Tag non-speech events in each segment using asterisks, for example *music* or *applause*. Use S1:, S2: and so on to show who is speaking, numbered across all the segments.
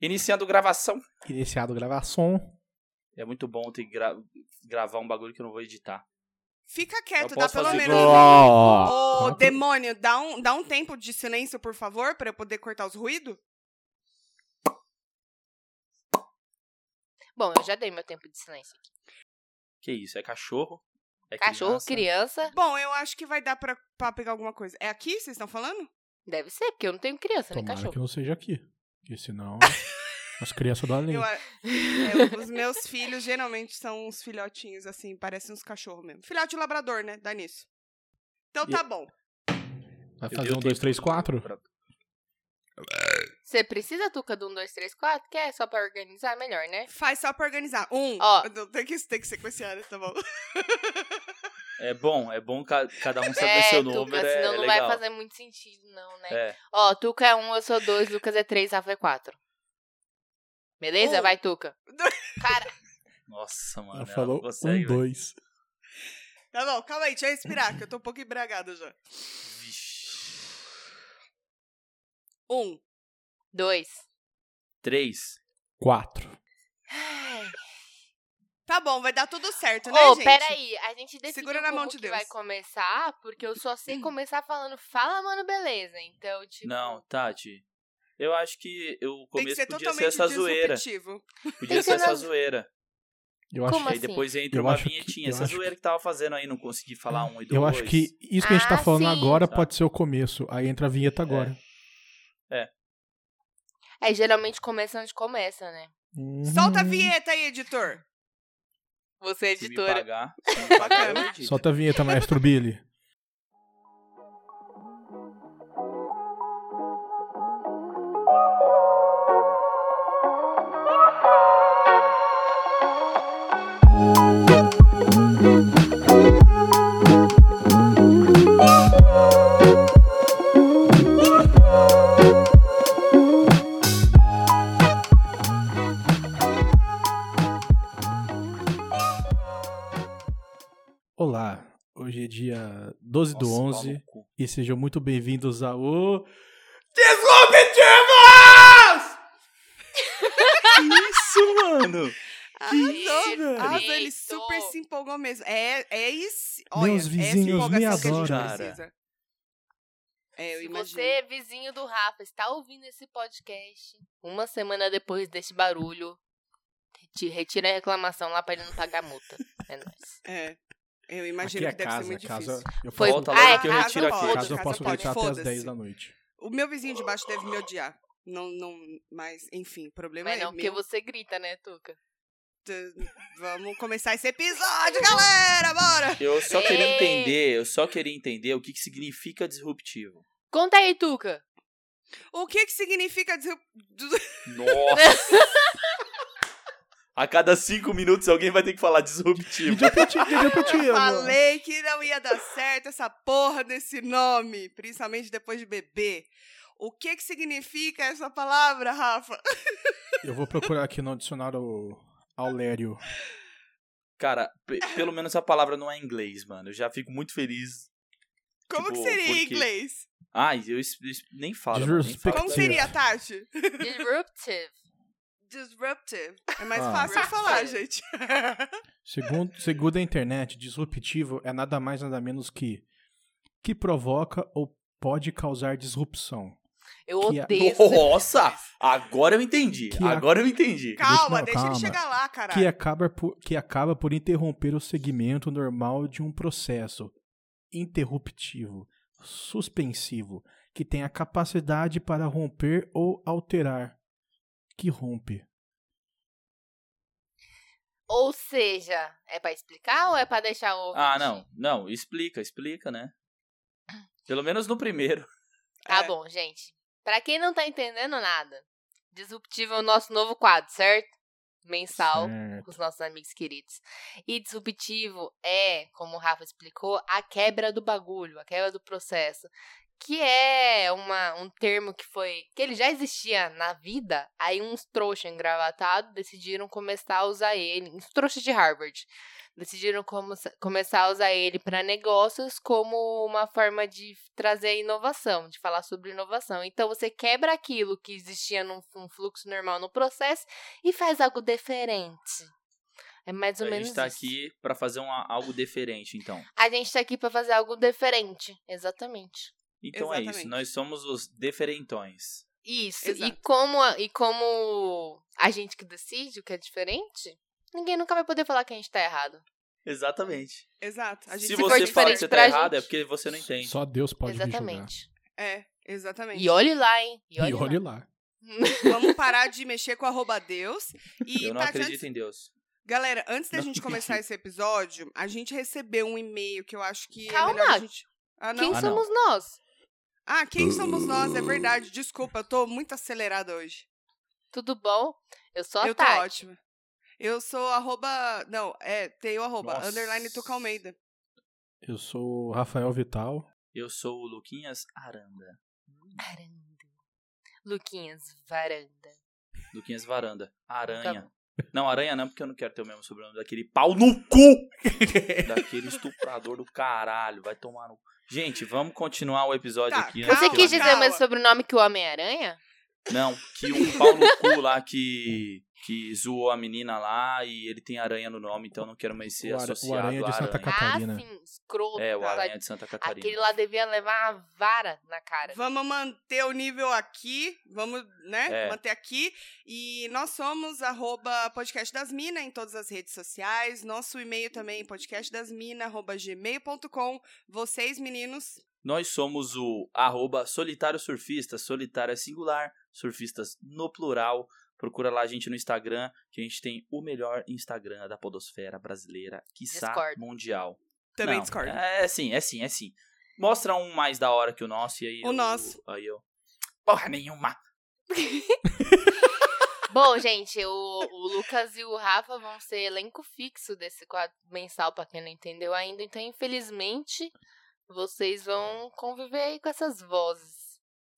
S1: Iniciando gravação.
S2: Iniciado gravar som.
S1: É muito bom ter que gra- gravar um bagulho que eu não vou editar.
S3: Fica
S1: Eu
S3: quieto, dá
S1: posso
S3: pelo
S1: fazer
S3: menos. um
S1: igual-
S2: Ó,
S3: Ô,
S2: Quanto-
S3: demônio, dá um, dá um tempo de silêncio, por favor, pra eu poder cortar os ruídos?
S4: Bom, eu já dei meu tempo de silêncio aqui.
S1: Que isso? É cachorro? É
S4: Cachorro, criança,
S3: Bom, eu acho que vai dar pra, pra pegar alguma coisa. É aqui vocês estão falando?
S4: deve ser, porque eu não tenho criança, nem
S2: Tomara
S4: cachorro.
S2: que não seja aqui. Porque
S4: *laughs*
S2: senão. As crianças do além.
S3: Eu a- é, os meus
S1: *laughs*
S3: filhos geralmente são uns filhotinhos, assim, parecem uns cachorros mesmo. Filhote de labrador, né? Dá nisso. Então
S1: é
S3: tá bom.
S2: Vai
S1: Eu
S2: fazer
S1: dei o
S2: um, dois,
S1: tempo
S2: três,
S1: pra-
S2: quatro?
S1: pra-
S4: Você precisa, Tuca, um, do 1, 2, 3, 4? Que é só pra organizar melhor, né?
S3: Faz só pra organizar. Um.
S4: Ó.
S3: Não, Tem que, tem que sequenciar, né? Tá bom. *laughs*
S1: É bom, é bom ca- cada
S4: *laughs*
S1: um saber
S4: é,
S1: seu
S4: Tuca,
S1: número. é,
S4: senão
S1: é
S4: não
S1: legal.
S4: vai fazer muito sentido, não, né?
S1: É.
S4: Ó, Tuca é 1, eu sou 2, Lucas é 3, Rafa é 4. Beleza?
S3: Um.
S4: Vai, Tuca. Cara,
S1: Nossa, mano.
S2: Ela
S3: né?
S1: Ela
S2: falou
S1: não consegue, velho.
S2: um, dois.
S3: Tá bom, calma aí, deixa eu respirar, que eu tô um pouco embragada já.
S1: Vixe.
S3: Um.
S4: 2.
S1: Três.
S2: Quatro.
S3: Tá bom, vai dar tudo certo, né,
S4: Ô,
S3: gente?
S4: peraí, a gente decidiu
S3: Segura na
S4: como
S3: mão de
S4: que
S3: Deus. Hum.
S4: vai começar, porque eu só sei começar falando, fala, mano, beleza. Então, tipo...
S1: Não, Tati. Eu acho que eu- o
S3: Tem que
S1: começo
S3: ser
S1: podia
S3: totalmente
S1: ser essa zoeira.
S3: disruptivo.
S1: Podia
S4: que
S1: ser
S4: ser
S1: essa
S4: na-
S1: zoeira.
S2: Eu
S4: Como
S2: acho
S1: E
S2: que.
S4: assim?
S1: aí depois entra
S2: Eu
S1: uma
S2: acho que-
S1: vinhetinha.
S2: eu
S1: essa
S2: acho
S1: zoeira que tava fazendo aí, não consegui falar um e dois.
S2: Eu acho que isso que a gente
S4: assim?
S2: tá
S4: Ah,
S2: falando
S4: sim.
S2: agora
S1: Tá.
S2: pode ser o começo. Aí entra a vinheta agora.
S4: É, geralmente começa onde começa, né?
S3: Solta a
S2: Uhum.
S3: vinheta aí, editor.
S4: Você é
S1: Se me
S4: editora.
S1: pagar, se me pagar, eu edito.
S2: Solta a vinheta,
S4: *laughs*
S2: maestro Billy. Olá, hoje é dia 12 do
S1: Nossa, pau
S2: 11
S1: no cu.
S2: e sejam muito bem-vindos ao.
S3: Disruptivos!
S1: Isso, mano!
S3: Arrasou,
S4: velho?
S3: arrasou, ele
S4: Perfeito.
S3: super se empolgou mesmo. É, é isso. Olha,
S2: Meus vizinhos
S3: essa empolgação
S2: me
S3: que a gente
S1: adoram.
S3: precisa. É, eu
S4: Se
S3: imagino.
S4: você, vizinho do Rafa, está ouvindo esse podcast, uma semana depois desse barulho, te retira a reclamação lá pra ele não pagar multa.
S3: *laughs*
S4: É nóis.
S3: É, eu imagino
S2: Aqui é
S3: que deve ser muito difícil.
S2: eu
S4: Foi-
S2: posso,
S1: Volta
S4: Ah,
S1: logo
S4: é
S1: que eu
S4: casa,
S1: retiro
S3: volta.
S1: aqui.
S2: casa eu
S3: casa
S2: posso
S3: pode,
S2: gritar até as
S3: foda-se.
S2: 10 da noite.
S3: O meu vizinho de baixo deve me odiar. Não, não, mas, enfim, problema
S4: Mas
S3: é
S4: não, porque
S3: meu.
S4: você grita, né, Tuca?
S3: Vamos começar esse episódio, galera! Bora!
S1: Eu só queria
S4: Ei.
S1: entender, eu só queria entender o que, que significa disruptivo.
S4: Conta aí, Tuca.
S3: O que que significa disrup...
S1: Nossa! *laughs* A cada cinco minutos alguém vai ter que falar disruptivo.
S2: Idiopati,
S4: *laughs*
S2: idiopati, é eu-
S3: Falei que não ia dar certo essa porra desse nome, principalmente depois de bebê. O que que significa essa palavra, Rafa?
S2: Eu vou procurar aqui no dicionário Aulério.
S1: Cara, pe- pelo menos a palavra não é em inglês, mano. Eu já fico muito feliz.
S3: Como
S1: Tipo,
S3: que seria em
S1: porque-
S3: inglês?
S1: Ai, eu, es- es- nem falo. mano, nem falo.
S3: Como
S2: Disruptivo.
S3: seria, Tati?
S4: Disruptive.
S3: Disruptive. É mais
S2: Ah.
S3: fácil de falar, gente.
S4: Disruptive.
S2: Segundo, segundo a internet, disruptivo é nada mais nada menos que que provoca ou pode causar disrupção.
S4: Eu
S2: Que a-
S4: odeio.
S1: *laughs* Nossa! Agora eu entendi.
S2: Que a-
S1: agora eu entendi.
S3: calma,
S2: não,
S3: deixa
S2: calma.
S3: ele chegar lá,
S2: Que é
S3: caralho.
S2: acaba, por, que acaba por interromper o segmento normal de um processo interruptivo, suspensivo, que tem a capacidade para romper ou alterar. Que rompe.
S4: Ou seja, é pra explicar ou é pra deixar o.
S1: Ah,
S4: ouvinte?
S1: não. Não, explica, explica, né?
S4: Ah.
S1: Pelo menos no primeiro.
S4: Tá
S3: É.
S4: bom, gente. Pra quem não tá entendendo nada, Disruptivo é o nosso novo quadro, certo? Mensal.
S2: Certo.
S4: Com os nossos amigos queridos. E disruptivo é, como o Rafa explicou, a quebra do bagulho, a quebra do processo. Que é uma, um termo que foi. que ele já existia na vida, aí uns trouxas engravatados decidiram começar a usar ele. Uns trouxas de Harvard. Decidiram como- começar a usar ele para negócios como uma forma de trazer inovação, de falar sobre inovação. Então você quebra aquilo que existia num, num fluxo normal no processo e faz algo diferente. É mais ou
S1: a
S4: menos
S1: gente tá
S4: isso.
S1: aqui pra fazer uma- algo diferente, então.
S4: A gente tá aqui pra fazer algo diferente. Exatamente.
S1: Então é isso,
S3: Exatamente.
S1: nós somos os diferentões.
S4: Isso. E
S3: Exato.
S4: como, a- e como a gente que decide o que é diferente, ninguém nunca vai poder falar que a gente tá errado.
S1: Exatamente.
S3: Exato. A gente
S1: Se
S4: for
S1: você fala que
S4: diferente
S1: você tá
S4: pra
S1: errado,
S4: gente.
S1: é porque você não entende.
S2: Só Deus pode me
S4: Exatamente.
S3: É, exatamente.
S4: E olhe lá, hein? E
S2: julgar.
S4: olhe,
S2: E olhe lá.
S3: Vamos parar de mexer com arroba Deus. E tá,
S1: Eu não
S3: Tati,
S1: acredito
S3: antes-
S1: em Deus.
S3: Galera, antes da
S1: Não
S3: gente
S1: acredito.
S3: começar esse episódio, a gente recebeu um e-mail que eu acho que
S4: Calma.
S3: é melhor a gente... Ah, não.
S4: Quem
S1: Ah, não.
S4: somos nós?
S3: Ah, quem somos nós? É verdade. Desculpa, eu tô muito acelerada hoje.
S4: Tudo bom? Eu sou a
S3: eu tô
S4: Tati.
S3: ótima. Eu sou arroba. Não, é, tem o arroba.
S1: Nossa.
S3: Underline Tuca Almeida.
S2: Eu sou o Rafael Vital.
S1: Eu sou o Luquinhas Aranda.
S4: Varanda. Luquinhas, varanda.
S1: Luquinhas Varanda.
S4: Tá
S1: Aranha.
S4: bom.
S1: Não, aranha não, porque eu não quero ter o mesmo sobrenome daquele pau no cu! daquele estuprador do caralho. Vai tomar no. Gente, vamos continuar o episódio
S3: Tá,
S1: aqui. antes
S4: Você
S1: que
S3: Calma,
S4: quis
S1: eu-
S4: dizer
S3: calma.
S4: mais sobre o nome que o Homem-Aranha?
S1: Não, que um pau no cu lá que, que zoou a menina lá e ele tem aranha no nome, então eu não quero mais ser
S2: O ara- o
S1: associado à
S2: aranha de Santa
S1: aranha.
S2: Catarina.
S4: Ah, sim, escroto.
S1: É, o
S4: Tá.
S1: aranha de Santa Catarina.
S4: Aquele lá devia levar uma vara na cara.
S3: Vamos manter o nível aqui. Vamos, né?
S1: É.
S3: Manter aqui. E nós somos arroba podcast das minas em todas as redes sociais. Nosso e-mail também, podcastdasmina.gmail.com. Vocês, meninos.
S1: Nós somos o arroba solitário surfista, solitário é singular, surfistas no plural. Procura lá a gente no Instagram, que a gente tem o melhor Instagram da podosfera brasileira, quiçá
S4: Discordo.
S1: mundial.
S3: Também
S1: Não,
S3: discordo.
S1: É sim, é sim, é sim. Mostra um mais da hora que o nosso e aí
S3: O
S1: eu-
S3: nosso.
S1: Aí eu... Porra nenhuma.
S4: Bom, gente, o, o Lucas e o Rafa vão ser elenco fixo desse quadro mensal, pra quem não entendeu ainda. Então, infelizmente, vocês vão conviver aí com essas vozes.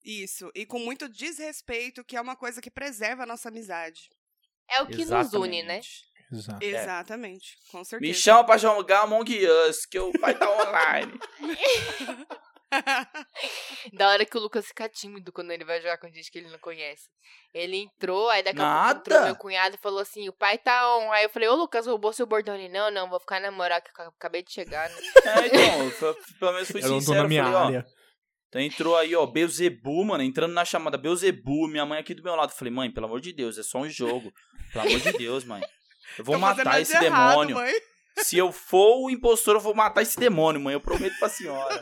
S3: Isso. E com muito desrespeito, que é uma coisa que preserva a nossa amizade.
S4: É o que nos une, né?
S1: Exatamente.
S2: Exato.
S3: Exatamente. Com
S1: É.
S3: certeza.
S1: Me chama pra jogar Among Us, que eu vai estar
S4: *laughs*
S1: online.
S4: Da hora que o Lucas fica tímido quando ele vai jogar com gente que ele não conhece. Ele entrou, aí daqui a
S1: Nada.
S4: pouco entrou meu cunhado e falou assim: o pai tá on. Aí eu falei: Ô, Lucas, roubou seu bordão. Ele: Não, não, vou ficar na moral que eu acabei de chegar. Né?
S1: é, então, f- pelo menos fui
S2: Eu não tô
S1: sincero.
S2: na minha
S1: falei, ó,
S2: área.
S1: Então entrou aí, ó, Beuzebu, mano, entrando na chamada Beuzebu, minha mãe aqui do meu lado. Falei, mãe, pelo amor de Deus, é só um jogo. Pelo amor de Deus, mãe. Eu vou
S3: Tô fazendo
S1: matar
S3: nada
S1: esse
S3: de errado,
S1: demônio.
S3: mãe. *laughs*
S1: Se eu for o impostor, eu vou matar esse demônio, mãe. Eu prometo pra
S3: *laughs*
S1: senhora.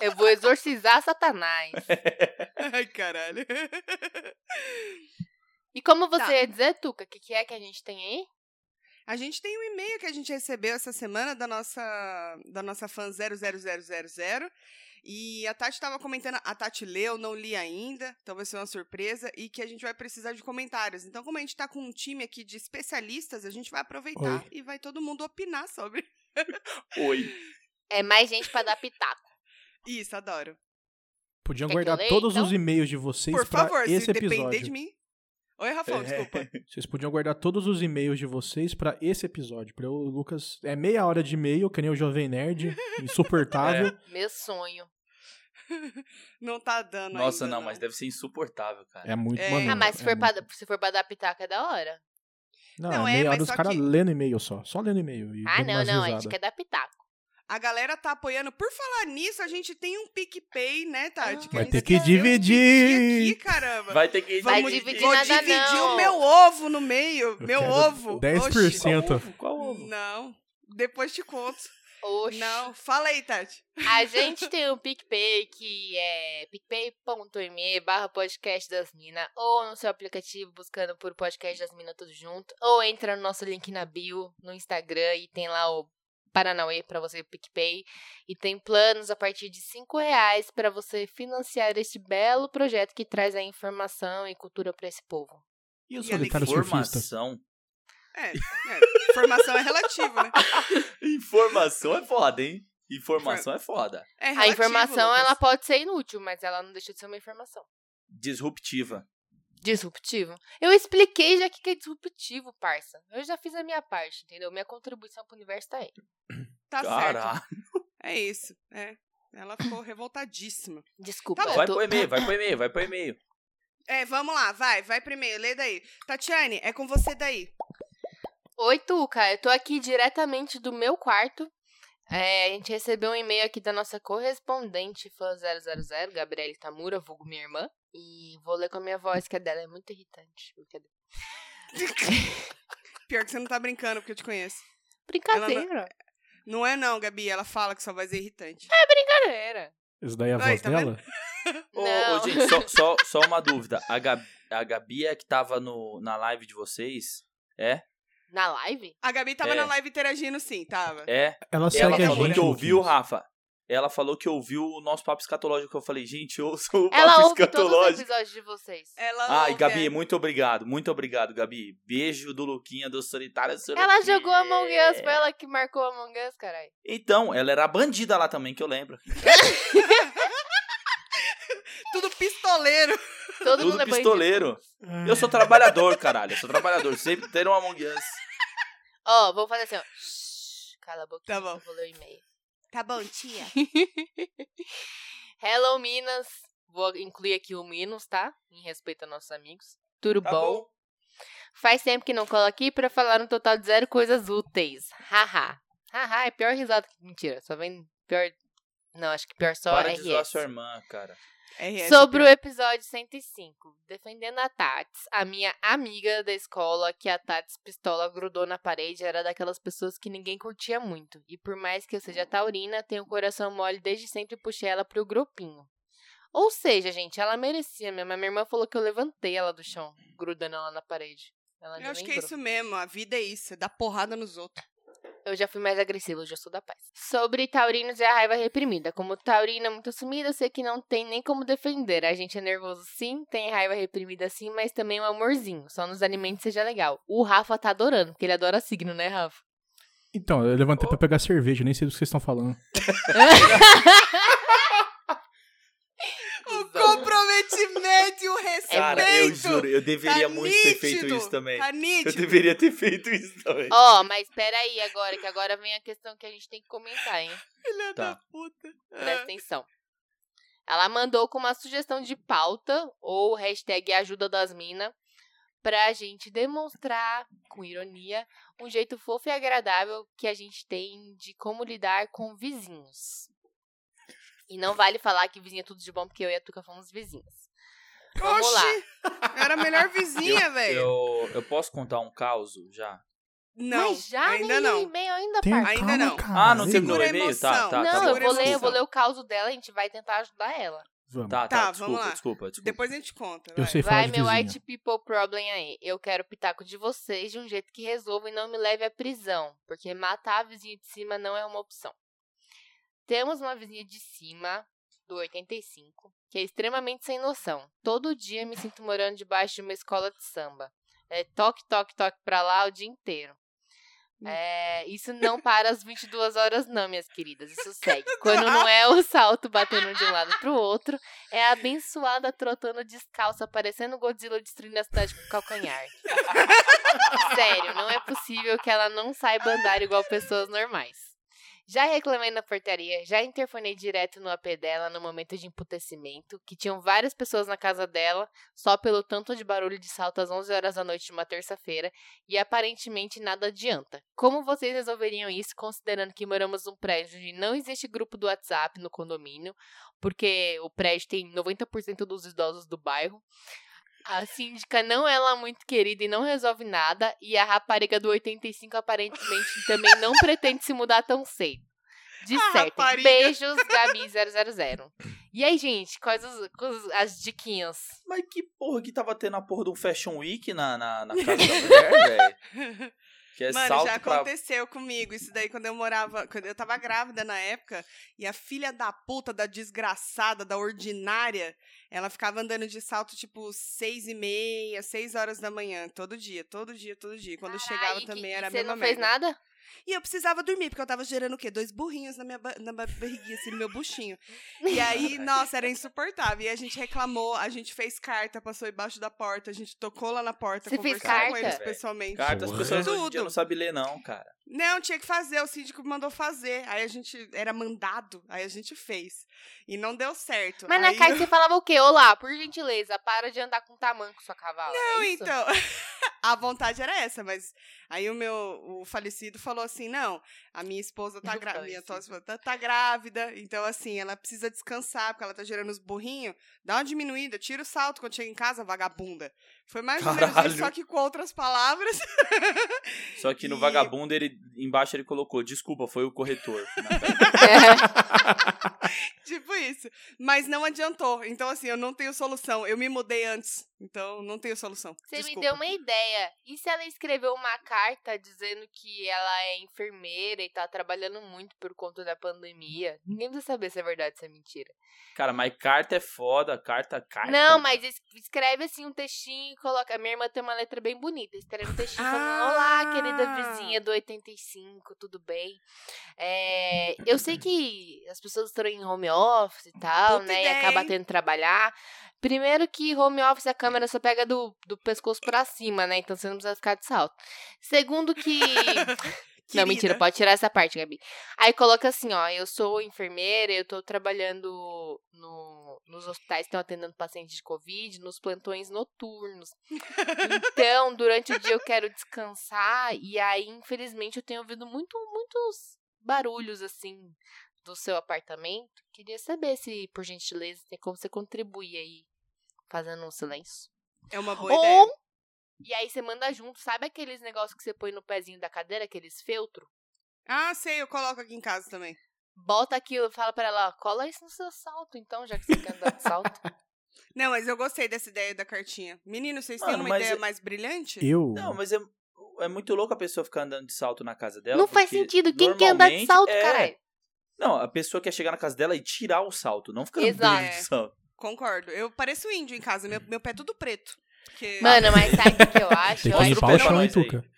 S4: Eu vou exorcizar Satanás.
S3: Ai, caralho.
S4: E como você
S3: Tá.
S4: ia dizer, Tuca, o que, que é que a gente tem aí?
S3: *laughs* A gente tem um e-mail que a gente recebeu essa semana da nossa, da nossa fã 00000. E a Tati estava comentando, a Tati leu, não li ainda, então vai ser uma surpresa, e que a gente vai precisar de comentários. Então, como a gente está com um time aqui de especialistas, a gente vai aproveitar
S2: Oi.
S3: e vai todo mundo opinar sobre. *laughs*
S1: Oi.
S4: É mais gente pra dar pitaco.
S3: Isso, adoro.
S2: Podiam
S4: Quer que eu
S2: guardar
S4: leia,
S2: todos
S4: então?
S2: os e-mails de vocês
S3: Por
S2: pra
S3: favor,
S2: esse
S3: se
S2: episódio.
S3: depender de mim. Oi, Rafão,
S1: *laughs*
S2: É.
S3: desculpa.
S2: Vocês podiam guardar todos os e-mails de vocês pra esse episódio. Pra eu, o Lucas, é meia hora de e-mail, que nem o Jovem
S3: *laughs*
S2: Nerd, insuportável.
S4: Meu sonho.
S3: Não tá dando
S1: Nossa,
S3: ainda,
S1: não, mas deve ser insuportável, cara.
S2: É muito
S3: É.
S2: maneiro.
S4: Ah, mas se
S2: é
S4: for,
S2: muito-
S4: pra, se for pra dar pitaco é da hora.
S2: Não,
S3: Não,
S2: é
S3: é,
S2: meia
S3: mas
S2: hora dos
S3: só
S2: caras
S3: que-
S2: lendo e-mail só. Só lendo e-mail. e
S4: Ah,
S2: dando
S4: não,
S2: umas
S4: não, a
S2: risadas.
S4: gente quer dar pitaco.
S3: A galera tá apoiando. Por falar nisso, a gente tem um PicPay, né, Tati? a
S2: Ah, Vai
S3: gente
S2: ter que
S3: tem dividir
S2: dividir.
S3: aqui, caramba.
S1: Vai ter que
S4: Vai
S3: Vamos
S4: dividir
S3: vou
S4: nada,
S3: dividir
S4: não.
S3: o meu ovo no meio.
S2: Eu
S3: meu
S2: quero
S3: ovo.
S2: 10%.
S1: Qual ovo? Qual
S3: Oxi.
S1: ovo?
S3: Não. Depois te conto.
S4: Oxe.
S3: Não. Fala aí, Tati.
S4: A gente tem o PicPay, que é picpay.me barra podcast das minas, ou no seu aplicativo buscando por podcast das minas tudo junto, ou entra no nosso link na bio, no Instagram, e tem lá o Paranauê pra você, o PicPay, e tem planos a partir de 5 reais pra você financiar este belo projeto que traz a informação e cultura pra esse povo.
S2: E o
S3: E além de
S2: solitário surfista?
S1: Informação.
S3: É, é, Formação é relativa, né?
S1: Informação é foda, hein? Informação é foda.
S3: É
S4: A
S3: relativo,
S4: informação,
S3: Lucas.
S4: ela pode ser inútil, mas ela não deixa de ser uma informação.
S1: Disruptiva.
S4: Disruptivo. Eu expliquei já o que que é disruptivo, parça. Eu já fiz a minha parte, entendeu? Minha contribuição pro universo tá aí.
S3: Tá certo.
S1: Caralho.
S3: É isso. É. Ela ficou revoltadíssima.
S4: Desculpa.
S3: Tá bom.
S4: eu
S1: Vai
S4: tô-
S1: pro e-mail, vai pro e-mail, vai pro e-mail.
S3: É, vamos lá, vai, vai primeiro, lê daí. Tatiane, é com você daí.
S4: Oi, Tuca. Eu tô aqui diretamente do meu quarto. É, a gente recebeu um e-mail aqui da nossa correspondente fã 000, Gabriela Tamura, vulgo minha irmã. E vou ler com a minha voz, que a dela é muito irritante. Brincadeira.
S3: *laughs* Pior que você não tá brincando, porque eu te conheço.
S4: Brincadeira.
S3: Não é não, Gabi, ela fala que sua voz é irritante.
S4: Brincadeira.
S2: Isso daí é a
S3: Aí,
S2: voz
S3: tá
S2: dela?
S1: Ô,
S4: Não.
S1: ô, gente, só,
S4: *laughs*
S1: só, só uma dúvida. A Gabi, a Gabi é que tava no, na live de vocês? É?
S4: Na live?
S3: A Gabi tava
S1: É.
S3: na live interagindo sim, tava.
S1: É?
S2: Ela
S1: Ela
S2: segue a
S1: falou
S2: gente.
S1: que ouviu,
S2: Luquinhas.
S1: Rafa. Ela falou que ouviu o nosso papo escatológico. Eu falei, gente, ouça o
S4: Ela
S1: papo
S4: ouve todos os
S1: escatológico.
S4: episódios de vocês.
S3: Ela
S1: Ai,
S3: ouve,
S1: Gabi,
S3: é.
S1: muito obrigado, muito obrigado, Gabi. Beijo do Luquinha do Solitário Sorocaba.
S4: Ela jogou Among Us, foi ela que marcou Among Us, caralho.
S1: Então, ela era bandida lá também, que eu lembro.
S3: Tudo pistoleiro.
S4: Todo mundo
S1: Tudo
S4: é bandido.
S1: pistoleiro. Eu sou trabalhador, caralho. Eu sou trabalhador. Sempre ter um Among Us.
S4: Ó, vou fazer assim, ó. Shhh, Cala a boca.
S3: Tá bom.
S4: Eu vou ler o e-mail.
S3: Tá bom, *laughs* tia.
S4: Hello, Minas. Vou incluir aqui o Minos, tá? Em respeito a nossos amigos.
S3: Tá
S1: tá
S4: Tudo bom? Faz tempo que não colo aqui pra falar um total de zero coisas úteis. Haha. Haha, é pior risada que mentira. Só vem pior. Não, acho que pior só
S1: Para
S4: RS.
S1: de zoar sua irmã, cara.
S3: RS,
S4: Sobre o episódio 105, defendendo a Tats, a minha amiga da escola, que a Tats pistola grudou na parede, era daquelas pessoas que ninguém curtia muito. E por mais que eu seja taurina, tenho o coração mole desde sempre e puxei ela pro grupinho. Ou seja, gente, ela merecia mesmo. A minha irmã falou que eu levantei ela do chão, grudando ela na parede. Ela nem
S3: Eu acho que é
S4: lembrou.
S3: isso mesmo, a vida é isso, é dar porrada
S1: *laughs*
S3: nos outros.
S4: Eu já fui mais agressiva, hoje eu sou da paz. Sobre taurinos e a raiva reprimida. Como taurina é muito sumida, eu sei que não tem nem como defender. A gente é nervoso sim, tem raiva reprimida sim, mas também um amorzinho. Só nos alimentos seja legal. O Rafa tá adorando, porque ele adora signo, né, Rafa? *laughs*
S2: Então, eu levantei pra pegar cerveja, nem sei do que vocês estão falando.
S3: O comprometimento e o respeito.
S1: Cara, eu juro, eu deveria
S3: É Tá
S1: muito ter feito
S3: nítido,
S1: isso também.
S3: Tá
S1: Eu
S3: nítido.
S1: deveria ter feito isso também.
S4: Ó, mas peraí agora, que agora vem a questão que a gente tem que comentar, hein?
S3: Filha
S1: Tá.
S3: da puta.
S4: Presta atenção. Ela mandou com uma sugestão de pauta ou hashtag ajuda das mina pra gente demonstrar, com ironia, um jeito fofo e agradável que a gente tem de como lidar com vizinhos. E não vale falar que vizinho é tudo de bom, porque eu e a Tuca fomos vizinhas. Vamos
S3: Oxi, eu era
S1: *laughs*
S3: a melhor vizinha, velho.
S1: Eu, eu posso contar um caos já?
S3: Não,
S4: Mas já
S3: ainda
S4: nem
S3: não.
S4: e-mail ainda,
S2: Tem
S4: parça.
S3: Ainda
S2: calma,
S3: não.
S2: cara.
S1: Ah, não
S2: Ei,
S1: terminou o
S3: Segura a
S1: e-mail? Tá, tá,
S3: emoção.
S1: tá.
S4: não,
S1: bom,
S4: eu vou ler, eu
S1: desculpa.
S4: vou ler o caso dela, a gente vai tentar ajudar ela.
S2: Vamos.
S1: Tá, tá,
S3: Tá, vamos
S1: desculpa,
S3: lá.
S1: desculpa, desculpa.
S3: Depois a gente conta.
S2: Eu
S3: vai.
S2: sei falar
S4: Vai,
S2: de
S4: meu
S2: vizinho.
S4: white people problem aí. Eu quero o pitaco de vocês de um jeito que resolva e não me leve à prisão, porque matar a vizinha de cima não é uma opção. Temos uma vizinha de cima, do 85, que é extremamente sem noção. Todo dia me sinto morando debaixo de uma escola de samba. É toque, toque, toque pra lá o dia inteiro. É, isso não para às 22 horas não, minhas queridas. Isso segue. Quando não é o salto batendo de um lado pro outro, é a abençoada trotando descalça, parecendo Godzilla destruindo a cidade com o calcanhar. Sério, não é possível que ela não saiba andar igual pessoas normais. Já reclamei na portaria, já interfonei direto no AP dela no momento de emputecimento, que tinham várias pessoas na casa dela, só pelo tanto de barulho de salto às 11 horas da noite de uma terça-feira, e aparentemente nada adianta. Como vocês resolveriam isso, considerando que moramos num prédio onde não existe grupo do WhatsApp no condomínio, porque o prédio tem 90% dos idosos do bairro? A síndica não é lá muito querida e não resolve nada, e a rapariga do 85 aparentemente também não pretende se mudar tão cedo. De
S3: A
S4: certo.
S3: rapariga.
S4: Beijos, Gabi000. E aí, gente, quais as, quais as diquinhas?
S1: Mas que porra que tava tendo a porra de um Fashion Week na, na, na casa
S3: *laughs*
S1: da mulher, velho? Que é
S3: Mano,
S1: salto
S3: já
S1: pra...
S3: aconteceu comigo isso daí quando eu morava, quando eu tava grávida na época, e a filha da puta, da desgraçada, da ordinária, ela ficava andando de salto tipo seis e meia, seis horas da manhã, todo dia, todo dia, todo dia. Quando eu chegava
S4: Ai, que-
S3: também
S4: e
S3: era a
S4: Você
S3: mesma
S4: não fez
S3: merda.
S4: nada?
S3: E eu precisava dormir, porque eu tava gerando o quê? Dois burrinhos na minha, ba- na minha barriguinha, assim, no meu buchinho. E
S4: *laughs*
S3: aí, nossa, era insuportável. E a gente reclamou, a gente fez carta, passou embaixo da porta, a gente tocou lá na porta,
S4: Você fez
S3: conversou com
S4: carta?
S3: eles pessoalmente.
S1: Carta, as
S2: Porra.
S1: pessoas hoje em dia
S3: Tudo.
S1: não sabem ler, não, cara.
S3: Não, tinha que fazer, o síndico mandou fazer. Aí a gente era mandado, aí a gente fez. E não deu certo.
S4: Mas
S3: aí
S4: na carta você falava o quê? Olá, por gentileza, para de andar com tamanco sua cavala.
S3: Não,
S4: é *laughs* isso?
S3: então. *laughs* A vontade era essa, mas aí o meu o falecido falou assim: não, a minha esposa tá
S4: O
S3: grávida, minha atual
S4: falecido.
S3: esposa tá, tá grávida, então assim, ela precisa descansar, porque ela tá gerando os burrinhos, dá uma diminuída, tira o salto quando chega em casa, vagabunda. Foi mais ou menos
S1: Caralho.
S3: isso, só que com outras palavras.
S1: Só que no
S3: E-
S1: vagabundo, ele, embaixo ele colocou, desculpa, foi o corretor. Não, cara.
S3: *laughs*
S4: É.
S3: tipo isso. Mas não adiantou. Então, assim, eu não tenho solução. Eu me mudei antes, então não tenho solução.
S4: Você
S3: Desculpa.
S4: me deu uma ideia. E se ela escreveu uma carta dizendo que ela é enfermeira e tá trabalhando muito por conta da pandemia? Ninguém precisa saber se é verdade ou se é mentira.
S1: Cara, mas carta é foda, carta, carta.
S4: Não, mas es- escreve assim um textinho e coloca. A minha irmã tem uma letra bem bonita. Escreve um textinho falando:
S3: Ah!
S4: Olá, querida vizinha do 85, tudo bem? É, eu sei que as pessoas estão em home office e tal,
S3: Puta
S4: né?
S3: ideia,
S4: e acaba
S3: hein?
S4: tendo que trabalhar. Primeiro que home office a câmera só pega do, do pescoço pra cima, né? Então você não precisa ficar de salto. Segundo que.
S3: Querida.
S4: *laughs* não, mentira, pode tirar essa parte, Gabi. Aí coloca assim, ó, eu sou enfermeira, eu tô trabalhando no, nos hospitais que estão atendendo pacientes de Covid, nos plantões noturnos. Então, durante o dia eu quero descansar e aí, infelizmente, eu tenho ouvido muito, muitos barulhos assim do seu apartamento. Queria saber se, por gentileza, tem como você contribuir aí fazendo um silêncio.
S3: É uma boa ideia.
S4: Ou e aí você manda junto, sabe aqueles negócios que você põe no pezinho da cadeira, aqueles feltro?
S3: Ah, sei, eu coloco aqui em casa também.
S4: Bota aquilo, fala pra ela, ó, cola isso no seu salto, então, já que você quer andar de salto.
S1: *laughs*
S3: Não, mas eu gostei dessa ideia da cartinha. Menino, vocês têm
S1: Mano,
S3: uma
S1: mas
S3: ideia
S1: é-
S3: mais brilhante?
S2: Eu.
S1: Não, mas é, é muito louco a pessoa ficar andando de salto na casa dela.
S4: não faz
S1: É, porque
S4: sentido, quem quer andar de
S1: normalmente
S4: salto,
S1: é- *laughs*
S4: caralho?
S1: Não, a pessoa quer chegar na casa dela e tirar o salto, não ficar
S4: Exato.
S1: andando de salto.
S3: Concordo. Eu pareço índio em casa,
S1: Hum.
S3: meu, meu pé é tudo preto. Porque
S4: Mano, mas sabe o que que eu acho?
S2: Tem
S4: Eu
S2: que
S4: acho
S2: limpar o
S1: pra
S2: chão, hein,
S1: nós aí.
S2: Tuca?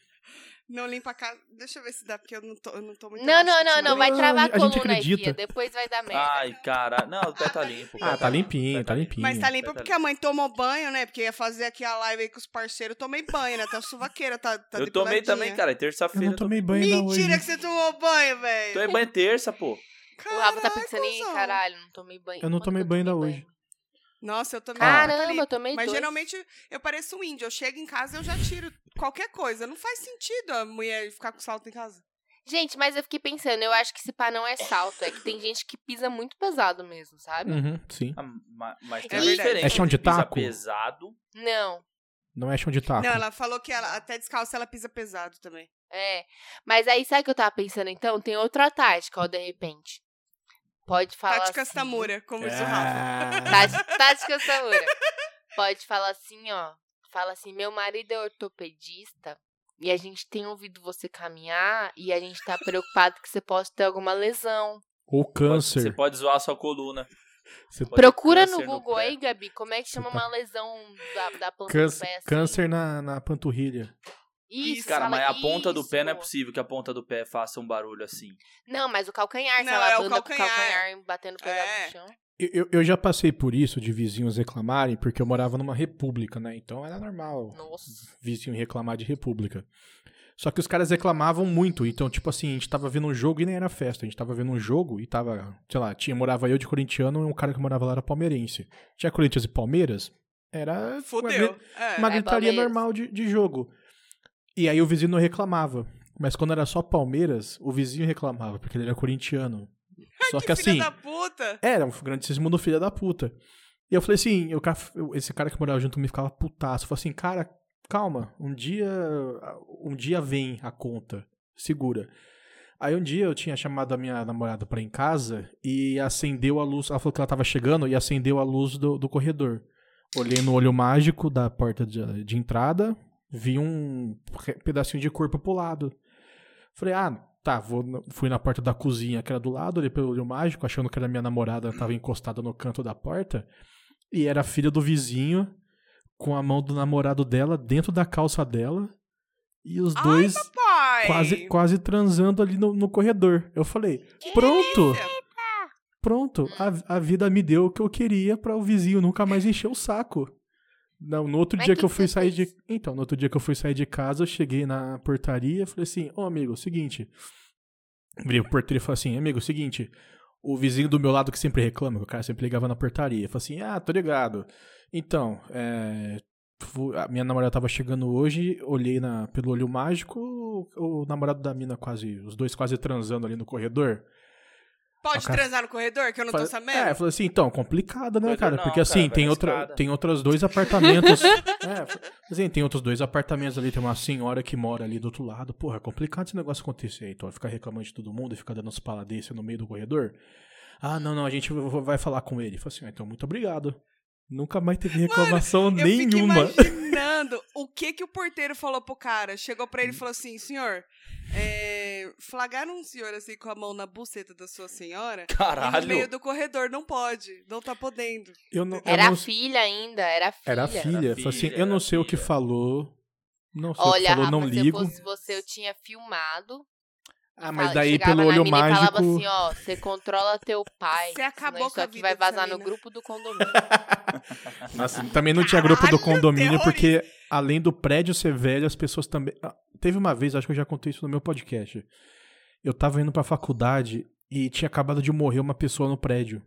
S3: não limpa a casa. Deixa eu ver se dá, porque eu não tô, eu não tô muito.
S4: Não, não,
S3: elástica,
S4: não, não, vai
S2: Não,
S4: travar a
S2: a gente
S4: coluna aí,
S2: acredita.
S4: Fia, depois vai dar merda.
S1: Ai, cara. Não, o pé tá limpo. o pé
S2: Ah, tá limpinho, tá limpinho.
S3: Mas tá limpo
S1: Vai, tá
S3: porque a mãe tomou banho, né? Porque ia fazer aqui a live aí com os parceiros. eu Tomei banho, né? Tá suvaqueira, tá, tá
S1: eu tomei
S3: depiladinha.
S1: também, cara. é
S2: Eu
S1: Terça-feira.
S2: não
S1: eu Tomei...
S2: tomei banho não hoje.
S3: Mentira que você tomou banho, velho.
S1: tomei banho terça, pô.
S4: o Rafa tá pensando, ih, caralho, não tomei banho.
S2: Eu não
S4: Quando que
S2: tomei banho ainda
S4: tomei
S2: hoje.
S3: Nossa, eu
S4: Ah,
S3: tomei
S4: Caramba, eu tomei
S3: Mas
S4: dois.
S3: geralmente eu pareço um índio. Eu chego em casa eu já tiro qualquer coisa. Não faz sentido a mulher ficar com salto em casa.
S4: Gente, mas eu fiquei pensando, eu acho que esse pá não é salto, é que tem gente que pisa muito pesado mesmo, sabe?
S3: tá-
S2: Uhum, sim.
S1: Ah, ma- Mas
S3: É
S1: tem a
S3: verdade.
S1: diferença
S2: É chão de
S1: entre pisa
S2: taco?
S1: pesado.
S4: Não.
S2: Não é chão de taco.
S3: Não, ela falou que ela, até descalça ela pisa pesado também.
S4: É. Mas aí, sabe o que eu tava pensando então? Tem outra tática, ó, de repente. Pode falar.
S3: Tática
S4: assim...
S3: Samura, como
S2: É.
S3: diz o Rafa.
S2: Ah,
S3: *laughs*
S4: Tática, tática Samura. Pode falar assim, ó. Fala assim: meu marido é ortopedista e a gente tem ouvido você caminhar e a gente tá preocupado que você possa ter alguma lesão.
S2: Ou
S1: Você
S2: câncer.
S1: pode zoar a sua coluna.
S2: Você-
S1: Pode ter
S4: Procura no
S1: câncer
S4: Google
S1: pé.
S4: aí, Gabi, como é que chama
S2: Você tá-
S4: uma lesão da, da planta do
S2: Câncer,
S4: pé. assim?
S2: câncer na, na panturrilha.
S4: Isso,
S1: Cara,
S4: fala
S1: mas a ponta do pé não é
S4: isso.
S1: possível que a ponta do pé faça um barulho assim.
S4: Não, mas o calcanhar,
S3: Não,
S4: se ela
S3: é o
S4: banda com o
S3: calcanhar.
S4: calcanhar batendo pegado
S3: É.
S4: no chão.
S2: Eu, eu- eu já passei por isso de vizinhos reclamarem, porque eu morava numa república, né? Então era normal
S4: Nossa.
S2: vizinho reclamar de república. Só que os caras reclamavam muito, então, tipo assim, a gente tava vendo um jogo e nem era festa. A gente tava vendo um jogo e tava, sei lá, tinha, morava eu de corintiano e um cara que morava lá era palmeirense. Tinha Corinthians e Palmeiras? Era. um uma
S3: Fudeu. É.
S2: uma
S4: É,
S2: gritaria
S4: Palmeiras.
S2: normal de, de jogo. E aí o vizinho não reclamava. Mas quando era só Palmeiras, o vizinho reclamava, porque ele era
S3: *laughs*
S2: corintiano. Só que,
S3: Que filha
S2: assim,
S3: da puta.
S2: era um grandíssimo do filho da puta. E eu falei assim, eu, ca- eu- esse cara que morava junto me ficava putaço. Eu falei assim, cara, calma, um dia, um dia vem a conta, segura. Aí um dia eu tinha chamado a minha namorada pra ir em casa e acendeu a luz, ela falou que ela tava chegando e acendeu a luz do, do corredor. Olhei no olho mágico da porta de, de entrada, vi um re- pedacinho de corpo pro lado. Falei, ah, tá, vou, na- fui na porta da cozinha que era do lado, olhei pelo olho mágico, achando que era minha namorada, tava encostada no canto da porta. E era a filha do vizinho, com a mão do namorado dela dentro da calça dela. E os
S3: Ai, tá
S2: dois
S3: Pai. Oi!
S2: quase, quase transando ali no, no corredor. Eu falei, pronto,
S3: Delícia.
S2: pronto, a, a vida me deu o que eu queria pra o vizinho nunca mais encher o saco. Não, no outro
S4: Mas
S2: dia
S4: que
S2: que eu
S4: que
S2: fui
S4: você
S2: sair
S4: fez?
S2: de. Então, no outro dia que eu fui sair de casa, eu cheguei na portaria e falei assim, ô amigo, seguinte. Virei pro porteiro e falei assim, amigo, seguinte, o vizinho do meu lado que sempre reclama, que o cara sempre ligava na portaria. Falei assim, ah, tô ligado. Então, é, fu- a minha namorada tava chegando hoje, olhei na, pelo olho mágico, o, o namorado da mina quase, os dois quase transando ali no corredor.
S3: Pode
S2: Ah, cara.
S3: transar no corredor, que eu não tô
S2: Falei-
S3: sabendo?
S2: É, falou assim, então, complicado, né,
S1: Falei,
S2: cara?
S1: não,
S2: Porque
S1: cara,
S2: assim,
S1: vai
S2: tem,
S1: na
S2: outra,
S1: escada.
S2: tem outros dois
S1: *laughs*
S2: apartamentos. é, falei assim, tem outros dois apartamentos ali, tem uma senhora que mora ali do outro lado. Porra, é complicado esse negócio acontecer, então. Ficar reclamando de todo mundo e ficar dando uns paladência no meio do corredor. Ah, não, não, a gente v- vai falar com ele. Falei assim, ah, então, muito obrigado. Nunca mais teve reclamação
S3: Eu fico
S2: nenhuma.
S3: imaginando o que que o porteiro falou pro cara. Chegou pra ele
S2: Hum.
S3: e falou assim, senhor, é, flagaram um senhor assim com a mão na buceta da sua senhora e no meio
S1: Caralho.
S3: do corredor, não pode, não tá podendo.
S2: Eu não, eu
S4: Era
S2: não-
S4: a filha ainda, era a filha.
S2: Era a filha.
S1: Era a
S2: Falei assim,
S1: filha,
S2: eu não
S1: era a
S2: sei o que
S1: filha.
S2: falou. Não sei o que
S4: Olha,
S2: falou,
S4: Rafa,
S2: não
S4: se
S2: ligo.
S4: eu fosse você, eu tinha filmado.
S2: Ah, mas
S4: Fala-
S2: daí
S4: chegava
S2: pelo
S4: na
S2: olho
S4: mina E
S2: mágico.
S4: falava assim, ó, você controla teu pai.
S3: Você acabou
S4: senão isso
S3: com a
S4: aqui
S3: vida
S4: vai
S3: dessa
S4: vazar no
S3: mina."
S4: grupo
S3: *laughs*
S4: do condomínio.
S2: Nossa, também não tinha grupo do
S3: Caralho,
S2: condomínio,
S3: terrorista.
S2: porque além do prédio ser velho, as pessoas também. Ah, Teve uma vez, acho que eu já contei isso no meu podcast. Eu tava indo pra faculdade e tinha acabado de morrer uma pessoa no prédio.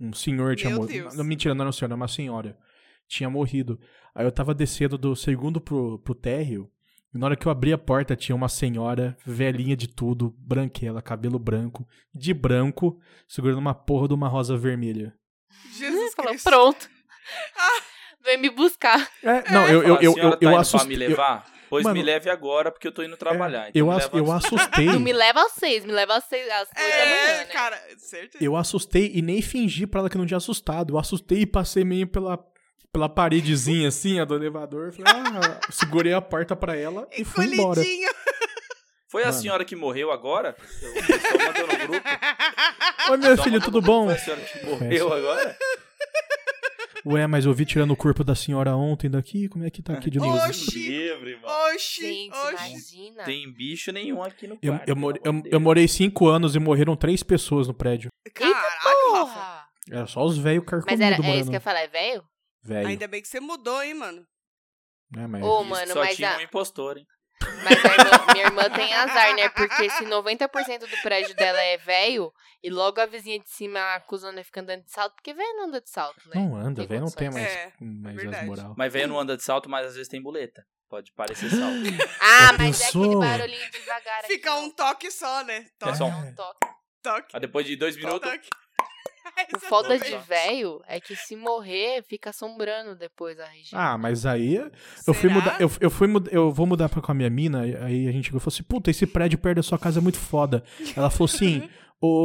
S2: Um senhor tinha
S3: Meu
S2: morrido.
S3: Deus.
S2: Não, mentira, não era um senhor, era uma senhora. Tinha morrido. Aí eu tava descendo do segundo pro, pro térreo. E na hora que eu abri a porta, tinha uma senhora, velhinha de tudo, branquela, cabelo branco, de branco, segurando uma porra de uma rosa vermelha. Hum,
S3: Jesus
S4: Falou,
S3: Cristo.
S4: pronto.
S3: Ah.
S4: Vem me buscar.
S2: É, não, eu, eu,
S1: Fala,
S2: eu,
S1: "Senhora,
S2: eu,
S1: tá
S2: eu
S1: indo
S2: assust-
S1: Pra me
S2: eu-
S1: levar? Pois
S2: Mano, é,
S1: me leve agora, porque eu tô indo trabalhar.
S2: Eu,
S1: então me
S2: ass-
S1: leva
S2: eu
S1: antes-
S4: *laughs*
S2: assustei.
S4: Não me leva às seis, me leva às seis, às
S3: É,
S4: duas da manhã, né?
S3: cara, certeza.
S2: Eu assustei e nem fingi pra ela que não tinha assustado. Eu assustei e passei meio pela, pela paredezinha assim, a do elevador. Falei, ah, *laughs* segurei a porta pra ela e fui embora. *laughs*
S3: Encolhidinho.
S1: Foi a
S2: Mano.
S1: senhora que morreu agora? Eu, eu tô mandando no grupo.
S2: Oi,
S1: Só
S2: meu filho,
S1: mandando
S2: tudo
S1: no grupo,
S2: bom?
S1: Foi a senhora que
S2: É
S1: morreu agora?
S2: Ué, mas eu vi tirando o corpo da senhora ontem daqui. Como é que tá aqui de novo?
S3: Oxi.
S1: Deus livre, mano.
S3: Oxi,
S4: Gente,
S3: oxi.
S4: imagina.
S1: Tem bicho nenhum aqui no
S2: Eu,
S1: quarto.
S2: eu, more-
S1: pelo
S2: eu,
S1: amor de
S2: eu
S1: Deus.
S2: morei cinco anos e morreram três pessoas no prédio.
S3: Caralho, Rafa.
S4: Porra!
S2: Era só os velhos
S4: Mas
S2: carcomidos
S4: era, é isso
S2: morando.
S4: que eu ia falar, é velho?
S2: Velho.
S3: Ainda bem que você mudou, hein, mano.
S2: né, mas-
S4: Ô, mano,
S1: Só
S4: mas
S1: tinha
S4: a-
S1: um impostor, hein?
S4: Mas a irmã- minha irmã tem azar, né? Porque se 90% do prédio dela é velho, e logo a vizinha de cima acusando ele fica andando de salto, porque velho não anda de salto, né?
S2: Não anda,
S4: Tem
S2: velho, não tem
S4: condições.
S2: mais,
S3: É,
S2: mais as
S3: verdade.
S2: moral.
S1: Mas velho não anda de salto, mas às vezes tem boleta. Pode parecer salto.
S4: Ah,
S2: Já
S4: mas é
S2: pensou?
S4: aquele barulhinho devagar aqui.
S3: Fica
S4: ó.
S3: um toque só, né? Toque,
S1: É só
S4: É um toque.
S3: toque,
S1: Mas depois de dois minutos,
S3: toque.
S2: *laughs*
S4: O foda
S3: Exatamente.
S4: de velho é que se morrer, fica assombrando depois a região.
S2: Ah, mas aí eu fui
S3: Será?
S2: mudar, eu, eu fui mudar, eu vou mudar pra, com a minha mina, aí a gente falou assim, puta, esse prédio perto da sua casa é muito foda. Ela falou
S3: *laughs*
S2: assim,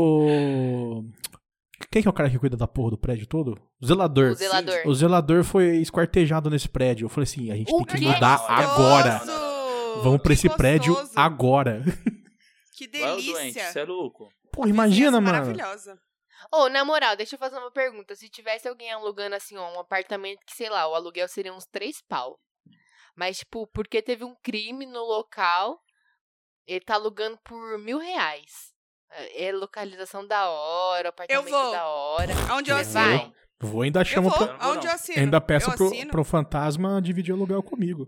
S2: o... Quem que é o cara que cuida da porra do prédio todo? O zelador.
S4: O zelador.
S2: O zelador foi esquartejado nesse prédio. Eu falei assim, a gente
S4: O
S2: tem que
S4: quê?
S2: mudar
S1: Nossa.
S2: agora.
S1: Nossa.
S2: Vamos pra
S3: Que
S2: esse prédio
S3: gostoso.
S2: agora. *laughs*
S3: Que
S1: vai o doente,
S3: delícia.
S1: você é louco.
S2: Pô, imagina,
S3: Vizinhança
S2: mano.
S3: Maravilhosa.
S4: Ô, na moral, deixa eu fazer uma pergunta. Se tivesse alguém alugando, assim, ó, um apartamento que, sei lá, o aluguel seria uns três pau. Mas, tipo, porque teve um crime no local, ele tá alugando por mil reais. É é localização da hora, apartamento
S3: vou.
S4: da hora.
S3: Aonde eu
S2: Você é
S3: assino?
S4: Vai.
S2: Vou ainda
S3: Eu
S2: chamo
S3: vou.
S2: pro...
S1: pra-
S3: Aonde eu assino?
S2: Ainda peço
S3: eu
S2: pro,
S3: assino.
S2: pro fantasma dividir aluguel comigo.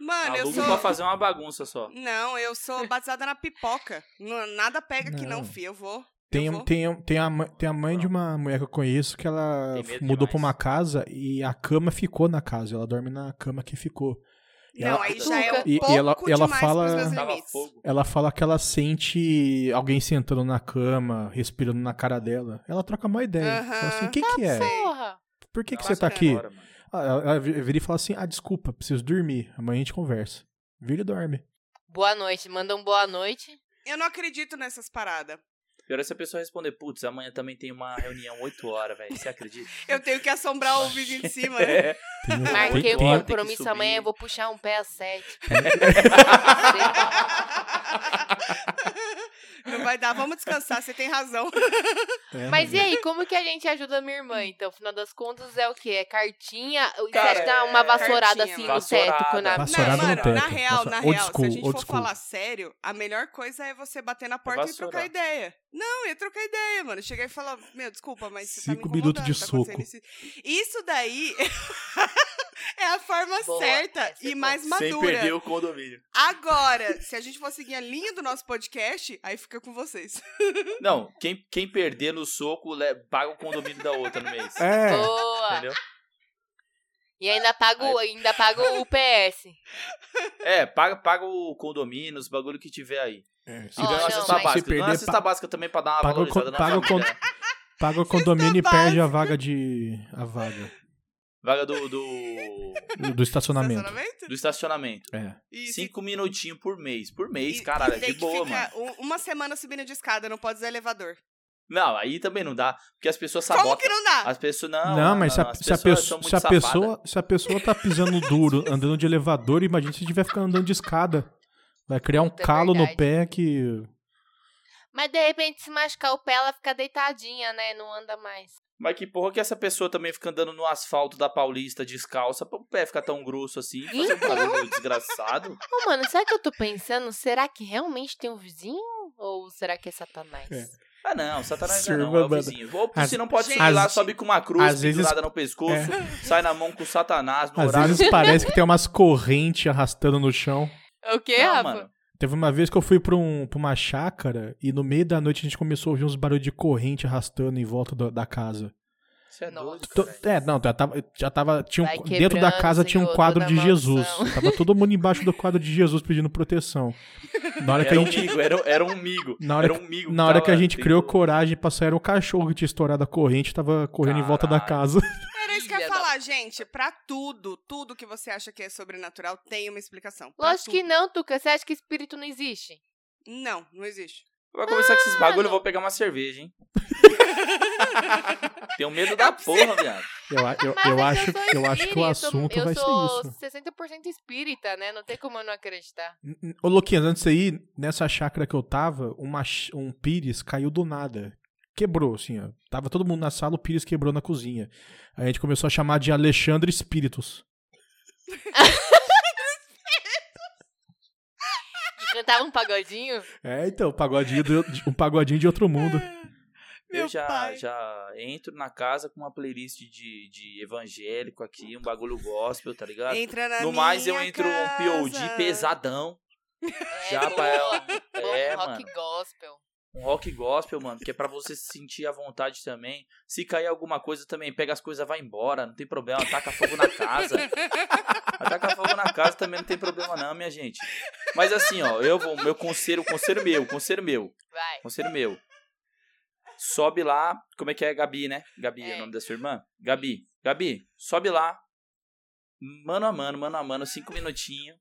S3: Mano, eu
S1: Alugo
S3: sou...
S1: pra fazer uma bagunça só.
S3: Não, eu sou batizada na pipoca. Não- Nada pega aqui não,
S2: Não.
S3: fi. Eu vou.
S2: Tem,
S3: eu
S2: um-
S3: vou.
S2: tem, um- tem, a, mã- tem a mãe de uma mulher que eu conheço que ela
S1: Tem
S2: f-
S1: medo
S2: mudou
S1: demais.
S2: pra uma casa e a cama ficou na casa. Ela dorme na cama que ficou. E
S3: Não,
S2: ela-
S3: aí já é um
S2: e- e
S3: pouco
S2: ela- ela
S3: demais
S2: fala-
S3: pros meus
S1: Tava
S3: limites.
S1: fogo.
S2: Ela fala que ela sente alguém sentando na cama, respirando na cara dela. Ela troca uma ideia.
S3: Aham.
S2: Fala assim, o que, que é?
S4: Porra!
S2: Por que, que
S1: Nossa,
S2: você tá
S1: que
S2: aqui?
S1: agora, mano.
S2: Ah, Ela, ela vi- vira e fala assim, ah, desculpa, preciso dormir. Amanhã a gente conversa. Vira e dorme.
S4: Boa noite, manda um boa noite.
S3: Eu não acredito nessas paradas.
S1: Pior é se a pessoa responder, putz, amanhã também tem uma reunião 8 horas, velho. Você acredita?
S3: Eu tenho que assombrar o vizinho de cima, né?
S1: *laughs* É.
S2: Tem,
S4: *laughs* Marquei
S2: tem,
S4: o
S1: tem-
S4: compromisso
S1: subir.
S4: amanhã, eu vou puxar um pé às sete.
S3: Não vai dar, vamos descansar, você tem razão.
S2: É,
S4: Mas e
S2: mano.
S4: aí, como que a gente ajuda a minha irmã, então? Final das contas é o quê? É cartinha? O
S3: Cara,
S4: Inseto dá uma
S3: é
S4: vassourada
S3: cartinha,
S4: assim
S3: mano.
S4: no teto? Quando a...
S2: Vassourada. Vassourada
S3: não,
S2: no
S3: mano, na
S2: teto.
S3: real,
S2: Vassoura-
S3: na
S2: old
S3: real,
S2: school,
S3: se a gente
S2: old
S3: for
S2: school.
S3: falar sério, a melhor coisa é você bater na porta e
S1: vassourar.
S3: trocar ideia. Não, ia trocar ideia, mano. Chegar e falar, meu, desculpa, mas você tá me
S2: Cinco minutos
S3: incomodando,
S2: de
S3: tá acontecendo
S2: soco.
S3: Isso. Isso daí *laughs* é a forma
S4: Boa,
S3: certa
S4: essa
S3: e
S4: é boa.
S3: mais
S1: Sem
S3: madura.
S1: perder o condomínio.
S3: Agora, se a gente for seguir a linha do nosso podcast, aí fica com vocês.
S1: Não, quem, quem perder no soco le- paga o condomínio da outra no mês.
S2: É,
S4: Boa!
S1: Entendeu?
S4: E ainda pago, ainda pago o PS.
S1: É, paga, paga o condomínio, os bagulho que tiver aí.
S2: é, se
S1: E ganha
S4: não,
S1: uma cesta
S4: mas-
S1: básica. Ganha uma
S2: perder,
S1: cesta
S4: tá
S2: pa-
S1: básica também pra dar uma
S2: paga o con-
S1: valorizada na
S2: paga o
S1: família, né?
S2: paga o condomínio e perde
S3: básica.
S2: a vaga de. a vaga
S1: Vaga do, do,
S2: do estacionamento.
S3: Estacionamento?
S1: do estacionamento.
S2: É.
S3: Isso.
S1: Cinco minutinhos por mês. Por mês,
S3: E-
S1: caralho,
S3: e
S1: é
S3: tem
S1: de
S3: que
S1: boa,
S3: ficar
S1: mano.
S3: u- Uma semana subindo de escada, não pode usar elevador.
S1: Não, aí também não dá, porque as pessoas
S3: Como que
S1: sabotam.
S3: não dá?
S1: As pessoas não.
S2: Não, mas se, a,
S1: as
S2: se, a
S1: pessoas são
S2: pessoa,
S1: muito
S2: se, a
S1: safadas.
S2: pessoa, se a pessoa tá pisando duro,
S1: *laughs*
S2: andando de elevador, imagina se tiver ficando andando de escada. Vai criar um
S4: Puta, é
S2: calo no
S4: verdade.
S2: pé que.
S4: Mas de repente se machucar o pé, ela fica deitadinha, né? Não anda mais.
S1: Mas que porra que essa pessoa também fica andando no asfalto da Paulista descalça pra o pé ficar tão grosso assim?
S3: *laughs*
S1: Fazer um barulho desgraçado.
S4: Ô, mano, será que eu tô pensando? Será que realmente tem um vizinho? Ou será que é Satanás?
S2: É.
S1: Ah, não, Satanás
S2: Sir
S1: não, não é o
S2: Babada.
S1: vizinho. Ou
S2: Às-
S1: se não pode subir
S2: às-
S1: lá, sobe com uma cruz
S2: às vezes- É.
S1: pendurada no pescoço, sai na mão com Satanás no
S2: Às
S1: horário.
S2: vezes parece que tem umas correntes arrastando no chão.
S4: O quê,
S1: Não,
S4: Rafa?
S1: mano.
S2: Teve uma vez que eu fui pra, um, pra uma chácara e no meio da noite a gente começou a ouvir uns barulhos de corrente arrastando em volta da- da casa.
S1: Você é doido,
S2: Tô-
S1: cara.
S2: é, não, já tava, já tava tinha um-
S4: Vai
S2: dentro da
S4: quebrando,
S2: casa tinha um
S4: Senhor,
S2: quadro
S4: toda
S2: de Jesus.
S4: maldição.
S2: Tava todo mundo embaixo
S4: *laughs*
S2: do quadro de Jesus pedindo proteção. Na hora que a
S1: Era um
S2: gente,
S1: migo, era, era um migo.
S2: *laughs* Na hora
S1: era um migo.
S2: na hora
S1: tava
S2: que a gente
S1: tendo-
S2: criou coragem pra sair, era um cachorro que tinha estourado a corrente, tava correndo em volta da
S1: Caralho.
S2: casa.
S3: Era isso que eu ia
S4: Filha da
S3: falar, gente. Pra tudo, tudo que você acha que é sobrenatural tem uma explicação.
S2: tá
S3: Pra
S4: Lógico que
S3: tudo.
S4: não, Tuca. Você acha que espírito não existe?
S3: Não, não existe.
S1: Vai começar com esses bagulho, eu
S4: não.
S1: vou pegar uma cerveja,
S3: *laughs*
S1: hein? Tenho
S3: É
S1: medo da porra, viado.
S2: Eu, a- eu,
S4: Mas
S2: eu
S4: é
S2: acho,
S4: sou
S2: eu acho que o
S4: espírita,
S2: assunto
S4: eu
S2: vai
S4: sou
S2: ser isso.
S4: 60% espírita, né? Não tem como eu não acreditar.
S2: N- n- Ô, Luquinhas, antes aí, nessa chácara que eu tava, uma ch- um pires caiu do nada. Quebrou, assim, ó. Tava todo mundo na sala, o pires quebrou na cozinha. Aí a gente começou a chamar de Alexandre Espíritos.
S4: E cantava um pagodinho?
S2: É, então, pagodinho do- um pagodinho de outro mundo.
S3: Meu
S1: eu já,
S3: pai.
S1: já entro na casa com uma playlist de, de evangélico aqui, um bagulho gospel, tá ligado?
S3: Entra na
S1: no mais, eu
S3: minha
S1: entro
S3: casa.
S1: um POD pesadão.
S4: É,
S1: Já
S4: boa.
S1: pra
S4: *laughs*
S1: ela.
S4: Bom,
S1: É, mano.
S4: rock gospel.
S1: Um rock gospel, mano, que é pra você se sentir à vontade também. Se cair alguma coisa também, pega as coisas, vai embora, não tem problema. Ataca fogo na casa. Ataca fogo na casa também não tem problema não, minha gente. Mas assim, ó, eu vou, meu conselho, conselho meu, conselho meu.
S4: Vai.
S1: Conselho meu. Sobe lá. Como é que é Gabi, né? Gabi é,
S4: É.
S1: o nome da sua irmã? Gabi. Gabi, sobe lá. Mano a mano, mano a mano, cinco minutinhos.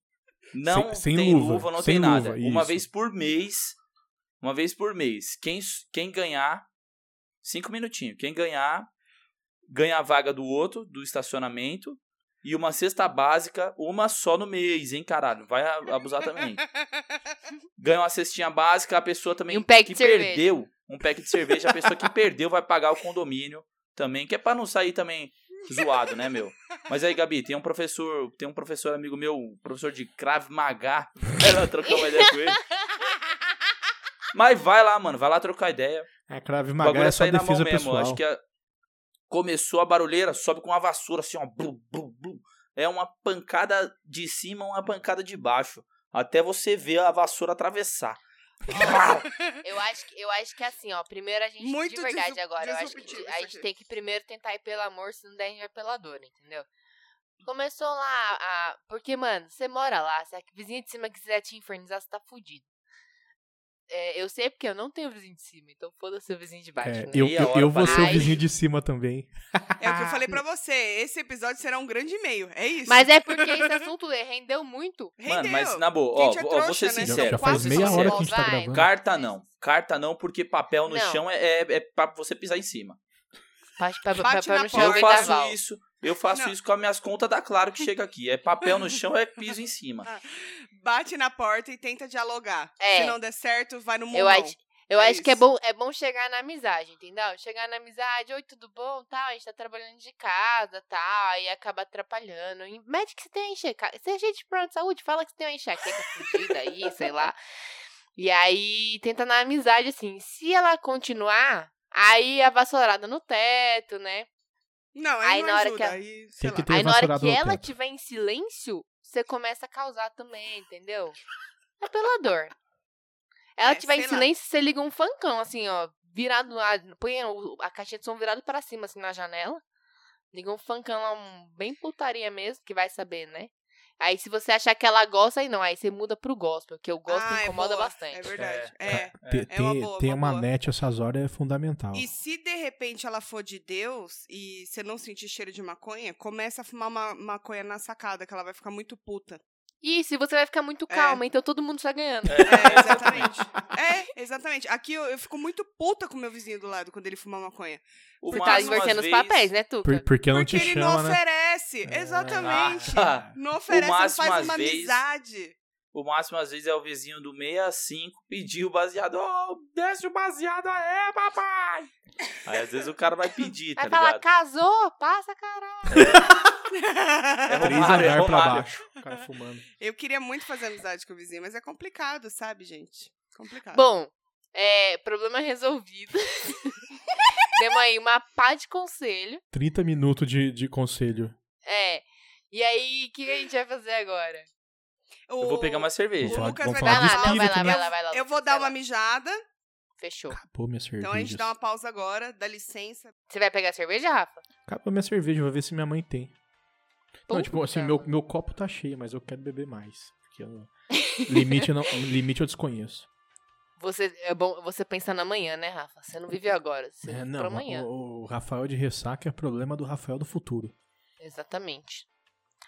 S1: Não
S2: Sem- sem
S1: tem
S2: luva,
S1: luva, não
S2: sem
S1: tem nada.
S2: luva,
S1: Uma
S2: isso.
S1: vez por mês. Uma vez por mês. Quem, s- quem ganhar. Cinco minutinhos. Quem ganhar, ganha a vaga do outro, do estacionamento. E uma cesta básica, uma só no mês, hein, caralho. Vai a- abusar também
S4: *laughs*
S1: ganha uma cestinha básica, a pessoa também
S4: E um pack
S1: que
S4: de cerveja.
S1: perdeu, um pack de cerveja, a pessoa que perdeu vai pagar o condomínio também, que é pra não sair também zoado, né, meu? Mas aí, Gabi, tem um professor, tem um professor amigo meu, um professor de Krav Maga, *laughs* ela trocar uma ideia com
S4: *laughs*
S1: ele. Mas vai lá, mano, vai lá trocar ideia.
S2: *laughs* É, Krav
S1: O
S2: Maga
S1: bagulho
S2: é
S1: é
S2: só
S1: sair na mão
S2: defesa
S1: mesmo.
S2: pessoal.
S1: Acho que a- começou a barulheira, sobe com uma vassoura assim, ó, blum, blum, blum. É uma pancada de cima, uma pancada de baixo, até você ver a vassoura atravessar.
S4: Eu acho, que, eu acho que assim, ó. Primeiro a gente.
S3: Muito
S4: de verdade
S3: disrup-
S4: agora. Eu acho que
S3: disruptivo
S4: a
S3: isso
S4: gente
S3: aqui.
S4: tem que primeiro tentar ir pelo amor, se não der, a gente vai pela dor, entendeu? Começou lá a. Porque, mano, você mora lá. Se a vizinha de cima quiser te infernizar, você tá fudido. É, eu sei porque eu não tenho vizinho de cima, então foda-se o vizinho de baixo.
S2: É,
S4: né?
S2: eu,
S1: Meia
S2: eu-
S1: hora
S2: eu vou
S1: pra
S2: ser o
S4: trás.
S2: vizinho de cima também.
S3: É o que eu falei pra você. Esse episódio será um grande e-mail. É isso.
S4: Mas é porque esse assunto é, rendeu muito.
S3: Rendeu.
S1: Mano, mas na boa, ó,
S3: Gente, é
S1: vou- ó, vou
S3: trouxa,
S1: ser
S3: né?
S1: sincero.
S2: Já, já
S1: vou
S2: faz
S1: ser
S2: meia
S1: sincero.
S2: hora que a gente tá
S4: Vai.
S2: gravando.
S1: Carta não. Carta não, porque papel no
S4: Não.
S1: chão é, é, é pra você pisar em cima.
S4: Bate pra, pra,
S3: Bate
S4: pra
S3: na
S4: não
S3: porta.
S1: Eu
S4: chegar o
S1: faço
S4: vendaval.
S1: isso. Eu faço
S3: Não.
S1: isso com as minhas contas da Claro que chega aqui. É papel no chão, é piso em cima.
S3: Bate na porta e tenta dialogar.
S4: É.
S3: Se não der certo, vai no mundão.
S4: Eu acho, Eu
S3: É
S4: acho que é
S3: isso.
S4: bom, é bom chegar na amizade, entendeu? Chegar na amizade, oi, tudo bom, tal, a gente tá trabalhando de casa, tal, aí acaba atrapalhando. E Mete que você tem uma enxaqueca. Você é gente de pronto saúde, fala que você tem uma enxaqueca
S3: *laughs*
S4: fudida aí, sei lá. E aí tenta na amizade, assim, se ela continuar, aí a vassourada no teto, né?
S3: Não, aí,
S4: Aí
S3: não
S4: na hora
S3: ajuda,
S4: que a-
S3: aí,
S2: Tem
S3: sei lá.
S2: que ter
S4: aí na hora
S2: vassourada
S4: que
S2: no
S4: ela
S2: teto.
S4: tiver em silêncio, você começa a causar também, entendeu? É Apelador. Ela
S3: É,
S4: tiver em
S3: sei lá.
S4: silêncio, você liga um fancão, assim, ó, virado, a, põe o- a caixinha de som virado pra cima, assim, na janela. Liga um fancão lá, um, bem putaria mesmo, que vai saber, né? Aí se você achar que ela gosta, aí não, aí você muda pro gospel, porque o gospel
S3: Ah, é
S4: incomoda
S3: boa,
S4: bastante.
S3: É verdade. é.
S2: Ter,
S3: É uma boa,
S2: ter
S3: uma
S2: uma
S3: boa.
S2: net essas horas é fundamental.
S3: E se de repente ela for de Deus e você não sentir cheiro de maconha, começa a fumar uma maconha na sacada, que ela vai ficar muito puta.
S4: Isso, e você vai ficar muito
S3: É.
S4: calma, então todo mundo está
S3: *laughs* É,
S4: ganhando.
S1: *laughs*
S3: exatamente. é, exatamente. Aqui eu, eu fico muito puta com meu vizinho do lado quando ele fuma maconha.
S4: Você
S3: Mas
S4: tá
S3: umas
S4: invertendo os papéis, né, Tuca?
S2: Por- porque não
S3: porque
S2: te
S3: ele
S2: chama,
S3: não
S2: né?
S3: oferece. Exatamente.
S1: *laughs* Ah.
S3: Não oferece, não
S1: máximo
S3: faz
S1: às
S3: uma
S1: vezes-
S3: amizade.
S1: O máximo, às vezes, é o vizinho do 65 pedir o baseado. Ô, desce o baseado aí, papai! Aí, às vezes, o cara vai pedir, tá
S4: Vai falar,
S1: ligado?
S4: casou, passa, caralho.
S3: *laughs*
S1: É
S2: Três
S1: Romário, é
S2: andar pra
S1: Romário.
S2: baixo. O cara fumando.
S3: eu queria muito fazer amizade com o vizinho, mas é complicado, sabe, gente? Complicado.
S4: Bom, é, problema resolvido. Demos aí uma pá de conselho.
S2: 30 minutos de, de conselho.
S4: É. E aí, o que a gente vai fazer agora?
S1: Eu vou pegar uma cerveja.
S3: O
S2: Vamos
S3: Lucas
S2: falar-
S3: vai
S2: vamos
S4: Vai
S2: falar
S3: dar
S4: lá,
S2: de
S4: não, vai
S2: espírito,
S4: lá,
S2: né?
S4: vai lá, vai lá.
S3: Eu
S4: Lucas,
S3: vou dar uma
S4: vai lá.
S3: mijada,
S4: Fechou.
S2: Acabou minha cerveja.
S3: então a gente dá uma pausa agora, dá licença.
S4: Você vai pegar a cerveja, Rafa?
S2: Acabou minha cerveja, vou ver se minha mãe tem. não, tipo,
S4: Puta,
S2: assim, meu, meu copo tá cheio, mas eu quero beber mais. Porque
S3: *laughs*
S2: eu- limite, eu não, limite eu desconheço.
S4: Você, é bom, você pensa na manhã, né, Rafa? Você não vive agora, você
S2: É,
S4: vive
S2: não,
S4: pra amanhã.
S2: o, o Rafael de ressaca é problema do Rafael do futuro.
S4: Exatamente.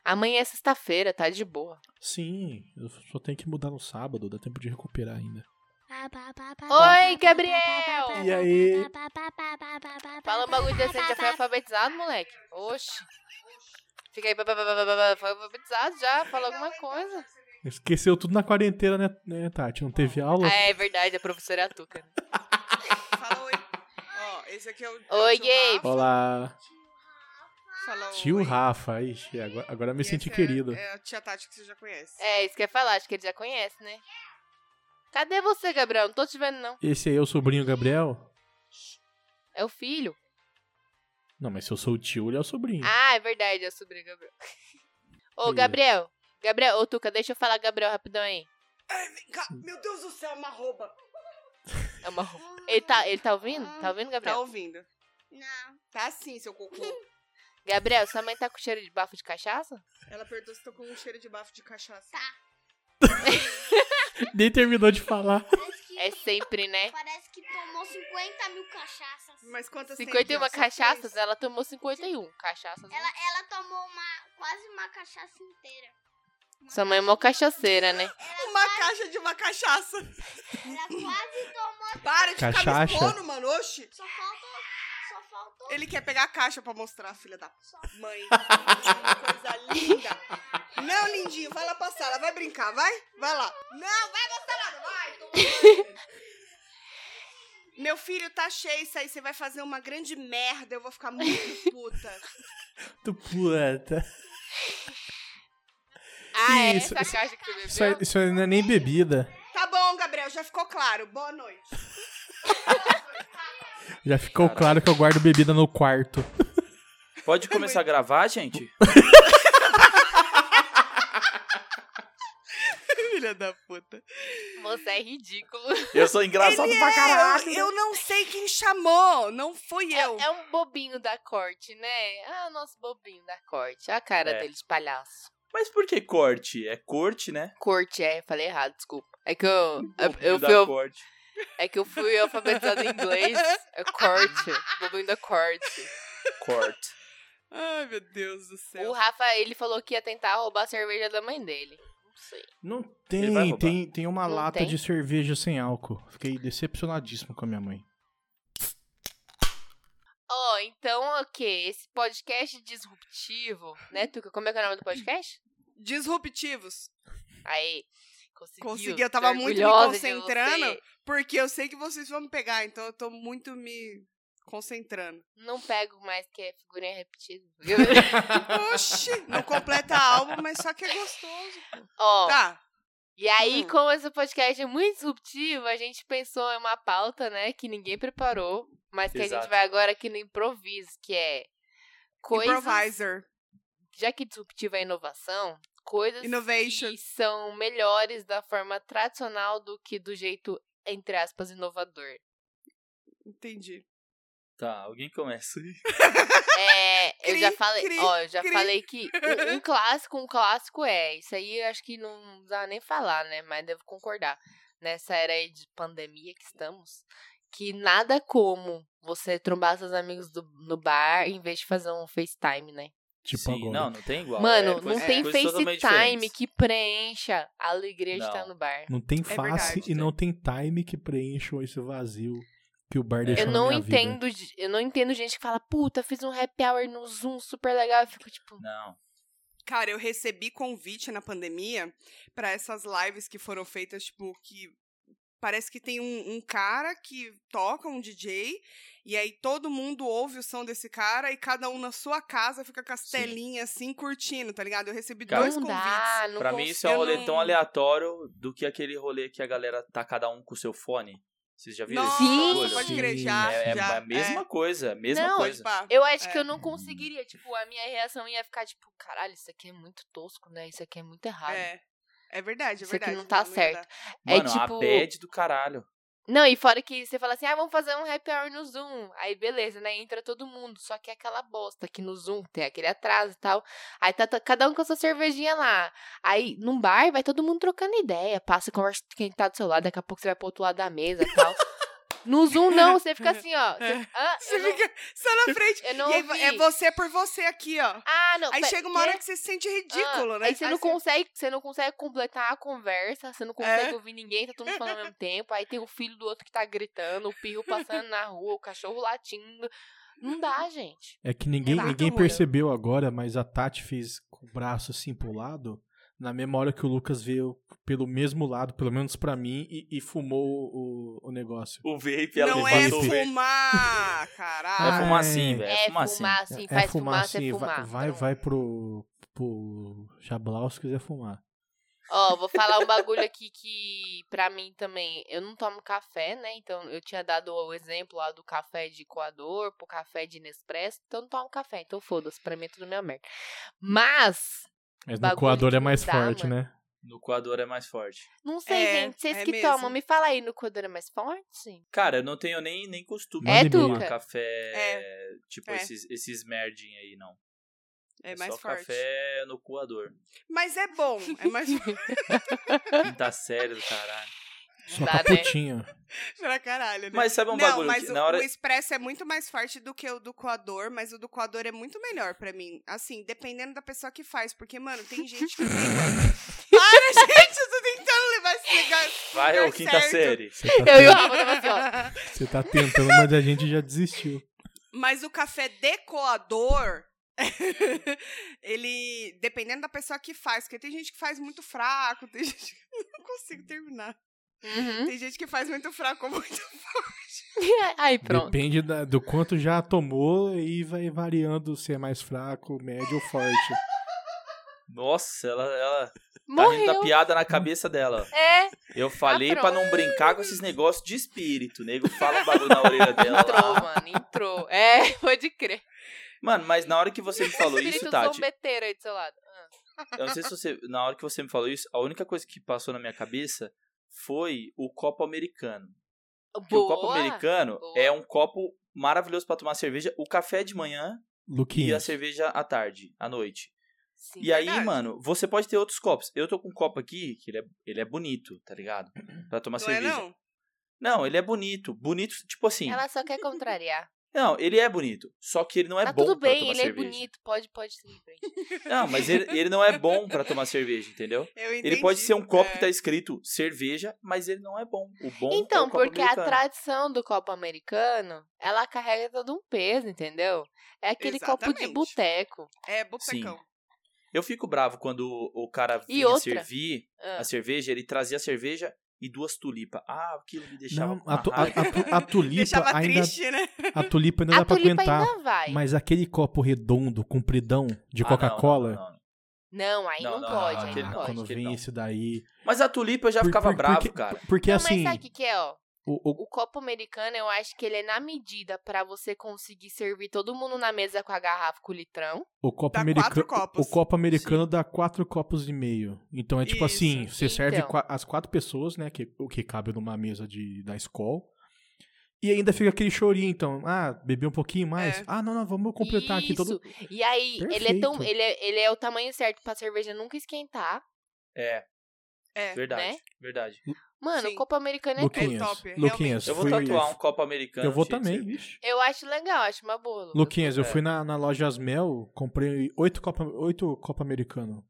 S4: Amanhã é sexta-feira, tá de boa.
S2: Sim, eu só tenho que mudar no sábado, dá tempo de recuperar ainda.
S4: Oi, Gabriel!
S2: E aí?
S4: Fala um bagulho decente, já foi alfabetizado, moleque. Oxi. Fica aí, pá, pá, pá, pá, pá, pá, foi alfabetizado já, fala alguma coisa.
S2: Esqueceu tudo na quarentena, né, né, Tati? Não teve aula?
S4: Ah, é verdade, a professora é a Tuca. né?
S3: Fala oi. Ó, esse aqui é o.
S4: Oi,
S3: tio
S4: gay.
S3: Rafa.
S2: Olá,
S3: Fala
S2: tio
S3: oi.
S2: Rafa. Ixi, agora, agora eu me
S3: E
S2: senti
S3: essa é-
S2: querido.
S3: É a tia Tati que você já conhece.
S4: É, isso que eu ia falar, acho que ele já conhece, né? Cadê você, Gabriel? Não tô te vendo, não.
S2: Esse aí é o sobrinho Gabriel?
S4: É o filho.
S2: Não, mas se eu sou o tio, ele é o sobrinho.
S4: Ah, é verdade, é o sobrinho, Gabriel. Ô,
S2: Oi.
S4: Gabriel. Gabriel, ô, Tuca, deixa eu falar Gabriel rapidão aí.
S3: Vem cá, Meu Deus do céu, uma Tá rouba.
S4: É uma roupa. Ele tá, ele tá ouvindo? Tá ouvindo,
S3: Tá
S4: Gabriel?
S3: ouvindo? Não. Tá sim, seu cocô. *laughs*
S4: Gabriel, sua mãe tá com cheiro de bafo de cachaça?
S3: Ela perguntou se tô com um cheiro de bafo de cachaça.
S2: *laughs* Nem terminou de falar.
S5: Parece que,
S4: É sempre, né?
S5: parece que tomou 50 mil cachaças.
S3: Mas quantas tem
S4: 51
S3: já? Só
S4: cachaças,
S3: três?
S4: ela tomou 51 cachaças. né?
S5: Ela, ela tomou uma, quase uma cachaça inteira.
S4: Sua mãe é mó cachaceira, né?
S3: Uma caixa de uma cachaça.
S5: Ela quase tomou.
S3: Para de ficar me
S2: Cachaça.
S3: expondo, mano. Oxi.
S5: Só faltou. Só faltou.
S3: Ele quer pegar a caixa pra mostrar, filha da mãe. Que coisa linda. Não, lindinho, vai lá pra sala, vai brincar, vai? Vai lá. Não, vai mostrar nada, vai. toma banho. *laughs* Meu filho, tá cheio isso aí, você vai fazer uma grande merda, eu vou ficar *laughs* muito puta.
S2: *laughs* Tu puta.
S4: Ah, é
S2: Isso,
S4: essa
S2: isso-
S4: caixa que você bebeu?
S2: Isso, aí- isso aí não é nem bebida.
S3: Tá bom, Gabriel, já ficou claro. Boa noite.
S2: Já ficou
S1: Caralho.
S2: claro que eu guardo bebida no quarto.
S1: Pode começar a gravar, gente?
S3: Filha da puta.
S4: Você é ridículo.
S1: Eu sou engraçado pra caralho.
S3: eu, eu não sei quem chamou, não fui
S4: É,
S3: eu.
S4: é um bobinho da corte, né? Ah, o nosso bobinho da corte. Olha a cara
S1: É.
S4: dele de palhaço.
S1: Mas por que corte? É corte, né?
S4: Corte, é, falei errado, desculpa. É
S3: *laughs*
S4: que eu, eu, eu
S1: Da
S4: fui, al-
S1: corte.
S4: é que eu fui alfabetizado em inglês.
S3: *laughs*
S4: É corte, bobinho da corte.
S1: Corte.
S3: Ai, meu Deus do
S4: O Rafa, ele falou que ia tentar roubar a cerveja da mãe dele. Não sei.
S2: Não
S1: Ele vai
S2: tem,
S1: roubar.
S2: tem, tem uma
S4: Não
S2: lata
S4: tem?
S2: de cerveja sem álcool. Fiquei decepcionadíssimo com a minha mãe.
S4: Ó, então, ok, esse podcast
S3: *laughs*
S4: disruptivo, né, Tuca? Como é que é o nome do podcast?
S3: Disruptivos.
S4: Aí. Conseguiu.
S3: Consegui, eu tava
S4: Tô
S3: muito me
S4: orgulhosa de
S3: concentrando.
S4: você.
S3: Porque eu sei que vocês vão me pegar, então eu tô muito me
S4: *laughs*
S3: concentrando.
S4: Não pego mais que é
S3: *laughs*
S4: figurinha repetida.
S3: Oxi, não completa álbum, mas só que é gostoso.
S4: Ó,
S3: Tá,
S4: e aí
S3: Hum.
S4: com esse podcast é muito disruptivo, a gente pensou em uma pauta, né, que ninguém preparou, mas que a
S1: Exato.
S4: gente vai agora aqui no improviso, que é coisas,
S3: improviser.
S4: já que disruptivo é inovação, coisas
S3: Innovation.
S4: que são melhores da forma tradicional do que do jeito entre aspas inovador.
S3: Entendi.
S1: Tá, alguém começa.
S4: É, eu já
S3: Cri,
S4: falei,
S3: cri,
S4: ó, eu já
S3: cri. *laughs*
S4: falei que um, um clássico, um clássico é. Isso aí eu acho que não dá nem falar, né? Mas devo concordar. Nessa era aí de pandemia que estamos, que nada como você trombar seus amigos do- no bar em vez de fazer um FaceTime, né?
S2: Tipo
S1: Sim,
S2: agora.
S1: não, não tem igual.
S4: Mano,
S1: É,
S4: não
S1: coisa-
S4: tem
S1: coisas totalmente
S4: FaceTime
S1: diferentes.
S4: que preencha a alegria de
S1: Não.
S4: estar no bar.
S2: Não tem face
S3: verdade,
S2: e não tem time que preencham esse vazio que o bar deixou
S4: Eu
S2: na
S4: não
S2: minha vida.
S4: entendo, de- eu não entendo gente que fala, puta, fiz um happy hour no Zoom super legal. Eu fico tipo,
S1: Não.
S3: Cara, eu recebi convite na pandemia pra essas lives que foram feitas, tipo, que parece que tem um, um cara que toca, um DJ, e aí todo mundo ouve o som desse cara e cada um na sua casa fica com as
S1: Sim.
S3: telinhas assim, curtindo, tá ligado? Eu recebi
S1: Cara,
S3: dois
S4: não
S3: convites.
S4: dá, não
S1: pra mim, isso é um
S3: eu
S4: consigo.
S1: rolê
S3: não-
S1: tão aleatório do que aquele rolê que a galera tá cada um com o seu fone. Vocês já viram
S3: Nossa,
S1: esse
S4: Sim.
S1: bagulho?
S3: pode
S2: Sim.
S3: crer, já,
S1: É, é
S3: já,
S1: a mesma coisa, a mesma
S4: Não,
S1: coisa.
S3: Pá.
S4: Eu acho que
S3: É.
S4: eu não conseguiria. Tipo, a minha reação ia ficar tipo, caralho, isso aqui é muito tosco, né? Isso aqui é muito errado.
S3: É. É verdade, é
S4: Isso aqui
S3: verdade.
S4: não tá
S3: dá.
S4: certo. É
S1: Mano, a
S4: tipo-
S1: bad do caralho.
S4: Não, e fora que você fala assim, ah, vamos fazer um happy hour no Zoom. Aí beleza, né? Entra todo mundo. Só que é aquela bosta que no Zoom tem aquele atraso e tal. Aí tá, tá cada um com a sua cervejinha lá. Aí num bar vai todo mundo trocando ideia. Passa, conversa com quem tá do seu lado. Daqui a pouco você vai pro outro lado da mesa e tal. No Zoom não,
S3: *laughs*
S4: você fica assim, ó. Você, ah,
S3: É. Você
S4: eu não,
S3: fica só na frente.
S4: eu *laughs* não
S3: E aí,
S4: ouvi.
S3: é você por você aqui, ó.
S4: Ah, não.
S3: Aí
S4: pe-
S3: chega uma
S4: quê?
S3: hora que você se sente ridículo,
S4: Ah,
S3: né?
S4: Aí você não consegue, você não consegue completar a conversa, você não
S3: É.
S4: consegue ouvir ninguém, tá todo mundo falando ao
S3: *laughs*
S4: mesmo tempo. Aí tem o filho do outro que tá gritando, o pirro passando na rua, o cachorro latindo. Não dá, gente.
S2: É que ninguém,
S3: Tá.
S2: ninguém
S3: Muito ruim.
S2: percebeu agora, mas a Tati fez com o braço assim pro lado, na mesma hora que o Lucas veio pelo mesmo lado, pelo menos pra mim, e, e fumou o, o negócio.
S1: O vape, ela
S3: Não é
S1: levantou o
S2: fumar.
S1: vape.
S3: fumar, caralho.
S1: É fumar sim, velho.
S4: É,
S1: É
S4: fumar,
S1: fumar sim.
S4: assim, faz fumar, você
S2: assim, vai,
S4: fumar. então.
S2: vai,
S4: Pronto.
S2: vai pro, pro Jablau se quiser fumar.
S4: Ó, vou falar um bagulho aqui que, pra mim também, eu não tomo café, né? Então, eu tinha dado o exemplo lá do café de coador pro café de Nespresso. Então, eu não tomo café. Então, foda-se, pra mim é tudo minha merda. Mas,
S2: Mas no
S4: Bagulho
S2: coador
S4: que
S2: é mais
S4: não dá,
S2: forte,
S4: mano.
S2: né?
S1: No coador é mais forte.
S4: Não sei,
S3: É,
S4: gente. Vocês
S3: é
S4: que
S3: mesmo.
S4: tomam, me fala aí no coador é mais forte?
S1: Cara, eu não tenho nem, nem costume
S4: É,
S1: de tomar
S4: Tuca?
S1: café, tipo,
S3: É.
S1: esses, esses merdin aí, não.
S3: É, mais
S1: só
S3: forte.
S1: café no
S3: *laughs*
S1: coador.
S3: Mas é bom. É mais *laughs*
S1: Quinta série do caralho.
S2: Só
S4: Dá, né? *laughs*
S2: caputinho.
S3: pra caralho, né?
S1: Mas sabe um
S3: não,
S1: bagulho
S3: mas
S1: que
S3: o,
S1: na hora...
S3: o expresso é muito mais forte do que o do coador, mas o do coador é muito melhor pra mim. Assim, dependendo da pessoa que faz, porque, mano, *laughs* tem gente que tem... *laughs* Para, gente, eu tô tentando levar esse negócio.
S1: Vai, ô,
S3: lugar
S1: quinta
S3: certo.
S1: série.
S2: Você tá,
S4: *laughs* Eu e o
S2: ten-
S4: Rafa tava assim, ó.
S2: você tá tentando, mas a gente já desistiu.
S3: Mas o café decoador, *laughs* ele. Dependendo da pessoa que faz, porque tem gente que faz muito fraco, tem gente que. *laughs* Não consigo terminar.
S4: Uhum.
S3: Tem gente que faz muito fraco, muito.
S4: *laughs* Aí, *laughs* pronto.
S2: Depende da- do quanto já tomou e vai variando se é mais fraco, médio ou forte.
S1: Nossa, ela, ela tá rindo da
S4: Morreu.
S1: piada na cabeça dela.
S4: É,
S1: Eu falei pra
S4: pronto.
S1: não brincar com esses negócios de espírito. O nego fala o bagulho na orelha dela.
S4: entrou,
S1: lá.
S4: mano, entrou. É, *laughs* pode crer.
S1: Mano, mas na hora que
S4: *laughs*
S1: você me falou isso,
S4: Espírito
S1: Tati,
S4: zombeteiro aí do seu lado.
S1: Eu não sei se você. Na hora que você me falou isso, a única coisa que passou na minha cabeça foi o copo americano. Porque o copo
S4: Boa.
S1: americano
S4: boa.
S1: é um copo maravilhoso pra tomar cerveja, o café de manhã e a
S2: Luquinhas,
S1: cerveja à tarde, à noite.
S4: Sim.
S1: e aí,
S3: verdade.
S1: mano, você pode ter outros copos. Eu tô com um copo aqui, que ele é, ele é bonito, tá ligado? Pra tomar
S3: Não é,
S1: cerveja.
S3: não?
S1: Não, ele é bonito. Bonito, tipo assim.
S4: Ela só quer contrariar.
S1: Não, ele é bonito. Só que ele não é
S4: tá
S1: bom
S4: tudo
S1: pra
S4: bem,
S1: tomar
S4: ele é
S1: cerveja.
S4: bonito, pode, pode seguir em frente.
S1: Não, mas ele, ele não é bom pra tomar cerveja, entendeu?
S3: Eu entendi.
S1: Ele pode ser um copo
S3: É.
S1: que tá escrito cerveja, mas ele não é bom. O bom é
S4: Então,
S1: o copo
S4: porque a
S1: americano.
S4: tradição do copo americano, ela carrega todo um peso, entendeu? É aquele copo de
S3: Exatamente.
S4: boteco.
S1: tá
S3: É, botecão.
S1: Eu fico bravo quando o o cara
S4: E
S1: vinha
S4: outra?
S1: servir
S4: Ah.
S1: a cerveja, ele trazia a cerveja e duas tulipas. Ah, aquilo me deixava.
S2: Não,
S1: com
S2: a,
S1: uma
S2: tu- a-
S1: raiva.
S2: a- a tulipa
S3: Deixava
S2: ainda,
S3: triste, né?
S2: a tulipa ainda
S4: a
S2: dá pra
S4: tulipa
S2: aguentar.
S4: ainda vai.
S2: Mas aquele copo redondo, compridão, de
S1: Ah, não, não,
S2: Coca-Cola.
S1: não, não.
S4: Não, aí
S1: Não,
S4: não,
S1: não, não,
S4: pode,
S1: não,
S4: aí
S1: aquele
S4: não
S1: não.
S4: pode.
S2: Quando
S1: Aquele
S2: vem
S1: não.
S2: esse daí.
S1: Mas a tulipa eu já
S2: Por-
S1: ficava
S2: por-
S1: bravo,
S2: porque-
S1: cara.
S2: Porque
S4: Não,
S2: assim,
S4: Então, mas sabe o que, que é, ó?
S2: o- o-
S4: O copo americano, eu acho que ele é na medida pra você conseguir servir todo mundo na mesa com a garrafa, com o litrão.
S2: O copo
S3: Dá
S2: americano,
S3: quatro copos.
S2: O copo americano dá quatro copos e meio. Então é tipo
S3: Isso.
S2: assim, você serve
S4: Então.
S2: qua- as quatro pessoas, né? Que, o que cabe numa mesa de, da escola. E ainda fica aquele chorinho, então. Ah, beber um pouquinho mais?
S3: É.
S2: Ah, não, não, vamos completar aqui todo.
S4: E aí, ele é, tão,
S2: Perfeito.
S4: ele, é, ele é o tamanho certo pra cerveja nunca esquentar.
S1: É,
S3: É.
S1: verdade,
S4: Né?
S1: verdade.
S4: Mano,
S3: Sim.
S4: o copo americano é
S2: Luquinhas,
S3: top, realmente.
S2: Luquinhas,
S1: Eu vou
S2: fui-
S1: tatuar um copo americano.
S2: Eu vou
S1: cheio de
S2: também,
S1: cerveja.
S2: vixe.
S4: Eu acho legal, acho uma boa. Lucas.
S2: Luquinhas, eu
S1: É.
S2: fui na, na loja Asmel, comprei oito copa, oito copa americano.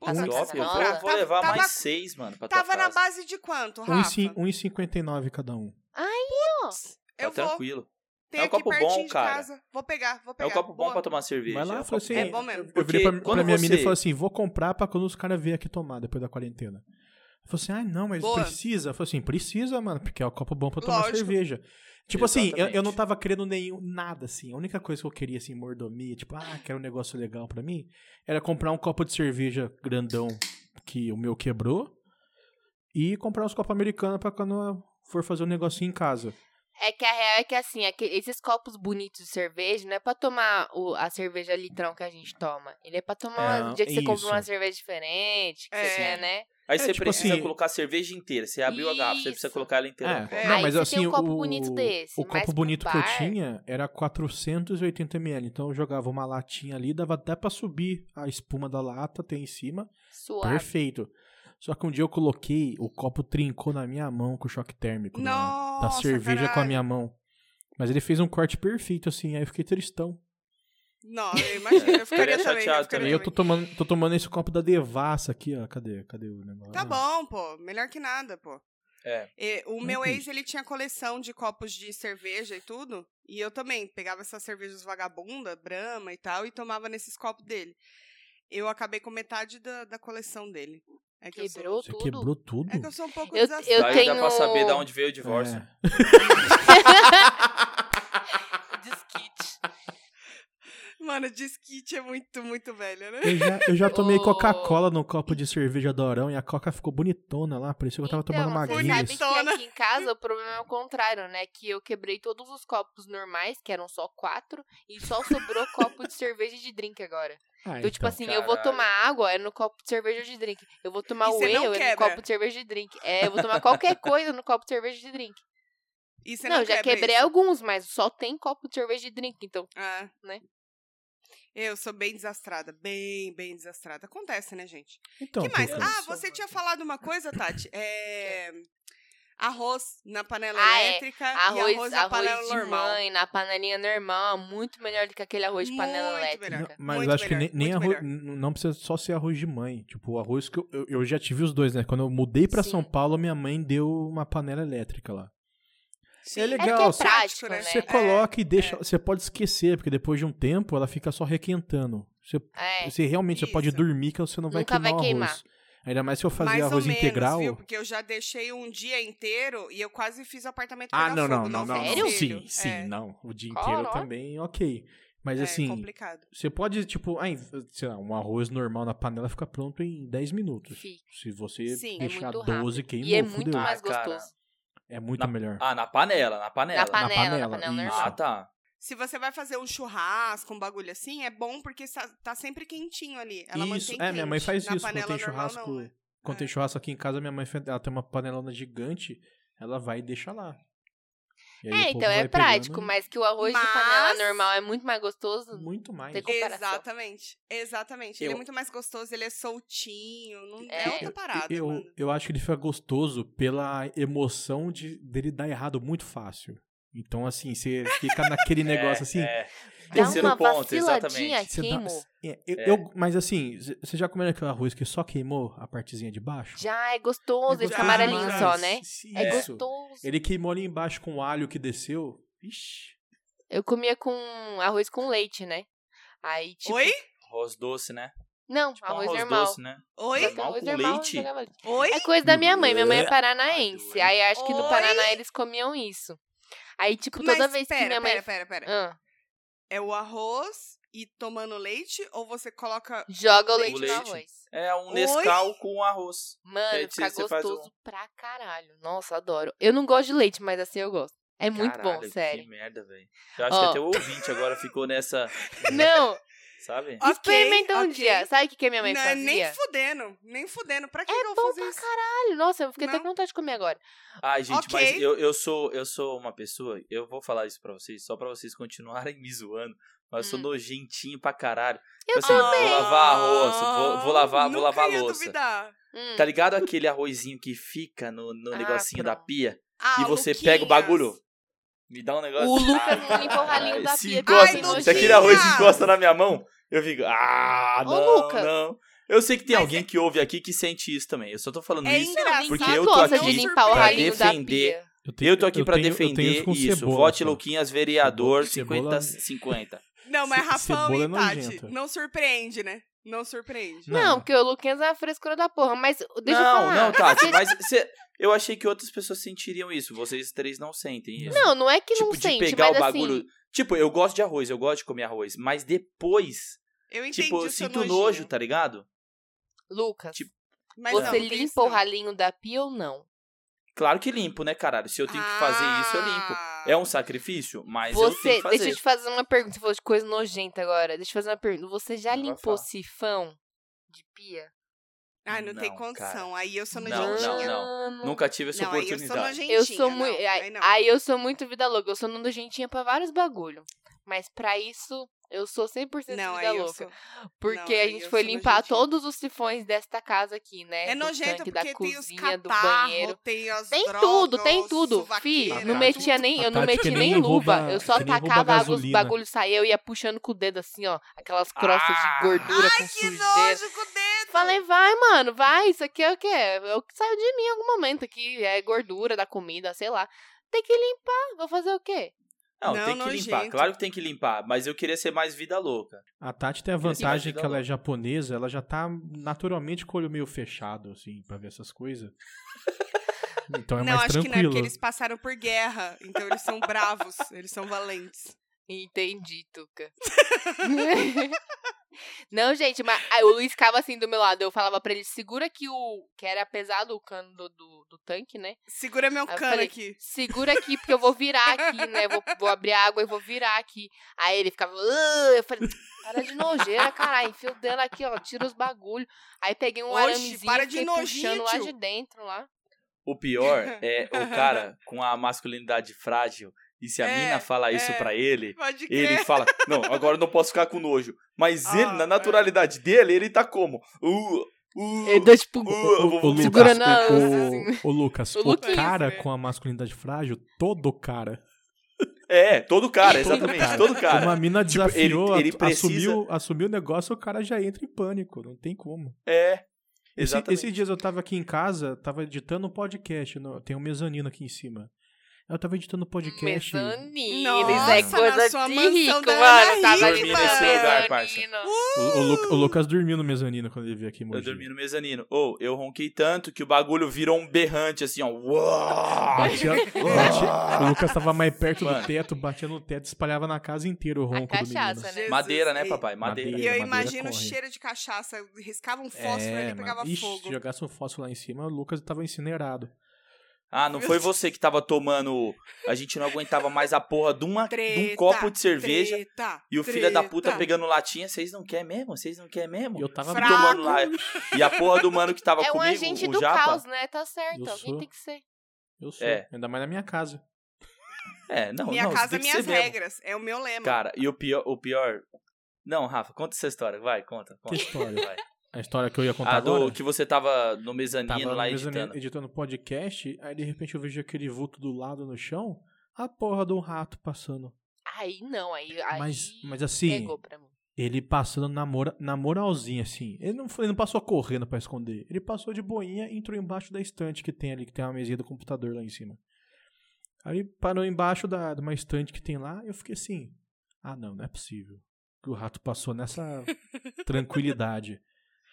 S1: Mas,
S4: Nossa,
S1: ó, eu vou,
S4: cara,
S1: Um eu vou levar
S3: tava-
S1: mais seis, mano, pra tua
S3: Tava na
S1: casa.
S3: base de quanto, Rafa?
S2: Um e cin- 1,59 cada um.
S1: Tá
S3: Eu vou.
S1: tranquilo.
S3: Tem
S1: É um
S3: aqui
S1: copo bom,
S3: pertinho de
S1: cara.
S3: casa. Vou pegar, vou
S1: É
S3: pegar.
S1: um copo bom
S3: Boa.
S1: pra tomar cerveja.
S2: Vai lá,
S1: é um
S2: falou
S1: copo
S2: assim,
S3: É
S1: bom.
S3: bom mesmo.
S2: Eu virei pra,
S1: Porque quando
S2: pra minha mina e
S1: você-
S2: falei assim: vou comprar pra quando os caras vierem aqui tomar depois da quarentena. Ela falou assim: ah, não, mas
S3: Boa.
S2: precisa. Eu falei assim: precisa, mano, porque é o copo bom pra tomar
S3: Lógico.
S2: cerveja. Tipo assim, eu,
S1: Exatamente.
S2: eu não tava querendo nenhum, nada assim. A única coisa que eu queria, assim, mordomia, tipo, ah, quero um negócio legal pra mim, era comprar um copo de cerveja grandão que o meu quebrou e comprar uns copos americanos pra quando eu for fazer um negocinho em casa.
S4: É que a real é que assim, aque- esses copos bonitos de cerveja não é pra tomar o- a cerveja litrão que a gente toma. Ele é pra tomar
S2: É,
S4: o dia que você compra
S2: isso.
S4: uma cerveja diferente, que
S3: É.
S4: você quer, né?
S1: Aí você
S2: tipo
S1: precisa
S2: assim-
S1: colocar a cerveja inteira. Você abriu a garrafa, você precisa
S4: Isso.
S1: colocar ela inteira. no copo.
S3: É.
S2: não,
S4: Aí
S2: mas
S4: você
S2: assim,
S4: tem um copo
S2: o,
S4: bonito desse,
S2: o
S4: mas
S2: copo
S4: pro
S2: bonito que
S4: bar-
S2: eu tinha era 480ml. Então eu jogava uma latinha ali, dava até pra subir a espuma da lata até em cima.
S4: Suave.
S2: Perfeito. Só que um dia eu coloquei, o copo trincou na minha mão com o choque térmico da-
S3: Nossa,
S2: da, cerveja
S3: caralho.
S2: com a minha mão. Mas ele fez um corte perfeito, assim, aí eu fiquei tristão.
S3: Não, eu imagino.
S1: Ficaria
S3: Eu ficaria também.
S1: chateado
S3: Eu ficaria
S1: também.
S2: Aí eu tô
S3: também.
S2: tomando, tô tomando esse copo da devassa aqui, ó. Cadê? Cadê o negócio?
S3: Tá bom, pô. Melhor que nada, pô.
S1: É.
S3: E o
S2: Não
S3: meu
S2: tem.
S3: ex, ele tinha coleção de copos de cerveja e tudo. E eu também pegava essas cervejas vagabunda, brama e tal, e tomava nesses copos dele. Eu acabei com metade da, da coleção dele. É que eu sou-
S4: Quebrou
S2: Você
S4: tudo.
S2: quebrou tudo?
S3: É que eu sou um pouco
S4: Eu-
S3: desastrada.
S4: eu
S1: Daí
S4: tenho-
S1: dá pra saber de onde veio o divórcio.
S2: É.
S4: Disquite.
S3: Mano, disquite é muito, muito velho, né?
S2: Eu já, eu já
S3: *laughs*
S2: tomei
S4: Ô.
S2: Coca-Cola num copo de cerveja Dorão e a Coca ficou bonitona lá. Parecia que eu tava tomando uma
S4: então, você sabe
S3: é
S2: Guinness.
S4: que aqui em
S3: *laughs*
S4: casa o problema é o contrário, né? Que eu quebrei todos os copos normais, que eram só quatro, e só
S3: *laughs*
S4: sobrou copo de cerveja de drink agora.
S2: Ah,
S4: Então, tipo
S2: então.
S4: assim, eu vou
S1: caralho.
S4: tomar água, é no copo de cerveja de drink. Eu vou tomar
S3: E
S4: o
S3: você não
S4: eu, é no
S3: quebra?
S4: copo de cerveja de drink. É, eu vou tomar
S3: *laughs*
S4: qualquer coisa no copo de cerveja de drink.
S3: E você
S4: não, eu já
S3: quebra
S4: quebrei
S3: isso?
S4: alguns, mas só tem copo de cerveja de drink. Então,
S3: Ah.
S4: *laughs* né?
S3: Eu sou bem desastrada, bem, bem desastrada. Acontece, né, gente?
S2: Então,
S3: que mais?
S2: Tuca,
S3: Ah, você tinha falado uma coisa, Tati. É... Arroz na panela
S4: Ah, é.
S3: elétrica
S4: arroz,
S3: e arroz
S4: arroz,
S3: na panela
S4: de
S3: normal.
S4: mãe, na panelinha normal, é muito melhor do que aquele arroz de panela
S3: Muito
S4: elétrica.
S3: melhor.
S2: não, mas
S3: Muito
S2: eu acho
S3: melhor,
S2: que nem, nem
S3: muito
S2: arroz, n- não precisa só ser arroz de mãe. Tipo, o arroz que eu, eu, eu já tive os dois, né? Quando eu mudei pra
S4: Sim.
S2: São Paulo, minha mãe deu uma panela elétrica lá.
S3: Sim.
S2: É
S4: É porque
S2: legal,
S4: é
S2: você-
S4: prático, né?
S2: Você coloca
S3: É,
S2: e deixa. Você pode esquecer, porque depois de um tempo ela fica só requentando. Você,
S4: É.
S2: você realmente você pode
S3: isso.
S2: dormir que você não vai
S4: Nunca
S2: queimar
S4: vai
S2: o
S4: queimar.
S2: arroz. Ainda mais se eu fazer
S3: Mais
S2: arroz
S3: ou menos,
S2: integral.
S3: viu? Porque eu já deixei um dia inteiro e eu quase fiz o apartamento
S2: Ah,
S3: pegar
S2: não, não,
S3: fogo,
S2: não, não, não.
S4: Sério?
S2: Sim,
S3: filho.
S2: sim,
S3: É,
S2: não. O dia
S4: Caraca.
S2: inteiro também, ok. Mas
S3: é
S2: assim,
S3: complicado.
S2: você pode, tipo, ai, sei lá, um arroz normal na panela fica pronto em 10 minutos.
S4: Fica.
S2: Se você
S3: Sim. É
S2: deixar
S4: muito
S2: 12, queimou,
S4: E é muito
S2: fudeu.
S4: mais
S1: Ah, cara.
S4: gostoso.
S2: É muito
S1: Na-
S2: melhor.
S1: Ah, na panela, na panela.
S4: Na panela, na
S2: panela,
S4: panela
S2: isso.
S1: Ah,
S4: normal.
S1: tá.
S3: Se você vai fazer um churrasco, um bagulho assim, é bom porque sa- tá sempre quentinho ali. Ela
S2: isso,
S3: mantém
S2: é, minha
S3: quente.
S2: mãe faz
S3: Na
S2: isso. Quando
S3: panela
S2: tem
S3: normal,
S2: churrasco.
S3: não, né?
S2: Quando tem churrasco aqui em casa, minha mãe fe- ela tem uma panelona gigante, ela vai e deixa lá. E aí o
S4: É,
S2: povo
S4: então é
S2: vai
S4: prático,
S2: pegando
S4: mas que o arroz de
S3: Mas-
S4: panela normal é muito mais gostoso.
S2: Muito mais.
S4: Tem como- comparação.
S3: Exatamente, exatamente. Ele
S1: Eu-
S3: é muito mais gostoso, ele é soltinho, não
S4: É.
S3: é, outra parada.
S2: Eu,
S3: mano.
S2: eu acho que ele fica gostoso pela emoção de, dele dar errado muito fácil. Então, assim, você fica naquele negócio assim.
S1: *laughs* É.
S4: Dá
S1: Terceiro
S4: uma
S1: ponto,
S4: vaciladinha,
S1: exatamente.
S2: você dá-
S4: queimou.
S2: é, eu-
S1: É.
S2: eu- mas assim, c- você já comeu aquele arroz que só queimou a partezinha de baixo?
S4: Já é gostoso,
S2: É
S4: ele
S2: gostoso
S4: fica amarelinho
S2: demais.
S4: só, né?
S2: Sim,
S4: É
S2: isso.
S4: gostoso.
S2: Ele queimou ali embaixo com o alho que desceu. Ixi.
S4: Eu comia com arroz com leite, né? Aí, tipo,
S3: Oi?
S1: Arroz doce, né?
S4: Não,
S1: Tipo,
S4: arroz,
S1: arroz
S4: normal.
S1: doce, né?
S3: Oi?
S1: normal
S4: arroz
S1: com
S4: normal,
S1: leite?
S4: jogava leite.
S3: Oi?
S4: É coisa da minha mãe. Minha mãe é paranaense.
S1: Oi?
S4: Aí acho que no
S3: Oi?
S4: Paraná eles comiam isso. Aí, tipo, toda
S3: Mas
S4: vez que
S3: pera,
S4: minha mãe.
S3: Pera, pera, pera.
S4: Ah,
S3: É o arroz e tomando leite? Ou você coloca.
S4: joga o
S3: O
S4: leite,
S1: leite.
S4: no arroz.
S1: É um
S3: Oi?
S1: Nescau com arroz.
S4: Mano,
S1: Aí
S4: fica
S1: você faz
S4: gostoso pra caralho. Nossa, adoro. Eu não gosto de leite, mas assim eu gosto. É muito
S1: Caralho,
S4: bom, sério.
S1: Que merda, velho. Eu acho que
S4: Ó.
S1: até o ouvinte agora ficou nessa, *laughs*
S4: Não,
S1: sabe?
S3: Ok,
S4: experimenta um
S3: ok.
S4: dia. Sabe o que, que a minha mãe
S3: Não, é
S1: é
S4: fazia?
S3: nem fudendo. Nem fudendo. Pra que, que eu vou
S4: É bom
S3: fazer
S4: pra
S3: isso?
S4: caralho. Nossa, eu fiquei até
S3: Não.
S4: com vontade de comer agora. *laughs*
S1: Ai, gente,
S3: Ok.
S1: mas eu, eu sou eu sou uma pessoa, eu vou falar isso pra vocês, só pra vocês continuarem *laughs* me zoando, mas eu sou
S4: Hum.
S1: nojentinho pra caralho.
S4: Eu
S1: Assim,
S3: Ah,
S1: vou
S4: também.
S1: lavar arroz, vou- vou lavar- vou
S3: Nunca
S1: lavar a
S3: ia
S1: louça.
S3: Duvidar.
S4: Hum.
S1: Tá ligado aquele arrozinho que fica no, no
S4: Ah,
S1: negocinho da
S4: pronto.
S1: pia?
S3: Ah,
S1: e você
S3: Luquinhas.
S1: pega o bagulho? Me dá um negócio.
S4: O Lucas
S1: Ai,
S4: não limpa o ralinho da assim,
S1: se
S4: pia,
S1: encosta-
S3: tem nojinho.
S1: se aquele arroz
S3: Lucas!
S1: encosta na minha mão, eu fico. Ah,
S4: Ô,
S1: não,
S4: Lucas!
S1: não. Eu sei que tem
S3: Mas
S1: alguém que ouve aqui que sente isso também. Eu só tô falando
S3: É
S1: isso.
S3: engraçado.
S1: porque
S4: Ninguém
S1: eu tô
S4: gosta de
S1: aqui
S4: limpar o
S1: pra
S4: ralinho
S1: defender
S4: da pia.
S1: Eu tô aqui pra
S2: tenho- eu tenho
S1: defender
S2: com
S1: isso.
S2: cebola,
S1: Vote
S2: só.
S1: Louquinhas, vereador,
S2: Cebola-
S1: 50-50.
S3: Não, mas
S2: Ce-
S3: Rafão
S2: cebola
S3: e
S2: é
S3: Tati.
S2: nojenta.
S3: Não surpreende, né? Não surpreende.
S4: Não, porque o Luquinhas é uma frescura da porra, mas uh, deixa eu
S1: Não, tá,
S4: falar.
S1: não, Tati, mas cê- eu achei que outras pessoas sentiriam isso. Vocês três não sentem isso.
S4: Não, não é que
S1: tipo,
S4: não
S1: de
S4: sente,
S1: pegar
S4: mas
S1: o bagulho.
S4: assim...
S1: Tipo, eu gosto de arroz, eu gosto de comer arroz, mas depois,
S3: Eu entendi
S1: tipo,
S3: o
S1: eu
S3: seu
S1: sinto
S3: nojinho.
S1: nojo, tá ligado?
S4: Lucas,
S1: Tipo,
S3: Mas não,
S4: você
S3: não tem isso
S4: limpa o
S3: não.
S4: ralinho da pia ou não?
S1: Claro que limpo, né, caralho? Se eu tenho que fazer isso, eu limpo.
S3: Ah.
S1: É um sacrifício, mas eu tenho
S4: você,
S1: que fazer.
S4: deixa eu te fazer uma pergunta, você falou de coisa nojenta agora. Deixa eu fazer uma pergunta. Você já
S1: Não, vai
S4: limpou
S1: falar.
S4: sifão de pia?
S3: Ah, não, tem
S1: Não,
S3: condição. Aí eu sou
S1: Não, não,
S3: nojentinha.
S1: não.
S4: Mano,
S1: Nunca tive essa
S3: Não, aí eu sou
S1: oportunidade.
S3: nojentinha.
S4: Eu sou muito.
S3: não,
S4: Aí,
S3: aí não.
S4: aí eu sou muito vida louca. Eu sou nojentinha pra vários bagulho. Mas pra isso, eu sou 100%
S3: Não,
S4: vida
S3: aí eu
S4: louca.
S3: sou...
S4: Porque
S3: Não,
S4: a
S3: aí
S4: gente
S3: eu
S4: foi
S3: sou
S4: limpar
S3: nojentinha.
S4: todos os sifões desta casa aqui, né?
S3: É
S4: do
S3: nojento
S4: tanque,
S3: porque
S4: da
S3: tem os
S4: cozinha, do
S3: catarro,
S4: banheiro.
S3: tem as
S4: Tem
S3: drogas,
S4: tudo, tem
S3: os
S4: tudo. Fi,
S3: suvaqueira,
S2: A
S4: não
S2: Tati- é tipo
S4: metia nem,
S2: a
S4: eu não
S2: Tati que
S4: meti
S2: nem
S4: nem luva.
S2: rouba-
S4: eu só
S2: que nem rouba
S4: tacava água, os
S2: gasolina.
S4: bagulhos saíam e ia puxando com o dedo assim, ó. Aquelas crostas
S1: Ah!
S4: de gordura com
S3: Que
S4: sujeira.
S3: nojo com o dedo.
S4: Falei, vai, mano, vai. Isso aqui é o quê? É o que saiu de mim em algum momento aqui. É gordura da comida, sei lá. Tem que limpar. Vou fazer o quê?
S1: Não,
S3: Não,
S1: tem que limpar.
S3: nojento.
S1: Claro que tem que limpar, mas eu queria ser mais vida louca.
S2: A Tati tem a
S1: Esse
S2: vantagem
S1: bastidor.
S2: que ela é japonesa, ela já tá naturalmente com o olho meio fechado, assim, pra ver
S1: *laughs*
S2: essas coisas. Então é
S3: não,
S2: mais
S3: acho que não, é
S2: tranquilo.
S3: porque eles passaram por guerra. Então eles são bravos, eles são valentes.
S4: Entendi, Tuca. *laughs* Não, gente, mas aí o Luiz ficava assim do meu lado. Eu falava pra ele, segura aqui o. Que era pesado o cano do, do, do tanque, né?
S3: Segura meu
S4: Aí eu
S3: cano
S4: falei,
S3: aqui.
S4: Segura aqui, porque eu vou virar aqui, né? Vou, vou abrir a água e vou virar aqui. Aí ele ficava. "Ugh", Eu falei, para de nojeira, caralho. Enfio o dedo aqui, ó. Tira os bagulho. Aí peguei um
S3: Oxe,
S4: aramezinho
S3: para
S4: e
S3: de
S4: fiquei puxando lá
S3: nojinho.
S4: de dentro lá.
S1: O
S3: *laughs*
S1: pior é o cara com a masculinidade frágil. E se a
S3: É,
S1: mina fala isso
S3: *laughs* é.
S1: pra ele,
S3: Pode crer.
S1: ele fala: Não, agora eu não posso ficar com nojo. Mas
S3: Ah,
S1: ele, na
S3: é.
S1: naturalidade dele, ele tá como? Uh, uh,
S2: É
S4: Ele deu tipo.
S1: uh,
S2: Ô,
S1: eu vou-
S2: ô, ô,
S4: segurando
S2: Lucas,
S4: a
S2: o-
S4: ânsia, assim.
S2: o- ô, Lucas,
S4: O
S2: o
S4: Luquinhas,
S2: cara
S3: né?
S2: com a masculinidade frágil, todo cara.
S1: É, todo cara,
S2: Todo
S1: exatamente,
S2: cara.
S1: todo cara.
S2: Uma mina
S1: Tipo, ele-
S2: desafiou,
S1: ele
S2: a-
S1: precisa-
S2: assumiu, assumiu o negócio, o cara já entra em pânico, não tem como.
S1: É.
S2: Esse-
S1: Exatamente.
S2: Esses dias eu tava aqui em casa, tava editando um podcast, no- tem um mezanino aqui em cima. Eu tava editando um podcast.
S4: Mezanino,
S3: é, Nossa,
S4: isso é
S3: na
S4: coisa
S3: sua
S4: de
S3: mansão
S4: rico,
S3: da
S4: mano.
S3: Ana
S4: Tava tipo, ali
S1: Riva.
S4: no
S1: Dormi nesse lugar, parça.
S4: mezanino.
S2: O, o Lu- o Lucas dormiu no mezanino quando ele veio aqui em
S1: Eu
S2: Mogi.
S1: dormi no mezanino. Ou, eu ronquei tanto que o bagulho virou um berrante, assim, ó. Uau! *laughs*
S2: Batia, batia- o Lucas tava mais perto
S1: Mano.
S2: do teto, batia no teto, espalhava na casa inteira o
S4: A
S2: ronco do menino.
S4: cachaça, né?
S3: Jesus,
S1: Madeira, né,
S3: e-
S1: papai? Madeira. É,
S3: E eu
S2: Madeira
S3: imagino o
S2: corre.
S3: cheiro de cachaça. eu Riscava um fósforo ali e
S2: É, mano.
S3: pegava
S2: Ixi,
S3: fogo.
S2: se jogasse um fósforo lá em cima, o Lucas tava incinerado.
S1: Ah, não foi você que tava tomando. A gente não aguentava mais a porra de, uma, de um
S3: Treta,
S1: copo de cerveja.
S3: Treta,
S1: E o filho da
S3: treta.
S1: puta pegando latinha, vocês não querem mesmo? Vocês não querem mesmo?
S2: E eu tava
S3: Fraco.
S1: tomando lá. E a porra do mano que tava
S4: É um
S1: comigo,
S4: agente
S1: o
S4: do
S1: Japa.
S4: caos, né? Tá certo,
S2: Eu
S4: alguém
S2: sou.
S4: tem que ser.
S2: Eu sou.
S1: É.
S2: Ainda mais na minha casa.
S1: É, não,
S3: Minha
S1: não,
S3: casa,
S1: tem que
S3: minhas
S1: ser mesmo.
S3: regras. É o meu lema.
S1: Cara, e o pior, o pior. Não, Rafa, conta essa história. Vai, conta. conta.
S2: Que história?
S1: Vai.
S2: A história que eu ia contar
S1: A do
S2: agora.
S1: que você tava no mezanino
S2: Tava
S1: lá
S2: no mezanino
S1: editando.
S2: editando um podcast, aí de repente eu vejo aquele vulto do lado no chão, a porra de um rato passando.
S4: Aí não, aí. aí
S2: Mas, mas assim,
S4: Pegou pra mim.
S2: ele passando na, mora, na moralzinha, assim. Ele não, foi- ele não passou correndo pra esconder. Ele passou de boinha e entrou embaixo da estante que tem ali, que tem uma mesinha do computador lá em cima. Aí parou embaixo da, de uma estante que tem lá e eu fiquei
S4: *laughs*
S2: assim: ah, não, não é possível. Que o rato passou nessa tranquilidade.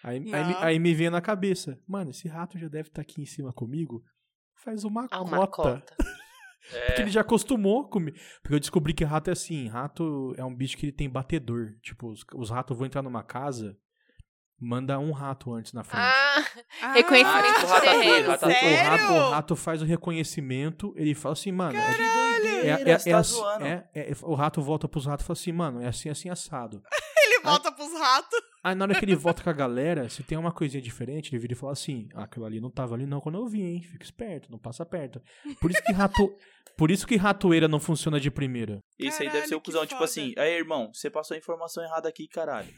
S2: Aí, aí, me-
S3: Não.
S2: aí me veio na cabeça, mano, esse rato já deve estar aqui em cima comigo. Faz uma,
S4: Ah, uma
S2: cota.
S4: cota.
S1: É.
S2: Porque ele já acostumou comigo. Porque eu descobri que rato é assim. Rato é um bicho que ele tem batedor. Tipo, os, os ratos vão entrar numa casa, manda um rato antes na frente.
S4: Ah,
S3: Ah,
S1: Ah,
S4: Reconhecimento
S1: tipo,
S4: de
S1: Ratatouille,
S4: terreno.
S2: o,
S1: Ratatouille.
S3: sério?
S2: rato, o rato faz o reconhecimento, ele fala assim, mano. é- É, é, é,
S1: Você tá
S2: assim-
S1: zoando.
S2: é- é- o rato volta pros ratos e fala assim, mano, é assim, assim, assado.
S3: Ele volta pros ratos.
S2: Aí na hora que ele volta com a galera, se tem uma coisinha diferente, ele vira e fala assim, ah, aquilo ali não tava ali não quando eu vi, hein? Fica esperto, não passa perto. Por isso que rato. Por isso que ratoeira não funciona de primeira.
S1: Isso aí deve ser o
S3: Caralho, que
S1: cuzão. Tipo
S3: foda.
S1: assim, aí, irmão, você passou a informação errada aqui, caralho.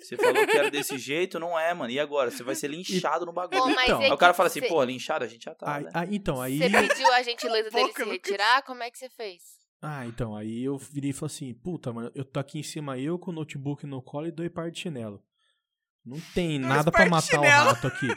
S1: Você falou que era desse
S2: *laughs*
S1: jeito, não é, mano. E agora? Você vai ser linchado no bagulho.
S4: Bom, mas
S2: Então.
S4: é
S1: Aí o
S4: que
S1: cara fala assim,
S4: cê-
S1: pô, linchado a gente já tá,
S2: Aí-
S1: né?
S2: aí- então, aí.
S4: Você pediu a gentileza dele
S3: Pouco,
S4: se
S3: Lucas.
S4: retirar? Como é que você fez?
S2: Ah, então, aí eu virei e falei assim, puta, mano, eu tô aqui em cima eu com o notebook no colo e dois par de chinelo. Não tem
S3: Dois
S2: nada pra
S3: par de
S2: matar o
S3: chinelo.
S2: rato
S3: *laughs*
S2: aqui.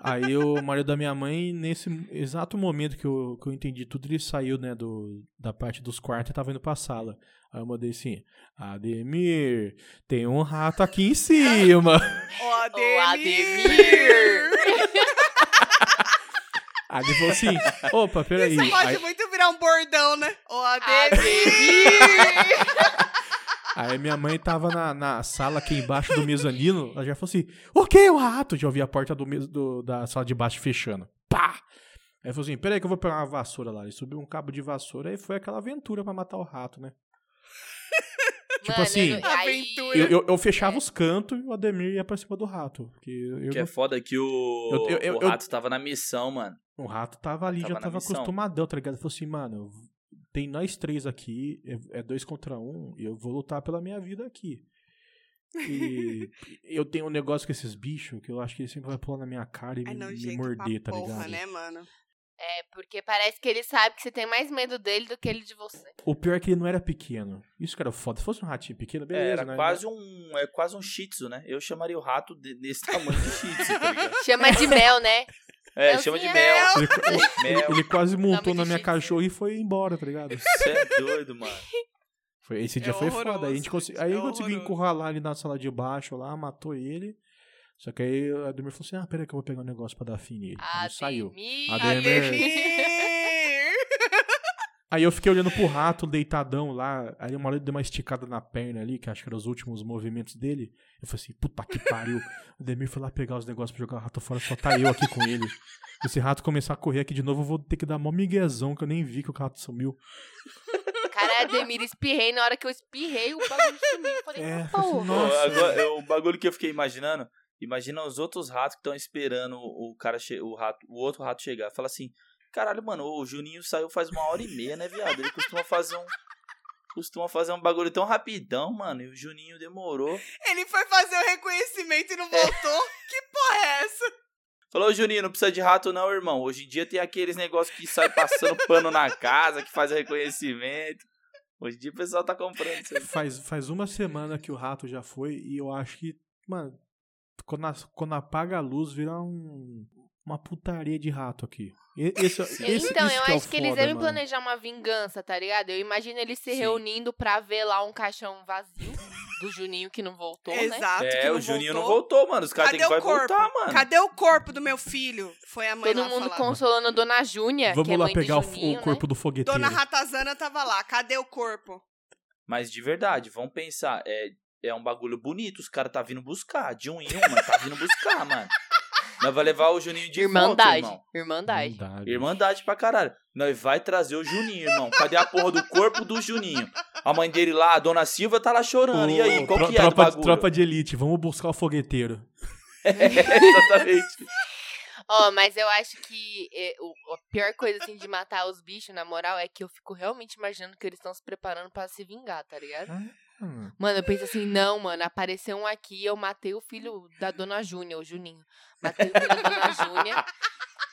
S2: Aí o marido da minha mãe, nesse exato momento que eu, que eu entendi tudo, ele saiu, né, do, da parte dos quartos e tava indo pra sala. Aí eu mandei assim, Ademir, tem um rato aqui
S3: *laughs*
S2: em cima.
S3: Ó,
S4: Ô,
S3: Ademir.
S2: Aí ele falou assim, opa, peraí.
S3: Isso é pode
S2: Aí,
S3: muito virar um bordão, né? Ó,
S4: Ademir!
S2: aí minha mãe tava na, na sala aqui embaixo do mezanino, ela já falou assim, o que, o rato? Já ouvi a porta do, mes- do- da sala de baixo fechando. Pá! Aí falou assim, peraí que eu vou pegar uma vassoura lá. Ele subiu um cabo de vassoura e foi aquela aventura pra matar o rato, né? Tipo
S4: Mano,
S2: assim,
S4: eu não- aí-
S3: Aventura.
S2: Eu, eu- eu fechava os cantos e o Ademir ia pra cima do rato. Porque eu, eu
S1: Que é
S2: não-
S1: foda que o,
S2: Eu- eu- eu-
S1: o rato tava na missão, mano.
S2: o rato tava ali,
S1: Tava
S2: já
S1: na
S2: tava
S1: missão.
S2: acostumadão, tá ligado? Ele falou assim, mano, tem nós três aqui, é, é dois contra um, e eu vou lutar pela minha vida aqui.
S1: *laughs*
S2: E eu tenho um negócio com esses bichos que eu acho que ele sempre vai pular na minha cara e
S3: Ai,
S2: me,
S3: não,
S2: me
S3: jeito
S2: morder, tá
S3: pra porra,
S2: ligado?
S3: né, mano?
S4: É, porque parece que ele sabe que você tem mais medo dele do que ele de você.
S2: O pior é que ele não era pequeno. Isso que era foda. Se fosse um ratinho pequeno, beleza,
S1: É, era
S2: né?
S1: quase um. É quase um shih tzu, né? Eu chamaria o rato de- desse tamanho de shih tzu, tá
S4: *laughs*
S1: ligado?
S4: Chama de mel, né?
S1: É,
S4: Melzinha.
S1: chama de mel.
S2: Ele,
S1: *laughs*
S2: ele-
S1: Mel.
S2: ele quase montou
S4: de
S2: na minha
S4: jeito.
S2: cachorra e foi embora, tá ligado?
S1: Você é doido, mano.
S2: Foi- esse dia
S3: É
S2: foi foda. Aí, a gente
S3: horroroso,
S2: consegui,
S3: gente,
S2: aí
S3: é
S2: eu consegui
S3: horroroso.
S2: encurralar ele na sala de baixo lá, matou ele. Só que aí a Ademir falou assim: ah, peraí que eu vou pegar um negócio pra dar fim nele.
S4: Ah,
S2: Aí saiu.
S4: Ademir.
S2: Ademir.
S1: É.
S3: Ademir.
S2: Aí eu fiquei olhando pro rato deitadão lá. Aí uma hora ele deu uma esticada na perna ali, que acho que eram os últimos movimentos dele. Eu falei assim: puta que pariu. O Ademir foi lá pegar os negócios pra jogar o rato fora, só tá eu aqui com ele. Se esse rato começar a correr aqui de novo, eu vou ter que dar mó miguezão que eu nem vi que o rato sumiu.
S4: Cara, Ademir, espirrei. Na hora que eu espirrei, o bagulho sumiu. Eu Falei,
S2: É,
S4: é,
S2: falei assim,
S1: Pô,
S2: Nossa.
S1: agora, eu- o bagulho que eu fiquei imaginando, imagina os outros ratos que estão esperando o cara, che- o rato, o outro rato chegar. Fala assim, caralho, mano, o Juninho saiu faz uma hora e meia, né, viado? Ele costuma fazer um, costuma fazer um bagulho tão rapidão, mano. E o Juninho demorou.
S3: Ele foi fazer o reconhecimento
S1: É.
S3: e não voltou. Que porra é essa?
S1: Falou, Juninho, não precisa de rato não, irmão. Hoje em dia tem aqueles negócios que sai passando pano na casa, que faz reconhecimento. Hoje em dia o pessoal tá comprando isso aí.
S2: Faz, faz uma semana que o rato já foi e eu acho que, mano, quando, as- quando apaga a luz vira um, uma putaria de rato aqui. E- Esse, esse,
S4: então,
S2: isso
S4: eu
S2: que é o
S4: acho que eles
S2: foda,
S4: devem
S2: mano.
S4: planejar uma vingança, tá ligado? Eu imagino eles se
S1: Sim.
S4: reunindo pra ver lá um caixão vazio do Juninho que não voltou, né?
S3: Exato. que
S1: É,
S3: não
S1: o Juninho
S3: voltou.
S1: não voltou, mano. Os caras têm
S3: Cadê
S1: que
S3: o
S1: vai
S3: corpo?
S1: voltar, mano.
S3: Cadê o corpo do meu filho? Foi a mãe
S4: Todo
S3: lá
S4: mundo
S3: falar.
S4: consolando a Dona Júnia,
S2: Vamos
S4: que é
S2: lá
S4: mãe
S2: pegar o,
S4: do
S2: f- o
S4: Juninho, né?
S2: corpo do fogueteiro.
S3: Dona Ratazana tava lá. Cadê o corpo?
S1: Mas de verdade, vamos pensar, é, é um bagulho bonito, os caras tá vindo buscar, de um em uma, tá vindo buscar, *laughs* mano. Nós vai levar o Juninho de volta,
S4: Irmandade,
S1: irmão.
S4: Irmandade.
S2: Irmandade.
S1: Irmandade pra caralho. Nós vai trazer o Juninho, irmão. Cadê a porra do corpo do Juninho? A mãe dele lá, a dona Silva, tá lá chorando. E aí,
S2: Ô,
S1: qual
S2: tro-
S1: que é o
S2: tropa,
S1: bagulho?
S2: tropa de elite, vamos buscar o fogueteiro.
S1: *laughs* É, exatamente.
S4: Ó, mas eu acho que é, o, a pior coisa, assim, de matar os bichos, na moral, é que eu fico realmente imaginando que eles estão se preparando pra se vingar, tá ligado?
S2: Hum.
S4: Mano, eu penso assim, não, mano, apareceu um aqui, eu matei o filho da dona Júnia, o Juninho. Matei o filho da dona Júnia.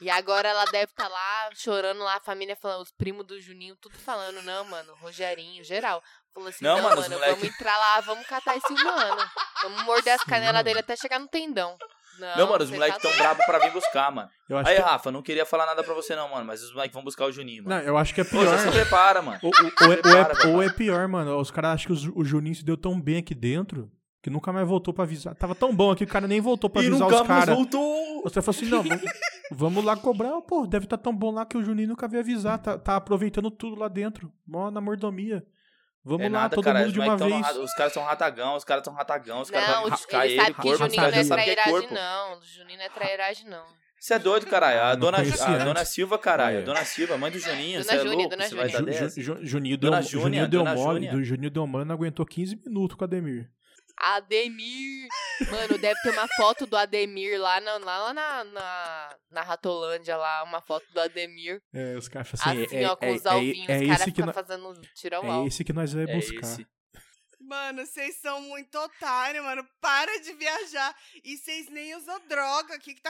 S4: E agora ela deve estar lá chorando lá, a família falando, os primos do Juninho, tudo falando, não, mano, Rogerinho, geral. Falou assim,
S1: Não,
S4: não,
S1: mano, os
S4: mano,
S1: moleque-
S4: vamos entrar lá, vamos catar esse humano. Vamos morder as
S2: Sim,
S4: canelas
S2: mano.
S4: dele até chegar no tendão. Não,
S1: Não, mano, os
S4: você
S1: moleques
S4: tá
S1: tão bravos pra vir buscar, mano.
S2: Eu acho
S1: Aí,
S2: que,
S1: Rafa, não queria falar nada pra você não, mano, mas os moleques vão buscar o Juninho, mano.
S2: não, eu acho que é
S1: Pô,
S2: pior.
S1: já se prepara, mano. *laughs*
S2: Ou, ou- ou é, ou é-
S1: Prepara,
S2: ou é pior, mano. Os caras acham que o Ju- o Juninho se deu tão bem aqui dentro Que nunca mais voltou pra avisar. Tava tão bom aqui, o cara nem voltou pra
S1: e
S2: avisar
S1: nunca
S2: os
S1: mais um
S2: caras.
S1: voltou.
S2: Você falou assim, não, vamos, vamos lá cobrar. Pô, deve estar tão bom lá que o Juninho nunca veio avisar. Tá, tá aproveitando tudo lá dentro. Mó na mordomia. Vamos
S1: é
S2: lá,
S1: nada,
S2: todo
S1: cara.
S2: mundo de
S1: os
S2: uma
S1: moleque tão
S2: vez.
S1: ra- os caras são ratagão, os caras são ratagão, os caras
S4: Não,
S1: vão
S4: o
S1: buscar
S4: Ju-
S1: ele,
S4: ele sabe que
S1: corpo,
S4: o
S1: os
S4: Juninho
S1: caras
S4: não
S1: já
S4: é
S1: sabem que é
S4: trairagem,
S1: corpo.
S4: não. O Juninho não é trairagem, não.
S1: Você é doido, caralho. A
S2: Ah, não
S1: dona,
S2: conhecia
S1: a dona
S2: antes.
S1: Silva, caralho. A
S2: É.
S1: dona Silva, mãe do Juninho.
S4: Dona
S1: Você é
S4: Júnia,
S1: louco,
S4: dona
S1: você vai dar
S4: Júnia.
S2: Ju,
S1: dessa?
S2: Ju, Ju, Juninho deu,
S1: Dona Júnia,
S2: Juninho deu
S1: Dona
S2: mole.
S1: Júnia.
S2: do Juninho deu mole, não aguentou 15 minutos com o Ademir.
S4: Ademir! Mano, deve ter uma foto do Ademir lá na, lá na, na, na Ratolândia, lá, uma foto do Ademir.
S2: É, os caras falam
S4: Assim,
S2: assim, é,
S4: ó, com
S2: é,
S4: os
S2: é,
S4: alvinhos,
S2: é
S4: os caras
S2: esse que
S4: ficam
S2: nó-
S4: fazendo um tirar o
S2: é
S4: alvo.
S2: esse que nós vai
S1: É
S2: buscar.
S1: esse.
S3: Mano, vocês são muito otários, mano. Para de viajar. E vocês nem usam droga. O que que tá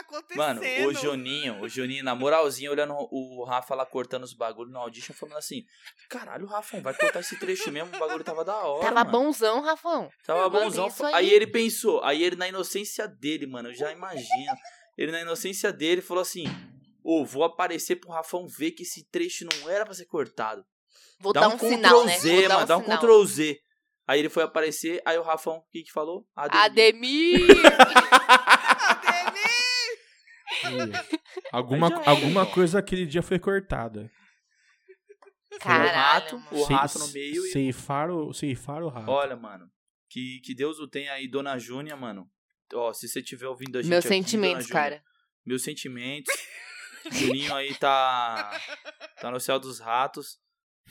S1: Mano,
S3: acontecendo?
S1: o Juninho, o Juninho, na moralzinha, olhando o Rafa lá cortando os bagulhos no audition, falando assim: caralho, Rafa, vai cortar esse trecho mesmo, o bagulho tava da hora.
S4: Tava
S1: mano.
S4: bonzão, Rafão.
S1: Tava
S4: Mano,
S1: bonzão.
S4: isso aí.
S1: Aí ele pensou, aí ele na inocência dele, mano, eu já imagino. Ele na inocência dele falou assim: Ô, vou aparecer pro Rafão ver que esse trecho não era pra ser cortado.
S4: Vou
S1: dá
S4: dar
S1: um,
S4: um, sinal, né?
S1: Z,
S4: Vou dar
S1: mano,
S4: um
S1: dá um
S4: sinal.
S1: Ctrl Z. Aí ele foi aparecer, aí o Rafão, o que que falou? *laughs*
S4: Ademir!
S3: Ademir!
S2: Aí, Hum, Alguma,
S1: já era,
S2: alguma
S1: pô.
S2: coisa aquele dia foi cortada.
S4: Caralho,
S1: o rato,
S4: mano.
S1: o rato no meio e
S2: Ceifar o, ceifar o rato.
S1: Olha, mano, que, que Deus o tenha aí, Dona Júnia, mano. Ó, se você estiver ouvindo a gente
S4: Meus
S1: aqui,
S4: sentimentos,
S1: Dona Júnia,
S4: cara.
S1: Meus sentimentos. Juninho aí tá tá no céu dos ratos.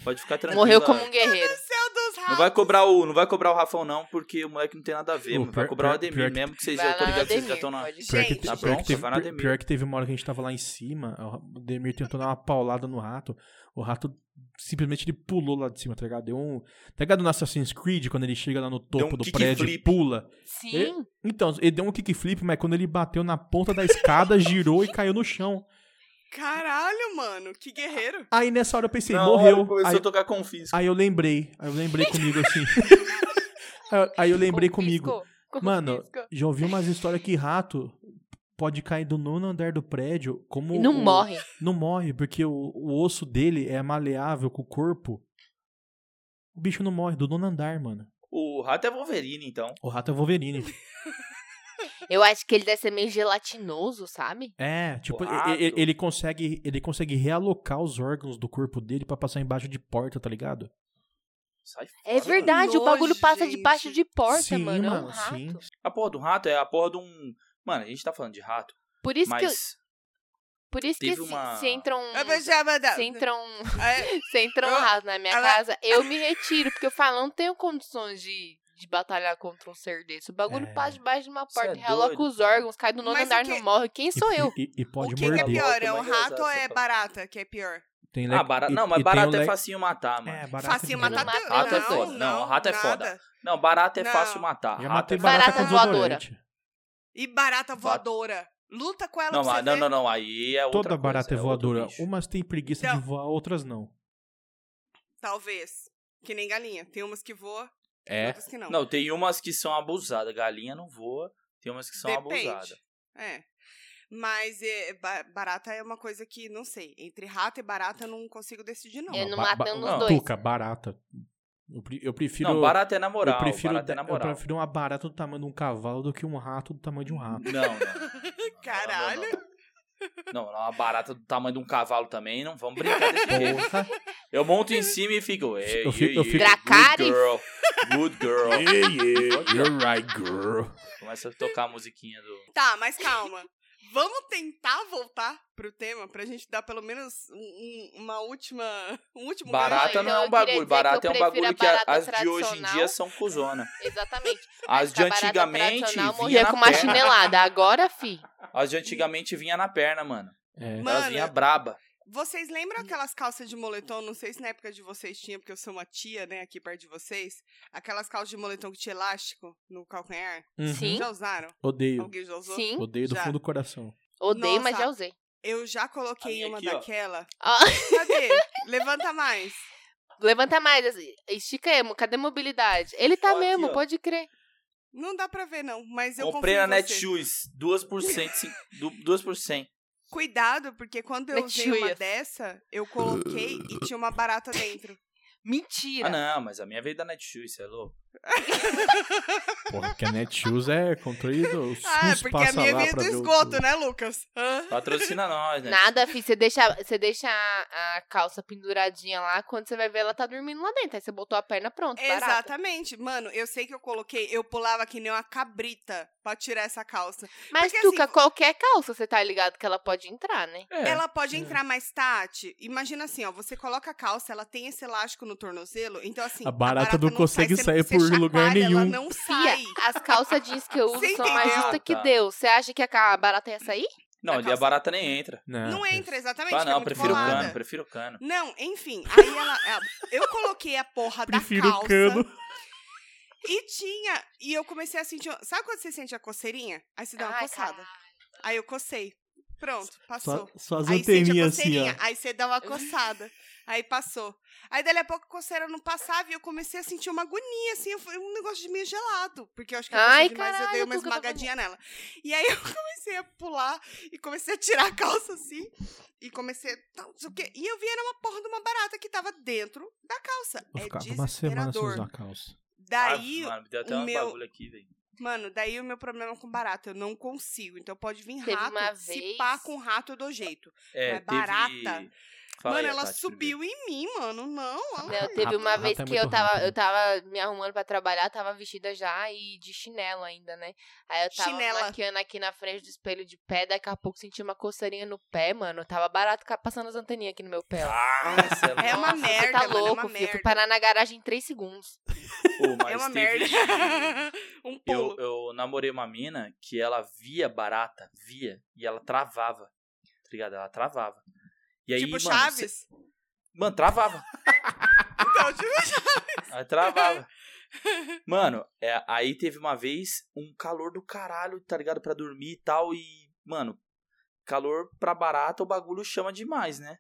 S1: Pode ficar tranquilo.
S4: Morreu como um guerreiro.
S3: Céu dos
S1: Não
S3: ratos!
S1: vai cobrar o, não vai cobrar o Rafão não, porque o moleque não tem nada a ver,
S2: Ô,
S1: mano. Vai
S2: pior-
S1: cobrar o
S2: pior- pior
S1: Ademir
S2: que-
S1: mesmo que vocês
S4: Vai
S1: já
S4: lá
S1: tô
S4: no
S1: ligado que vocês já
S4: Ademir,
S1: estão na
S4: pode-
S2: Pior que,
S3: Gente,
S2: te-
S1: na
S2: pior,
S1: bronca,
S2: que teve,
S1: vai Tá na
S2: pior-
S1: Demir.
S2: pior que teve uma hora que a gente tava lá em cima, o Demir tentou dar uma paulada no rato, o rato simplesmente ele pulou lá de cima, tá ligado? Deu um... Tá ligado no Assassin's Creed, quando ele chega lá no topo
S1: um
S2: do
S1: kick
S2: prédio e
S1: flip.
S2: pula?
S4: Sim.
S2: Então, ele deu um kickflip, mas quando ele bateu na ponta da escada, girou e caiu no chão.
S3: Caralho, mano, que guerreiro.
S2: Aí nessa hora eu pensei,
S1: Na hora
S2: morreu.
S1: Começou
S2: Aí,
S1: a tocar confisco.
S2: Aí eu lembrei, aí eu lembrei comigo
S1: *laughs*
S2: assim. Aí- Aí eu lembrei comigo.
S4: Confisco,
S2: Mano,
S4: confisco.
S2: Já ouvi umas histórias que rato pode cair do nono andar do prédio como. um
S4: E não
S2: o-
S4: morre.
S2: Não morre, porque o, o osso dele é maleável com o corpo. O bicho não morre, do nono andar, mano.
S1: O rato é Wolverine, então.
S2: O rato é Wolverine.
S4: Eu acho que ele deve ser meio gelatinoso, sabe?
S2: *laughs* É, tipo,
S1: O rato.
S2: e- e- ele, consegue, ele consegue realocar os órgãos do corpo dele pra passar embaixo de porta, tá ligado?
S1: Sai fora,
S4: É
S1: mano.
S4: verdade, o
S3: nojo,
S4: bagulho passa
S3: gente.
S4: debaixo de porta,
S2: Sim,
S4: mano. É um
S2: mano,
S4: rato.
S2: sim.
S1: A porra do rato é a porra de um. Mano, a gente tá falando de rato,
S4: Por isso que,
S1: mas
S4: por isso que
S1: teve
S4: se,
S1: uma-
S4: se entra um.
S3: Eu já vou dar-
S4: Se entra um,
S3: É,
S4: *laughs* se entra um
S3: Eu-
S4: rato na minha
S3: ela-
S4: casa, eu me retiro, porque eu falo, não tenho condições de, de batalhar contra um ser desse. O bagulho
S2: É.
S4: passa debaixo de uma
S1: Cê é
S4: porta, realoca
S1: doido,
S4: os
S1: cara.
S4: órgãos, cai do nono
S3: Mas o
S4: andar
S3: que-
S4: não morre. Quem sou
S2: E-
S4: eu?
S2: E, e pode
S3: o que, que é
S2: morder.
S3: pior? É
S1: Como
S3: um
S1: é que é
S3: rato ou é
S1: essa-
S3: barata que é pior?
S2: Tem
S1: Ah,
S2: leque-
S1: barata,
S2: e-
S1: não, mas
S2: e tem o
S1: barata é
S2: leque-
S1: facinho matar, mano.
S2: É, barata
S3: Facinho
S2: tem
S3: matar
S2: leque-
S4: barata.
S3: tanto.
S4: Rato é
S1: foda. Não, rato é foda.
S3: nada.
S1: Não, barata é
S3: Não.
S1: fácil matar.
S2: Já
S1: Rato
S2: matei
S1: é
S2: barata,
S4: Barata
S2: com
S4: voadora.
S2: desodorante.
S3: E barata voadora. Luta
S4: é
S3: com ela
S1: Não,
S3: pra você
S1: mas- não,
S3: ver.
S1: não, não. Aí é outra
S2: Toda barata
S1: coisa,
S2: é
S1: outro
S2: voadora.
S1: bicho.
S2: Umas têm preguiça
S3: Então-
S2: de voar, outras não.
S3: Talvez. Que nem galinha. Tem umas que voam, outras que não.
S1: É. Não, tem umas que são abusadas. Galinha não voa. Tem umas que são
S3: Depende.
S1: abusadas.
S3: É. Mas é, ba- barata é uma coisa que, não sei, entre rato e barata eu não consigo decidir, não.
S4: É, Eu não
S2: ba-
S4: matando
S2: ba-
S1: os
S2: não.
S4: dois.
S2: Tuca, barata. Eu, pre- eu prefiro.
S1: Não, barata é na moral.
S2: eu prefiro,
S1: barata é na
S2: eu
S1: moral.
S2: prefiro uma barata do tamanho de um cavalo do que um rato do tamanho de um rato.
S1: Não, não, não, não. Não,
S3: Caralho.
S1: não, não. Não, não, uma barata do tamanho de um cavalo também. Não vamos brincar desse jeito.
S2: Porra.
S1: Eu monto em cima e fico. Hey,
S2: Eu fico- eu fico-
S4: Dracarys.
S1: Good girl. Good girl.
S2: You're right, girl.
S1: Começa a tocar a musiquinha do.
S3: Tá, mas calma. Vamos tentar voltar pro tema pra gente dar pelo menos um- um- uma última, *laughs* um último
S1: Barata
S4: Então,
S1: não é um
S4: eu queria
S1: bagulho.
S4: dizer que eu
S1: Barata é um
S4: prefiro
S1: bagulho
S4: a
S1: que a-
S4: barata
S1: as de hoje em dia
S4: tradicional.
S1: são
S4: *laughs*
S1: cozona.
S4: Exatamente.
S1: As de
S4: A barata
S1: antigamente.
S4: tradicional
S1: vinha
S4: morria
S1: na
S4: com uma
S1: perna.
S4: chinelada. Agora, fi.
S1: As de antigamente vinha na perna, mano.
S2: É.
S3: Mano,
S1: Elas vinha braba.
S3: Vocês lembram aquelas calças de moletom? Não sei se na época de vocês tinha, porque eu sou uma tia, né, aqui perto de vocês. Aquelas calças de moletom que tinha elástico no calcanhar.
S2: Uhum.
S4: Sim.
S3: Já usaram?
S2: Odeio.
S3: Alguém já *laughs* usou?
S4: Sim.
S2: Odeio do
S3: Já.
S2: fundo do coração.
S4: Odeio, mas
S3: Nossa.
S4: já usei.
S3: Eu já
S1: A
S3: coloquei
S1: minha
S3: uma
S1: aqui, ó.
S3: daquela.
S4: Ah,
S3: Cadê? Levanta mais.
S4: levanta mais. assim, Estica emo. Cadê a mobilidade? Ele tá
S1: Ó, aqui,
S4: mesmo,
S1: ó.
S4: pode crer.
S3: Não dá pra ver, não, mas eu
S1: Comprei
S3: confio
S1: na
S3: em você.
S1: Netshoes, 2 por 100. cin- du- 2 por 100.
S3: Cuidado, porque quando eu usei uma
S4: Netshoes.
S3: dessa, eu coloquei e tinha uma barata dentro.
S2: *laughs*
S4: Mentira.
S2: Ah,
S1: Ah, não, mas a minha veio da Netshoes, você é louco.
S2: Porra, que a Netshoes é controlida,
S3: *laughs*
S2: o SUS
S3: Ah, porque a
S2: passa
S3: minha
S2: lá
S3: vinha
S2: pra
S3: do
S2: ver o-
S3: esgoto, né, Lucas? Hã?
S1: Patrocina nós, né?
S4: Nada, filho. Você deixa, você deixa a, a calça penduradinha lá. Quando você vai ver, ela tá dormindo lá dentro. Aí você botou a perna pronto. Barata.
S3: Exatamente. Mano, eu sei que eu coloquei, eu pulava que nem uma cabrita pra tirar essa calça.
S4: Mas,
S3: Porque,
S4: Tuca,
S3: assim,
S4: qualquer calça você tá ligado que ela pode entrar, né?
S1: É.
S3: Ela pode entrar mais Tati. Imagina assim, ó, você coloca a calça, ela tem esse elástico no tornozelo, então assim,
S2: A barata não
S3: sai,
S2: consegue
S3: você-
S2: sair
S3: você
S2: por lugar
S3: chacoalha,
S2: nenhum.
S3: Ela não
S4: Fia,
S3: sai.
S4: as calças jeans que eu
S3: *laughs*
S4: uso
S3: Você
S4: são mais
S1: entendeu?
S4: justas que
S1: Tá.
S4: Deus. Você acha que a ca- barata ia sair?
S1: Não,
S3: da
S1: ali a
S3: calça.
S1: barata nem entra.
S3: Não entra, exatamente.
S1: Ah,
S3: porque é
S1: não,
S3: muito
S1: prefiro o
S3: colada.
S1: cano, prefiro o cano.
S3: Não, enfim, aí ela, ela- eu coloquei a porra
S2: Prefiro
S3: da
S2: o
S3: calça
S2: cano.
S3: *laughs* e tinha, e eu comecei a sentir, sabe quando você sente a coceirinha? Aí você dá uma
S4: Ai,
S3: coçada. Aí eu cocei. Pronto, passou.
S2: Só, só as
S3: Aí tipo sente a
S2: anteninhas assim, ó.
S3: coceirinha, aí você dá uma coçada. Aí passou. Aí dali a pouco a coceira não passava e eu comecei a sentir uma agonia, assim, eu fui- um negócio de meio gelado. Porque eu acho que eu
S4: Ai,
S3: cochei demais, eu dei
S4: caralho,
S3: uma
S4: Tuca, eu tô com
S3: esmagadinha nela. E aí *laughs* eu comecei a pular e comecei a tirar a calça assim. E comecei. a tal, não sei o quê. E eu vi era uma porra de uma barata que tava dentro da calça.
S2: Eu
S3: é
S2: ficava uma semana sem
S3: desesperador.
S2: usar calça.
S3: Daí,
S1: Ah, mano, deu até
S3: o
S1: um
S3: meu-
S1: bagulho aqui, velho.
S3: mano, daí o meu problema com barata, eu não consigo. Então pode vir
S4: Teve
S3: rato.
S4: uma
S3: Se
S4: vez-
S3: pá com rato, eu dou jeito.
S1: É,
S3: Mas
S1: teve...
S3: barata?
S1: Fala
S3: mano,
S1: aí,
S3: ela
S1: Tati,
S3: subiu em mim, mano. Não, ela-
S4: Não, teve
S2: Rato-
S4: uma
S2: rato
S4: vez
S2: é
S4: que
S2: muito
S4: eu tava,
S2: rápido.
S4: eu tava me arrumando pra trabalhar, tava vestida já e de chinelo ainda, né? Aí eu tava
S3: Chinela.
S4: maquiando aqui na frente do espelho de pé, daqui a pouco senti uma coceirinha no pé, mano. Tava barato ca- passando as anteninhas aqui no meu pé. ó.
S1: Ah, cê é
S3: *laughs* É uma
S1: louco.
S4: Nossa, *laughs* você
S3: merda,
S4: tá
S3: mano, é uma
S4: louco, filho. Eu Fui
S3: merda.
S4: parar na garagem em 3 segundos.
S1: Pô, mas
S3: é uma merda.
S1: teve-
S3: *laughs* um
S1: Eu,
S3: pulo.
S1: eu namorei uma mina que ela via barata, via, e ela travava. Tá ligado? Ela travava. E aí,
S3: tipo
S1: mano, cê-
S3: Chaves.
S1: mano, travava.
S3: Então, tipo
S1: Ela
S3: *laughs*
S1: travava. Mano, é, aí teve uma vez um calor do caralho, tá ligado? Pra dormir e tal. E, mano, calor pra barata, o bagulho chama demais, né?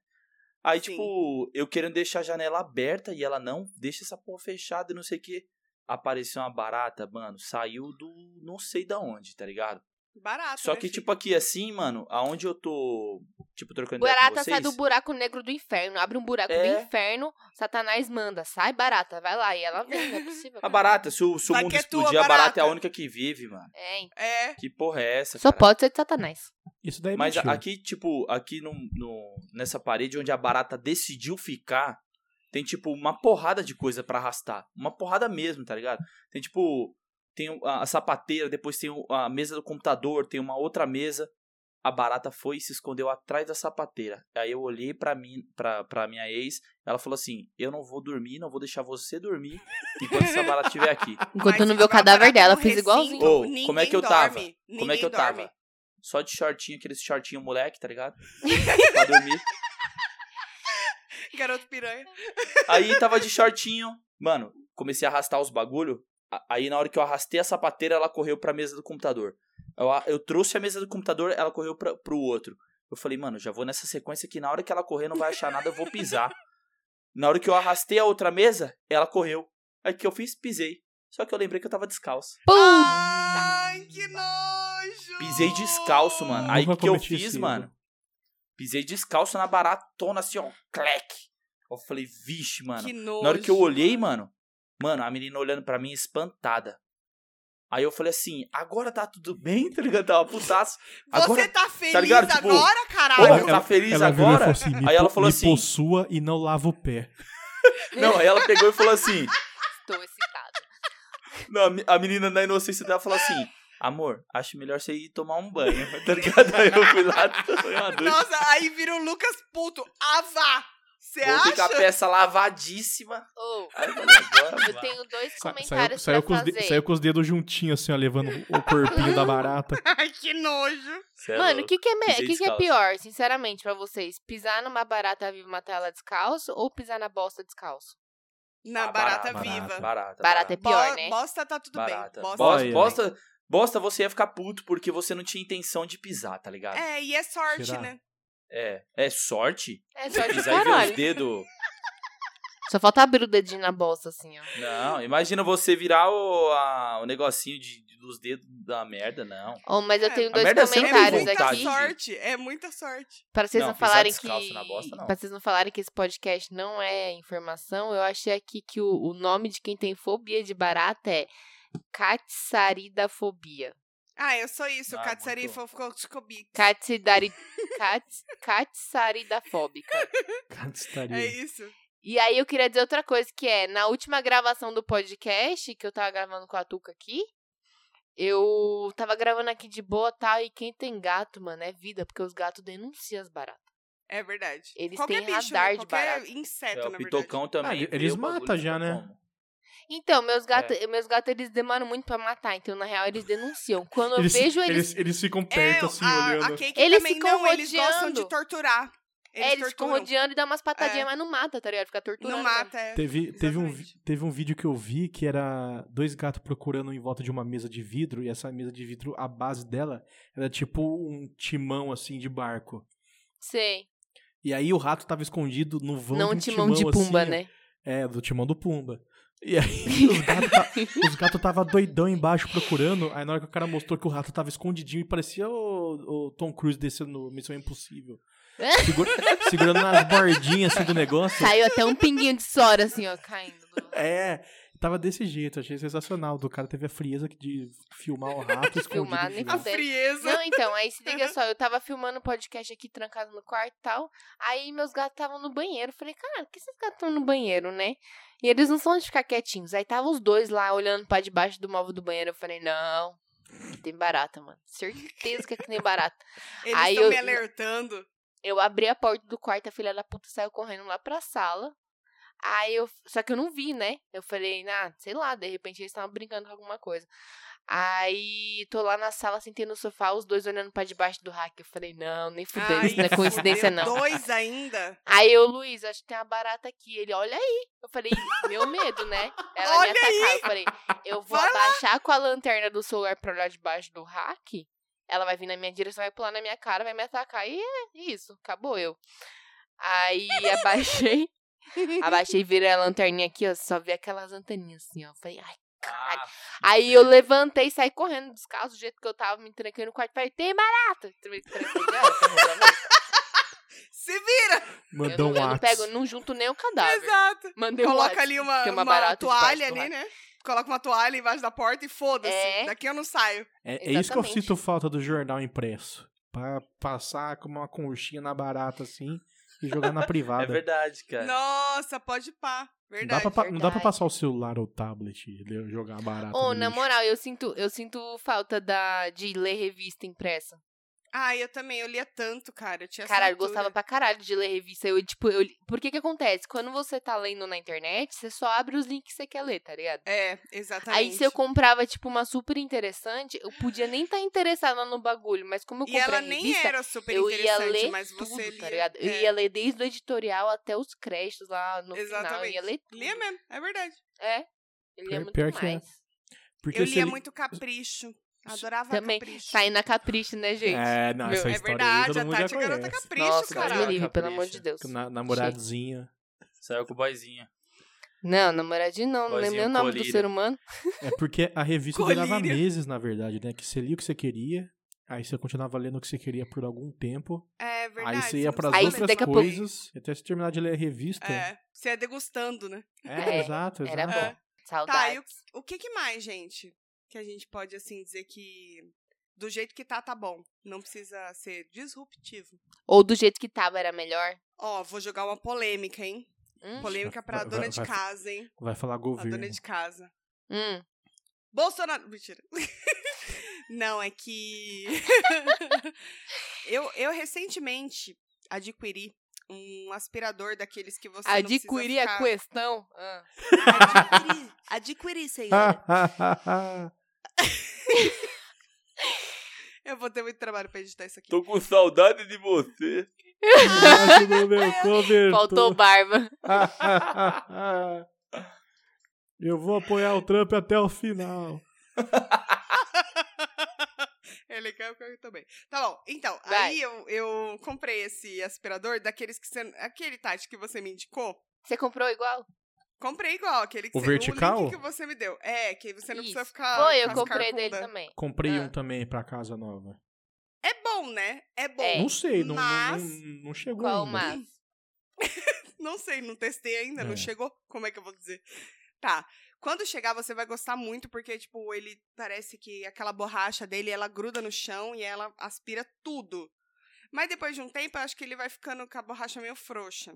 S1: Aí,
S3: Sim.
S1: tipo, eu querendo deixar a janela aberta e ela não deixa essa porra fechada e não sei o que. Apareceu uma barata, mano, saiu do não sei da onde, tá ligado?
S3: barato.
S1: Só
S3: né,
S1: que,
S3: filho?
S1: tipo, aqui assim, mano, aonde eu tô, tipo, trocando ideia com
S3: tá
S4: Barata
S1: vocês...
S4: sai do buraco negro do inferno. Abre um buraco
S1: É.
S4: do inferno, Satanás manda. Sai, barata, vai lá. E ela vem, não
S3: *laughs*
S4: é possível.
S1: A barata, se o, se o
S3: Vai
S1: mundo
S3: que é tua,
S1: explodir, a barata
S3: barata.
S1: é a única que vive, mano.
S4: É, então.
S3: É.
S1: Que porra é essa,
S4: Só
S1: cara?
S4: pode ser de Satanás.
S2: Isso daí é
S1: Mas
S2: mentira.
S1: aqui, tipo, aqui no, no- nessa parede onde a barata decidiu ficar, tem, tipo, uma porrada de coisa pra arrastar. Uma porrada mesmo, tá ligado? Tem, tipo, tem a, a sapateira, depois tem o- a mesa do computador, tem uma outra mesa. A barata foi e se escondeu atrás da sapateira. Aí eu olhei pra, mim, pra, pra minha ex, ela falou assim, eu não vou dormir, não vou deixar você dormir enquanto essa barata estiver
S3: *laughs*
S1: aqui. é
S4: Enquanto eu
S3: Mas
S4: não vi o
S3: a barata
S4: cadáver dela, eu
S3: no
S4: fiz igualzinho.
S3: recinto,
S1: Ô, como
S3: ninguém
S1: é que eu
S3: dorme,
S1: tava? Como é
S3: ninguém
S1: que eu
S3: dorme.
S1: tava? Só de shortinho, aqueles shortinho moleque, tá
S3: *laughs*
S1: ligado? pra dormir.
S3: Garoto piranha.
S1: Aí tava de shortinho. Mano, comecei a arrastar os bagulho. A- Aí na hora que eu arrastei a sapateira, ela correu pra mesa do computador. Eu, a- eu trouxe a mesa do computador, ela correu pra, pro outro. Eu falei, mano, já vou nessa sequência que na hora que ela correr não vai achar nada, eu vou pisar. Na hora que eu arrastei a outra mesa, ela correu. Aí o que eu fiz? Pisei. Só que eu lembrei que eu tava descalço.
S4: Pum!
S3: Ai, que nojo.
S1: Pisei descalço, mano. Aí
S2: Nunca
S1: que eu
S2: cometi
S1: fiz,
S2: esse erro.
S1: mano? Pisei descalço na baratona, assim, ó. Cleque. Eu falei, vixe, mano.
S3: Que nojo.
S1: Na hora que eu olhei, mano, mano, a menina olhando pra mim espantada. Aí eu falei assim, agora tá tudo bem, *laughs* tá ligado? Tava putaço.
S3: Você
S1: Agora,
S3: tá feliz
S1: ligado? Tipo,
S3: agora,
S1: porra,
S3: caralho?
S1: tá feliz
S2: ela virou e
S1: agora?
S2: falou assim, me,
S1: Aí ela
S2: po-
S1: falou
S2: me
S1: assim-
S2: possua e não lava o pé.
S1: Não, aí ela pegou e falou assim,
S4: Estou excitada.
S1: não, a me- a menina na inocência dela falou assim, amor, acho melhor você ir tomar um banho, *laughs* tá ligado? Aí eu fui lá, *laughs* tomei uma ducha.
S3: Nossa, aí vira o Lucas puto. Avá. Você
S1: Voltei com a
S3: acha? *laughs*
S1: peça lavadíssima.
S4: Ô,
S1: Aí eu falei, agora,
S4: eu
S1: vai.
S4: tenho dois
S2: Sa-
S4: comentários
S2: saiu, saiu com
S4: pra
S2: os de-
S4: fazer.
S2: saiu com os dedos juntinhos, assim, ó, levando o corpinho
S3: *laughs*
S2: da barata.
S3: Ai, que nojo.
S1: Cê é
S4: Mano, o
S1: louco.
S4: que, que, é me-
S1: Pisei
S4: que, que é
S1: descalço.
S4: pior, sinceramente, pra vocês? Pisar numa barata viva e matar ela descalço ou pisar na bosta descalço?
S3: Na
S1: Ah,
S3: barata,
S1: barata,
S3: viva.
S1: Barata,
S4: Barata é
S3: Bo-
S4: pior, né?
S3: Bosta tá tudo
S1: barata.
S3: bem. Bosta.
S2: Bo-
S1: Bosta,
S2: Olha.
S1: bosta, bosta, você ia ficar puto porque você não tinha intenção de pisar, tá ligado?
S3: É, e é sorte,
S2: Será?
S3: né?
S1: É. É sorte?
S4: É sorte do
S1: Pisar e ver
S4: caralho.
S1: os dedos.
S4: Só falta abrir o dedinho na bolsa, assim, ó.
S1: Não, imagina você virar o, a- o negocinho de, de- dos dedos da merda, não.
S4: Oh, mas eu
S3: É,
S4: tenho
S3: a
S4: dois
S1: merda é sempre
S4: comentários
S3: muita
S1: vontade.
S4: aqui.
S3: sorte, é muita sorte.
S4: Pra vocês não,
S1: Não, pisar
S4: falarem
S1: descalço
S4: que.
S1: na bosta, não.
S4: pra vocês não falarem que esse podcast não é informação, eu achei aqui que o, o nome de quem tem fobia de barata é Catsaridafobia.
S3: Ah, eu sou isso,
S1: Ah,
S3: Katsari
S1: muito.
S3: Fofcobic.
S4: Catsidari. Cats, catsaridafóbica.
S2: Cara, estaria.
S3: É isso.
S4: E aí eu queria dizer outra coisa, que é, na última gravação do podcast, que eu tava gravando com a Tuca aqui, eu tava gravando aqui de boa, tá? E quem tem gato, mano, é vida, porque os gatos denunciam as baratas.
S3: É verdade.
S4: Eles
S3: qualquer
S4: têm
S3: bicho,
S4: radar
S3: né?
S4: de
S3: qualquer
S4: barata.
S3: inseto,
S1: É, o
S3: na
S1: pitocão
S2: Ah,
S1: também.
S2: ele- eles
S1: vê o bagulho,
S2: matam já,
S1: não tem
S2: né?
S1: como.
S4: Então, meus gatos,
S2: É.
S4: meus gatos, eles demoram muito pra matar, então, na real, eles denunciam. Quando eu vejo eles...
S2: ficam
S3: verdade.
S2: perto, assim,
S3: É, a,
S2: olhando.
S3: A Cake
S4: Eles
S3: também
S4: ficam
S3: não, eles gostam
S4: rodeando.
S3: de torturar. Eles,
S4: é, eles ficam
S3: torturam.
S4: rodeando e dá umas patadinhas,
S3: É.
S4: mas não mata, tá ligado? Fica torturando.
S3: Não
S4: mesmo.
S3: mata, é.
S2: Teve, teve, um, vi-
S3: Exatamente.
S2: teve um vídeo que eu vi que era dois gatos procurando em volta de uma mesa de vidro, e essa mesa de vidro, a base dela, era tipo um timão assim de barco.
S4: Sei.
S2: E aí o rato tava escondido no vão
S4: não
S2: de um
S4: timão, de
S2: assim,
S4: pumba,
S2: ó.
S4: né?
S2: É, do timão do Pumba. E aí *laughs* os gatos ta- os gatos tava doidão embaixo procurando. Aí na hora que o cara mostrou que o rato tava escondidinho e parecia o, o Tom Cruise descendo no Missão
S4: *laughs*
S2: Impossível. Segura- segurando nas bordinhas assim do negócio.
S4: Saiu até um pinguinho de sora, assim, ó, caindo. do-
S3: *laughs*
S2: É, tava desse jeito, achei sensacional. Do cara teve a frieza de filmar o
S4: *laughs*
S2: rato escondido.
S4: Filmar,
S2: do
S4: nem
S2: gato.
S3: A
S4: fudeu.
S3: É frieza.
S4: Não, então, aí se liga só, eu tava filmando o podcast aqui, trancado no quarto e tal. Aí meus gatos estavam no banheiro. eu Falei, cara, por que esses gatos estão no banheiro, né? E eles não são de ficar quietinhos. Aí tava os dois lá olhando pra debaixo do móvel do banheiro. Eu falei, não, aqui tem barata, mano. Certeza que aqui tem barata.
S3: Eles
S4: Aí
S3: estão
S4: eu-
S3: me alertando.
S4: Eu abri a porta do quarto, a filha da puta saiu correndo lá pra sala. Aí eu. Só que eu não vi, né? Eu falei, ah, sei lá, de repente eles estavam brincando com alguma coisa. Aí tô lá na sala, sentei no sofá, os dois olhando pra debaixo do rack. Eu falei, não, nem
S3: *laughs*
S4: fudendo, isso não é
S3: fudeu.
S4: coincidência, não.
S3: Dois ainda.
S4: Aí eu, Luiz, acho que tem uma barata aqui. Ele, olha aí. Eu falei, meu medo, né? Ela
S3: Olha
S4: me atacar. Eu falei,
S3: *laughs*
S4: eu vou
S3: Vai
S4: abaixar com a lanterna do celular pra olhar debaixo do rack. Ela vai vir na minha direção, vai pular na minha cara, vai me atacar. E é isso, acabou eu. Aí
S3: *laughs*
S4: abaixei, abaixei, virei a lanterninha aqui, ó. Só vi aquelas anteninhas assim, ó. Falei, ai, caralho.
S1: Ah,
S4: Aí eu levantei, saí correndo descalço, do jeito que eu tava, me tranquei no quarto. Falei, tem barata. Tranquei de ela, pra arrumar, né?
S3: Se vira!
S2: Mandou
S4: eu não,
S2: um
S4: eu não
S2: ato.
S4: pego, não junto nem o cadáver.
S3: Exato.
S4: Mandei um
S3: Coloca
S4: WhatsApp,
S3: ali uma,
S4: tem
S3: uma,
S4: barata
S3: toalha
S4: debaixo do
S3: ali,
S4: rack.
S3: né? Coloca uma toalha embaixo da porta e foda-se.
S4: É.
S3: Daqui eu não saio.
S2: É, é isso que eu
S4: Exatamente.
S2: sinto falta do jornal impresso. Pra passar como uma conchinha na barata assim e jogar
S4: *laughs*
S2: na privada.
S1: é verdade, cara.
S3: Nossa, pode pá.
S2: Não dá,
S3: Verdade.
S2: pra, pa- não dá pra
S4: verdade.
S2: passar o celular ou o tablet e jogar barata.
S4: Ô,
S2: no
S4: na
S2: lixo.
S4: moral, eu sinto, eu sinto falta da, de ler revista impressa.
S3: Ah, eu também. Eu lia tanto, cara. Eu tinha
S4: Caralho, eu
S3: assinatura.
S4: gostava pra caralho de ler revista. Eu, tipo, eu, por que que acontece? Quando você tá lendo na internet, você só abre os links que você quer ler, tá ligado?
S3: É, exatamente.
S4: Aí se eu comprava, tipo, uma super interessante, eu podia nem estar tá interessada no bagulho, mas como eu
S3: E
S4: comprei
S3: ela
S4: a
S3: nem
S4: revista,
S3: era super
S4: eu ia
S3: interessante,
S4: ler
S3: mas
S4: tudo,
S3: você lia.
S4: tá ligado? Eu
S3: É,
S4: ia ler desde o editorial até os créditos lá no final, eu
S3: Exatamente.
S4: ia ler tudo.
S3: Lia mesmo, é verdade.
S4: É, eu lia
S2: Pior-
S4: muito
S2: pior que é.
S4: mais.
S2: Porque
S3: eu
S2: se
S3: lia
S2: ele-
S3: muito Capricho. Adorava
S4: Também,
S3: Capricho.
S4: Sair Tá na capricho, né, gente?
S2: É, não,
S4: Meu,
S2: essa
S3: é
S2: história aí
S3: verdade,
S2: todo
S3: a
S2: mundo já
S3: Tati é
S4: tá
S3: garota
S2: conhece.
S3: capricho,
S4: Nossa, é Deus me
S3: caralho.
S4: livre, pelo amor de
S1: Capricho.
S4: Deus.
S2: Na, namoradinha.
S1: Saiu com é o boizinho.
S4: Não, namoradinho não, não lembro
S1: Vozinho
S4: nem o nome do
S1: colírio.
S4: ser humano.
S2: É porque a revista
S4: *laughs*
S3: Colírio.
S2: durava meses, na verdade, né? Que você lia o que você queria, aí você continuava lendo o que você queria por algum tempo,
S3: É verdade.
S2: aí você ia pras
S3: não
S4: Aí
S3: sabe.
S2: outras
S4: daqui a pouco-
S2: coisas, até você terminar de ler a revista. É,
S3: É, você ia degustando, né?
S4: É,
S2: exato, exato.
S4: Era bom.
S3: Tá, e
S4: Saudades.
S3: o, o que, que mais, gente, que a gente pode, assim, dizer que do jeito que tá, tá bom. Não precisa ser disruptivo.
S4: Ou do jeito que tava era melhor.
S3: Ó, vou jogar uma polêmica, hein?
S4: Hum,
S3: Polêmica pra
S2: Vai- vai-
S3: dona de
S2: vai-
S3: casa, hein?
S2: Vai falar
S3: A dona
S2: governo.
S3: de casa.
S4: hum.
S3: Bolsonaro. Mentira. *laughs* Não, é que. *laughs* eu, eu recentemente adquiri um aspirador daqueles que você.
S4: Adquirir
S3: não
S4: a
S3: precisa
S4: questão. Ah.
S3: ficar... Adquiri, adquiri, senhora. Eu vou ter muito trabalho pra editar isso aqui.
S1: Tô com saudade de você.
S2: Embaixo do
S4: *laughs*
S2: meu cobertor.
S4: Faltou barba.
S2: *laughs* Eu vou apoiar o Trump até o final.
S3: Ele quer que eu também. Tá bom, então,
S4: Vai.
S3: aí eu, eu comprei esse aspirador daqueles que tá, você. Aquele Tati que você me indicou.
S4: Você comprou igual?
S3: Comprei igual, aquele que
S2: O
S3: você,
S2: vertical?
S3: link que você me deu. É, que você não precisa
S4: Isso.
S3: ficar.
S4: Foi, eu
S3: Ah, com as
S4: comprei
S3: carcunda.
S4: dele também.
S2: Comprei
S4: Ah.
S2: um também pra casa nova.
S3: É bom, né? É bom.
S4: É.
S2: Não sei, não, não-
S3: Mas-
S2: não, não chegou
S4: Qual
S2: ainda.
S4: mas?
S3: Não sei, não testei ainda,
S2: É.
S3: não chegou. Como é que eu vou dizer? Tá. Quando chegar, você vai gostar muito, porque, tipo, ele parece que aquela borracha dele, ela gruda no chão e ela aspira tudo. Mas depois de um tempo, eu acho que ele vai ficando com a borracha meio frouxa.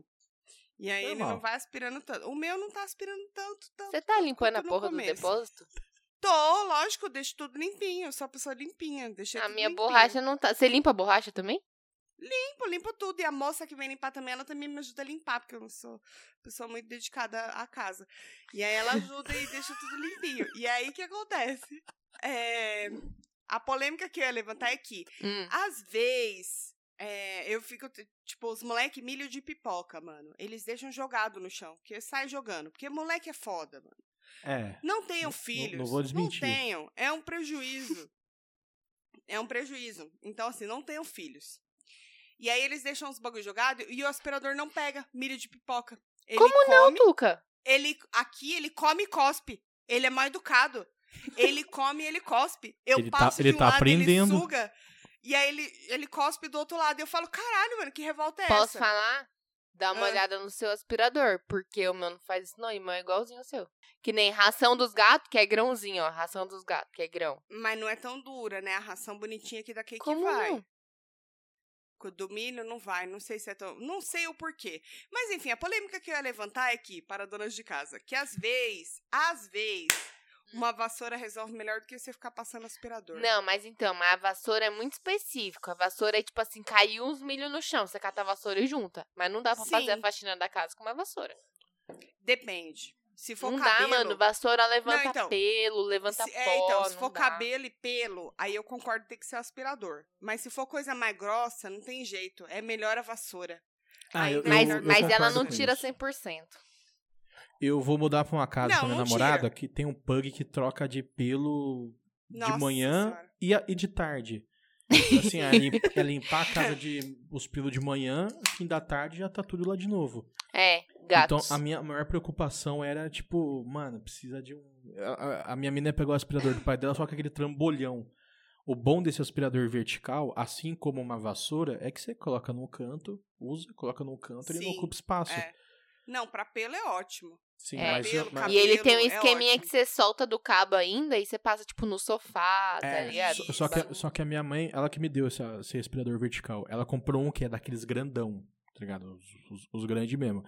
S3: E aí ele
S2: Normal.
S3: não vai aspirando tanto. O meu não tá aspirando tanto, tanto.
S4: Você tá limpando a
S3: Quanto no
S4: porra do
S3: começo.
S4: depósito?
S3: Tô, lógico, eu deixo tudo limpinho. Eu sou uma pessoa limpinha. Deixei
S4: A
S3: tudo
S4: minha
S3: limpinho.
S4: borracha não tá. Você limpa a borracha também?
S3: Limpo, limpo tudo. E a moça que vem limpar também, ela também me ajuda a limpar, porque eu não sou pessoa muito dedicada à casa. E aí ela ajuda e deixa tudo limpinho. E aí o que acontece? É, A polêmica que eu ia levantar é que,
S4: Hum.
S3: às vezes, é, eu fico, t- tipo, os moleque milho de pipoca, mano. Eles deixam jogado no chão, porque sai jogando. Porque moleque é foda, mano.
S2: É.
S3: Não tenham
S2: Não-
S3: filhos.
S2: não vou desmentir.
S3: Não tenham. É um prejuízo. é um prejuízo. Então, assim, não tenham filhos. E aí eles deixam os bagulho jogado e o aspirador não pega milho de pipoca. Ele
S4: Como não,
S3: come,
S4: Tuca?
S3: Ele, aqui ele come e cospe. Ele é mal educado. Ele come e ele cospe. Eu
S2: Ele tá-
S3: passo
S2: ele
S3: de um
S2: tá
S3: lado,
S2: aprendendo.
S3: ele suga. E aí ele, ele cospe do outro lado. E eu falo, caralho, mano, que revolta é
S4: Posso
S3: essa?
S4: falar? Dá uma
S3: Ah.
S4: olhada no seu aspirador, porque o meu não faz isso não, e o meu é igualzinho ao seu. Que nem ração dos gatos, que é grãozinho, ó, ração dos gatos, que é grão.
S3: Mas não é tão dura, né? A ração bonitinha aqui da Cake
S4: Como
S3: vai.
S4: não?
S3: Com o do milho não vai, não sei se é tão. Não sei o porquê. Mas enfim, a polêmica que eu ia levantar é que, para donas de casa, que às vezes, às vezes, uma vassoura resolve melhor do que você ficar passando aspirador.
S4: Hum. Não, mas então, mas a vassoura é muito específica. A vassoura é tipo assim, caiu uns milho no chão, você cata a vassoura e junta. Mas não dá pra fazer a
S3: Sim.
S4: faxina da casa com uma vassoura.
S3: Depende. Se for
S4: não
S3: cabelo.
S4: dá, mano. Vassoura levanta
S3: Não, então,
S4: pelo, levanta
S3: se,
S4: pó.
S3: é, então, se
S4: não
S3: for
S4: dá.
S3: cabelo e pelo, aí eu concordo que tem que ser aspirador. Mas se for coisa mais grossa, não tem jeito. É melhor a vassoura.
S2: Ah, eu- eu-
S4: então Mas,
S2: eu
S4: mas ela
S2: concordo
S4: não
S2: com
S4: tira
S2: isso.
S4: 100%.
S2: Eu vou mudar pra uma casa
S3: Não,
S2: com a minha
S3: não tira.
S2: namorada que tem um pug que troca de pelo
S3: Nossa
S2: de manhã
S3: Senhora.
S2: e, a- e de tarde. Então, assim, é, lim- é limpar a casa de os pelos de manhã, fim da tarde já tá tudo lá de novo.
S4: É, gatos.
S2: Então a minha maior preocupação era, tipo, mano, precisa de um. A, a- a minha menina pegou o aspirador do pai dela, só com aquele trambolhão. O bom desse aspirador vertical, assim como uma vassoura, é que você coloca num canto, usa, coloca num canto, ele não
S3: Sim,
S2: ocupa espaço.
S3: É. Não, pra pelo é ótimo.
S2: Sim,
S4: É.
S2: mas,
S3: Cabelo,
S2: mas-
S3: cabelo.
S4: E ele tem um
S3: é
S4: esqueminha
S3: ótimo.
S4: que você solta do cabo ainda e você passa, tipo, no sofá, tá
S2: É,
S4: ligado?
S2: só, só que, só que a minha mãe, ela que me deu esse, esse respirador vertical. Ela comprou um que é daqueles grandão, tá ligado? Os, os- os grandes mesmo.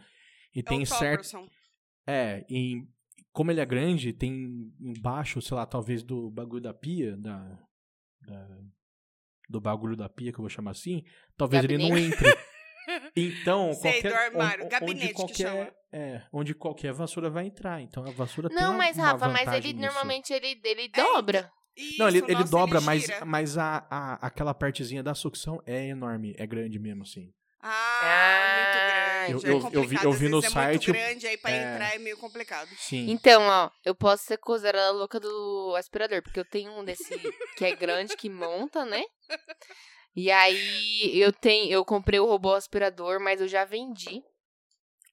S2: E
S3: é
S2: tem
S3: o
S2: certo.
S3: Topperson.
S2: É, e como ele é grande, tem embaixo, sei lá, talvez do bagulho da pia, da. da- do bagulho da pia, que eu vou chamar assim, talvez ele não entre.
S3: *laughs*
S2: Então,
S3: Sei,
S2: qualquer,
S3: do armário,
S2: onde,
S3: gabinete
S2: onde
S3: que
S2: qualquer,
S3: chama.
S2: É, onde qualquer vassoura vai entrar. Então a vassoura tem
S4: Não,
S2: uma-
S4: mas
S2: uma
S4: Rafa, mas
S2: vantagem
S4: ele
S2: nisso.
S4: normalmente ele,
S3: É,
S4: ele
S3: então,
S4: dobra.
S3: Isso,
S2: Não, ele, ele
S3: nossa,
S2: dobra, mas,
S3: gira.
S2: mas a, a- aquela partezinha da sucção é enorme, é grande mesmo, assim.
S3: Ah,
S4: Ah,
S3: muito grande.
S4: eu- eu-
S3: é
S4: eu vi-
S3: complicado,
S2: eu
S3: às
S2: vi
S3: vezes
S2: no
S3: é
S2: site,
S3: Muito grande, aí pra
S2: é.
S3: entrar é meio complicado.
S2: Sim.
S4: Então, ó, eu posso ser considerada louca do aspirador, porque eu tenho um desse que é grande, que monta, né? E aí eu tenho, eu comprei o robô aspirador, mas eu já vendi.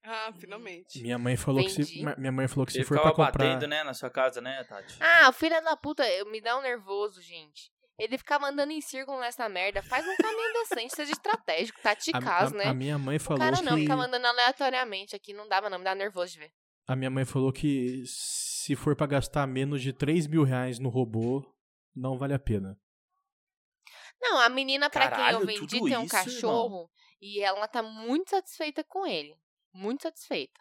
S3: Ah, finalmente.
S2: Minha mãe falou que se,
S4: Entendi.
S2: ma- minha mãe falou que se
S1: Ele
S2: for
S1: ficava
S2: pra comprar.
S1: batendo, né, na sua casa, né, Tati?
S4: Ah, filha da puta, eu- me dá um nervoso, gente. Ele ficava andando em círculo nessa merda. Faz um caminho decente, seja estratégico,
S2: a,
S4: taticaz,
S2: a-
S4: né?
S2: a minha mãe
S4: O
S2: falou
S4: cara não,
S2: que
S4: fica mandando aleatoriamente aqui, não dava não, me dá nervoso de ver.
S2: a minha mãe falou que se for pra gastar menos de 3 mil reais no robô, não vale a pena.
S4: Não, a menina pra quem eu
S1: Caralho,
S4: vendi
S1: tudo
S4: tem um
S1: isso,
S4: cachorro e ela tá muito satisfeita com ele. Muito satisfeita.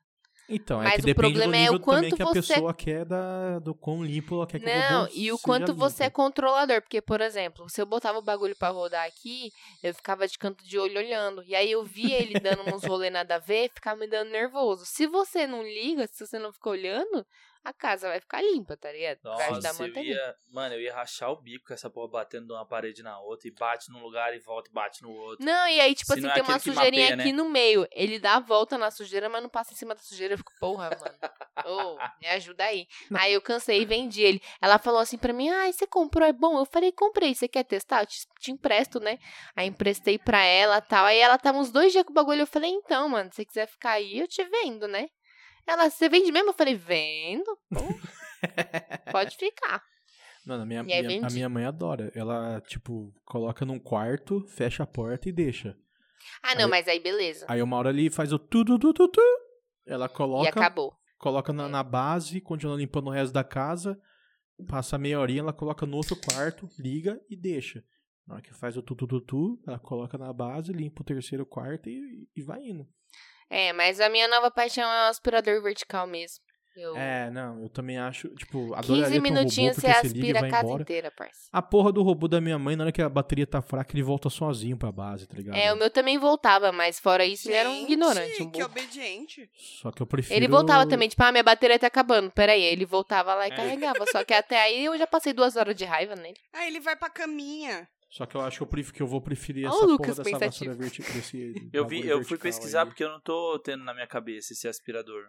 S2: Então,
S4: Mas
S2: é que
S4: o
S2: depende do
S4: problema é o
S2: nível também
S4: quanto
S2: que a
S4: você-
S2: pessoa quer da, do quão limpo ela quer que o
S4: Não,
S2: robô
S4: e o
S2: seja
S4: quanto você é
S2: limpo.
S4: controlador, porque por exemplo, se eu botava o bagulho pra rodar aqui, eu ficava de canto de olho olhando, e aí eu via ele dando
S2: *laughs*
S4: uns rolê nada a ver, ficava me dando nervoso. Se você não liga, se você não fica olhando, a casa vai ficar limpa, tá ligado? Vai ajudar a
S1: Nossa, eu
S4: manter limpa.
S1: ia... Mano, eu ia rachar o bico com essa porra batendo de uma parede na outra. E bate num lugar e volta e bate no outro.
S4: Não, e aí, tipo
S1: Se
S4: assim,
S1: não é
S4: tem uma
S1: aquele que
S4: sujeirinha
S1: mapeia, né?
S4: aqui no meio. Ele dá a volta na sujeira, mas não passa em cima da sujeira. Eu fico, porra, mano. Ô, me ajuda aí.
S2: Não.
S4: Aí eu cansei e vendi ele. Ela falou assim pra mim: ai, você comprou, é bom? Eu falei: comprei, você quer testar? Eu te, te empresto, né? Aí emprestei pra ela tal. Aí ela tava uns dois dias com o bagulho. Eu falei: então, mano, se você quiser ficar aí, eu te vendo, né? Ela, você vende mesmo? Eu falei, vendo.
S2: *laughs*
S4: Pô, Pode ficar.
S2: Mano, a minha,
S4: E aí
S2: minha- a
S4: vende.
S2: minha mãe adora. Ela, tipo, coloca num quarto, fecha a porta e deixa.
S4: Ah, não,
S2: Aí-
S4: mas aí beleza.
S2: Aí uma hora ali faz o tu, tu, tu, tu, tu. Ela
S4: E
S2: coloca,
S4: acabou.
S2: coloca
S4: É.
S2: na, na base, continua limpando o resto da casa. Passa meia horinha, ela coloca no outro quarto, liga e deixa. Na hora que faz o tu, tu, tu, tu, ela coloca na base, limpa o terceiro quarto e, e vai indo.
S4: É, mas a minha nova paixão é o aspirador vertical mesmo. Eu...
S2: É, não, eu também acho, tipo, adoraria ter
S4: 15
S2: um robô
S4: minutinhos
S2: porque
S4: você
S2: você liga
S4: aspira
S2: e
S4: a
S2: vai
S4: casa
S2: embora. Ah,
S4: inteira, parça.
S2: A porra do robô da minha mãe, na hora que a bateria tá fraca, ele volta sozinho pra base, tá ligado?
S4: É, o meu também voltava, mas fora isso ele era um
S3: Gente,
S4: ignorante. um
S3: que
S4: bobo.
S3: obediente.
S2: Só que eu prefiro...
S4: Ele voltava também, tipo, ah, minha bateria tá acabando. Peraí, aí ele voltava lá e
S1: É.
S4: carregava. Só que até aí eu já passei duas horas de raiva nele.
S3: Ah, ele vai pra caminha.
S2: Só que eu acho que eu, prefiro, que eu vou preferir
S4: Ó
S2: essa
S4: o
S2: porra
S4: Lucas tipo
S2: dessa
S4: pensativo.
S2: vassoura vertical.
S1: *laughs*
S2: Desse
S1: Eu, vi,
S2: bagulho
S1: eu fui
S2: vertical
S1: pesquisar
S2: aí.
S1: porque eu não tô tendo na minha cabeça esse aspirador.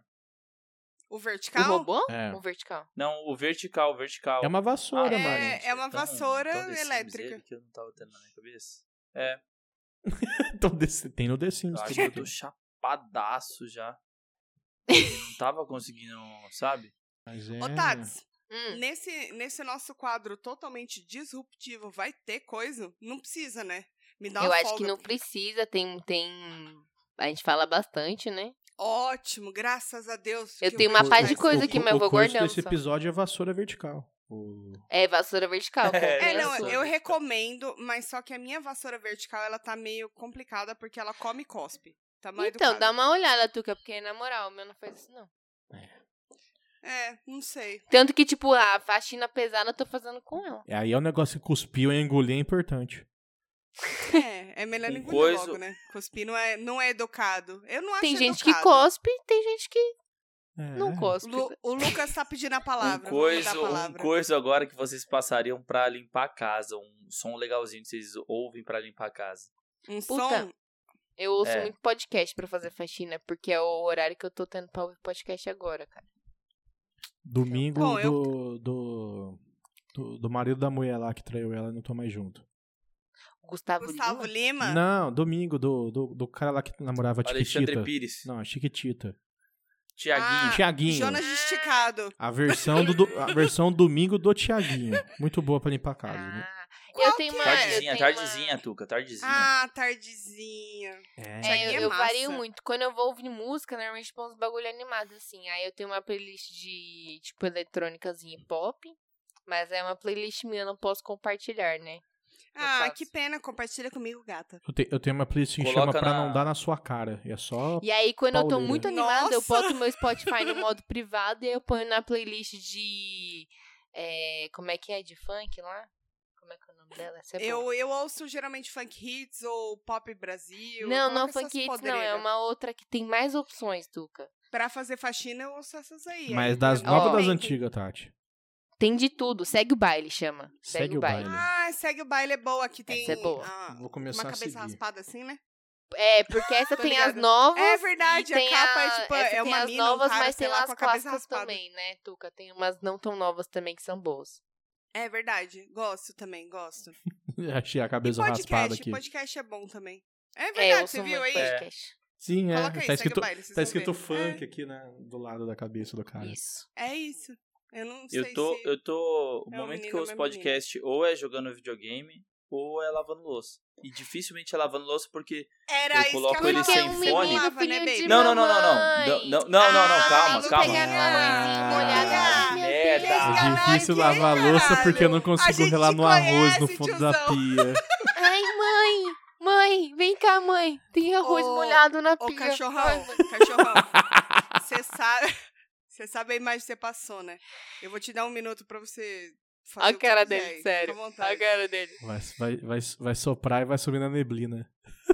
S3: O
S4: O
S3: vertical
S4: robô?
S2: É.
S4: O vertical.
S1: Não, o vertical, o vertical.
S2: É uma vassoura,
S1: Ah,
S2: mano.
S3: É, é uma
S1: Então-
S3: vassoura
S1: então The Sims,
S3: elétrica.
S1: ele que eu não tava tendo na minha cabeça.
S2: Então, desse- tem no The
S1: Eu
S2: Sims.
S1: acho que
S2: também.
S1: eu tô chapadaço
S3: *laughs*
S1: já. Eu não tava conseguindo, sabe?
S2: Mas é...
S3: Ô, Tats,
S4: Hum.
S3: nesse, nesse nosso quadro totalmente disruptivo, vai ter coisa? Não precisa, né? Me dá
S4: Eu
S3: uma
S4: acho
S3: folga.
S4: que não precisa, tem, tem... A gente fala bastante, né?
S3: Ótimo, graças a Deus.
S4: Eu
S3: que
S4: tenho
S3: o tá
S4: uma
S3: Lucas
S4: pá
S3: vai
S4: de
S3: ser-
S4: coisa aqui, mas eu
S2: é,
S4: vou
S2: O curso
S4: guardando
S2: desse
S4: só.
S2: episódio é vassoura vertical. O-
S4: É, vassoura vertical.
S1: É,
S3: É,
S4: compensa.
S3: não,
S1: vassoura
S3: eu
S1: vertical.
S3: recomendo, mas só que a minha vassoura vertical, ela tá meio complicada porque ela come e cospe. Tá mal
S4: Então, dá
S3: educada.
S4: uma olhada, Tuca, porque na moral, o meu não faz isso, não.
S3: É, não
S4: *laughs*
S3: sei.
S4: Tanto que, tipo, a faxina pesada eu tô fazendo com ela.
S2: É, Aí é um negócio que cuspiu e engolir é importante.
S3: É, é melhor
S1: Um
S3: não engolir
S1: coisa-
S3: logo, né? Cuspir não é, não é educado. Eu não acho
S4: Tem gente que
S3: educado.
S4: cospe, tem gente que
S2: É.
S4: não cospe.
S3: Lu- o Lucas tá pedindo a
S1: Um
S3: palavra. vamos dar
S1: coisa,
S3: a
S1: um
S3: palavra.
S1: coisa agora que vocês passariam pra limpar a casa. Um som legalzinho que vocês ouvem pra limpar a casa.
S3: Um
S4: Puta.
S3: som.
S4: Eu ouço
S1: É.
S4: muito podcast pra fazer faxina, porque é o horário que eu tô tendo pra ouvir podcast agora, cara.
S2: Domingo
S3: Bom,
S2: do,
S3: eu-
S2: do, do, do marido da mulher lá que traiu ela e não tô mais junto.
S4: O Gustavo,
S3: Gustavo
S4: Lima.
S3: Lima.
S2: Não, domingo do, do, do cara lá que namorava a
S1: Alexandre
S2: Chiquitita.
S1: Pires.
S2: Não, a Chiquitita.
S1: Tiaguinho.
S3: Ah,
S2: Tiaguinho.
S3: Jonas Esticado.
S2: A versão do, do- *laughs* a versão domingo do Tiaguinho. Muito boa pra limpar a casa. né?
S4: Ah,
S3: Qual
S4: eu tenho
S3: que
S4: uma.
S3: é?
S4: eu tenho
S1: Tardezinha,
S4: uma-
S1: tardezinha, Tuca, tardezinha.
S3: Ah, tardezinha.
S4: É,
S3: Tiaguinho é
S4: eu, eu vario
S3: massa.
S4: muito. Quando eu vou ouvir música, normalmente põe uns bagulho animado, assim. Aí eu tenho uma playlist de, tipo, eletrônicazinha e pop. Mas é uma playlist minha, eu não posso compartilhar, né?
S3: Ah,
S4: caso.
S3: que pena. Compartilha comigo, gata.
S2: Eu, te- eu tenho uma playlist que
S1: Coloca
S2: chama Pra
S1: na-
S2: Não Dar Na Sua Cara. E é só...
S4: E aí, quando eu tô
S2: Pauleira.
S4: muito animada, eu
S3: Nossa!
S4: boto meu
S3: *laughs*
S4: Spotify no modo privado e aí eu ponho na playlist de. é, como é que é? De funk lá? Como é que é o nome dela? Essa é boa.
S3: Eu, eu ouço geralmente funk hits ou pop Brasil.
S4: Não,
S3: eu
S4: não
S3: coloco essas
S4: funk hits, não. É
S3: podreiras.
S4: uma outra que tem mais opções, Tuca.
S3: Pra fazer faxina, eu ouço essas aí.
S2: Mas
S3: aí,
S2: das
S3: eu-
S2: novas
S4: Ó.
S2: das antigas, Tati.
S4: Tem de tudo. Segue o baile, chama.
S2: Segue
S4: Segue,
S2: o
S4: o baile.
S2: baile.
S3: Ah, segue o baile é boa, que tem
S4: Essa é boa.
S3: ah,
S2: Vou
S3: uma
S2: começar a *laughs*
S3: cabeça
S2: seguir.
S3: raspada assim, né?
S4: É, porque
S3: *laughs*
S4: essa
S3: Tô
S4: tem
S3: ligada.
S4: as novas.
S3: É verdade,
S4: e
S3: a
S4: tem
S3: capa é
S4: a-
S3: tipo,
S4: essa
S3: é
S4: tem
S3: uma
S4: as
S3: mina, um
S4: novas,
S3: cara,
S4: mas
S3: sei
S4: tem
S3: lá,
S4: lá
S3: com a
S4: as
S3: cabeça
S4: clássicas
S3: raspada.
S4: também, né, Tuca? Tem umas não tão novas também que são boas.
S3: É verdade, gosto também, gosto.
S2: Achei a
S3: E
S2: cabeça raspada
S3: podcast,
S2: um aqui.
S3: podcast é bom também. É
S4: é,
S3: verdade,
S4: eu
S3: você
S4: sou
S3: viu aí?
S4: muito podcast.
S2: Sim, é. tá
S3: Coloca aí, segue o
S2: escrito,
S3: baile, vocês
S2: tá
S3: vão
S2: escrito
S3: ver.
S2: funk aqui na, do lado da cabeça do cara.
S4: Isso.
S3: É, é isso, eu não sei
S1: Eu tô,
S3: se...
S1: eu tô. O
S3: É um
S1: momento que eu
S3: menino ou
S1: ouço
S3: uma
S1: podcast ou é jogando videogame ou é lavando louça. E dificilmente é lavando louça porque.
S3: Era
S1: eu
S3: isso
S1: coloco
S3: que
S1: ele
S3: eu
S4: Porque
S1: sem
S4: um
S1: fone.
S4: menino
S3: falava, né,
S4: filho de
S3: baby?
S1: Não, não, não, não,
S4: mamãe. Ah,
S1: não. Não, não, não, não, calma,
S3: não
S1: calma.
S4: pegar
S3: minha
S4: minha
S3: mãozinha molhada.
S2: Ah,
S4: molhada.
S3: Minha
S1: Merda.
S3: filha.
S2: É difícil
S3: Caralho,
S2: lavar a louça porque eu não
S3: caralho. A
S2: consigo
S3: gente
S2: relar
S3: te
S2: no arroz no
S3: conhece,
S2: fundo
S3: tiozão.
S2: da pia.
S4: Ai, mãe! Mãe, vem cá, mãe. Tem arroz
S3: Ô,
S4: molhado na
S3: Ô,
S4: pia. Ai,
S3: cachorrão,
S4: mãe.
S2: *laughs*
S3: cachorrão, você sabe, você sabe a imagem que você passou, né? Eu vou te dar um minuto pra você fazer
S4: A
S3: o que
S4: cara
S3: quiser
S4: dele,
S3: aí,
S4: sério.
S3: fica à vontade.
S4: A cara dele.
S2: Vai, vai, vai, vai soprar e vai subir na neblina.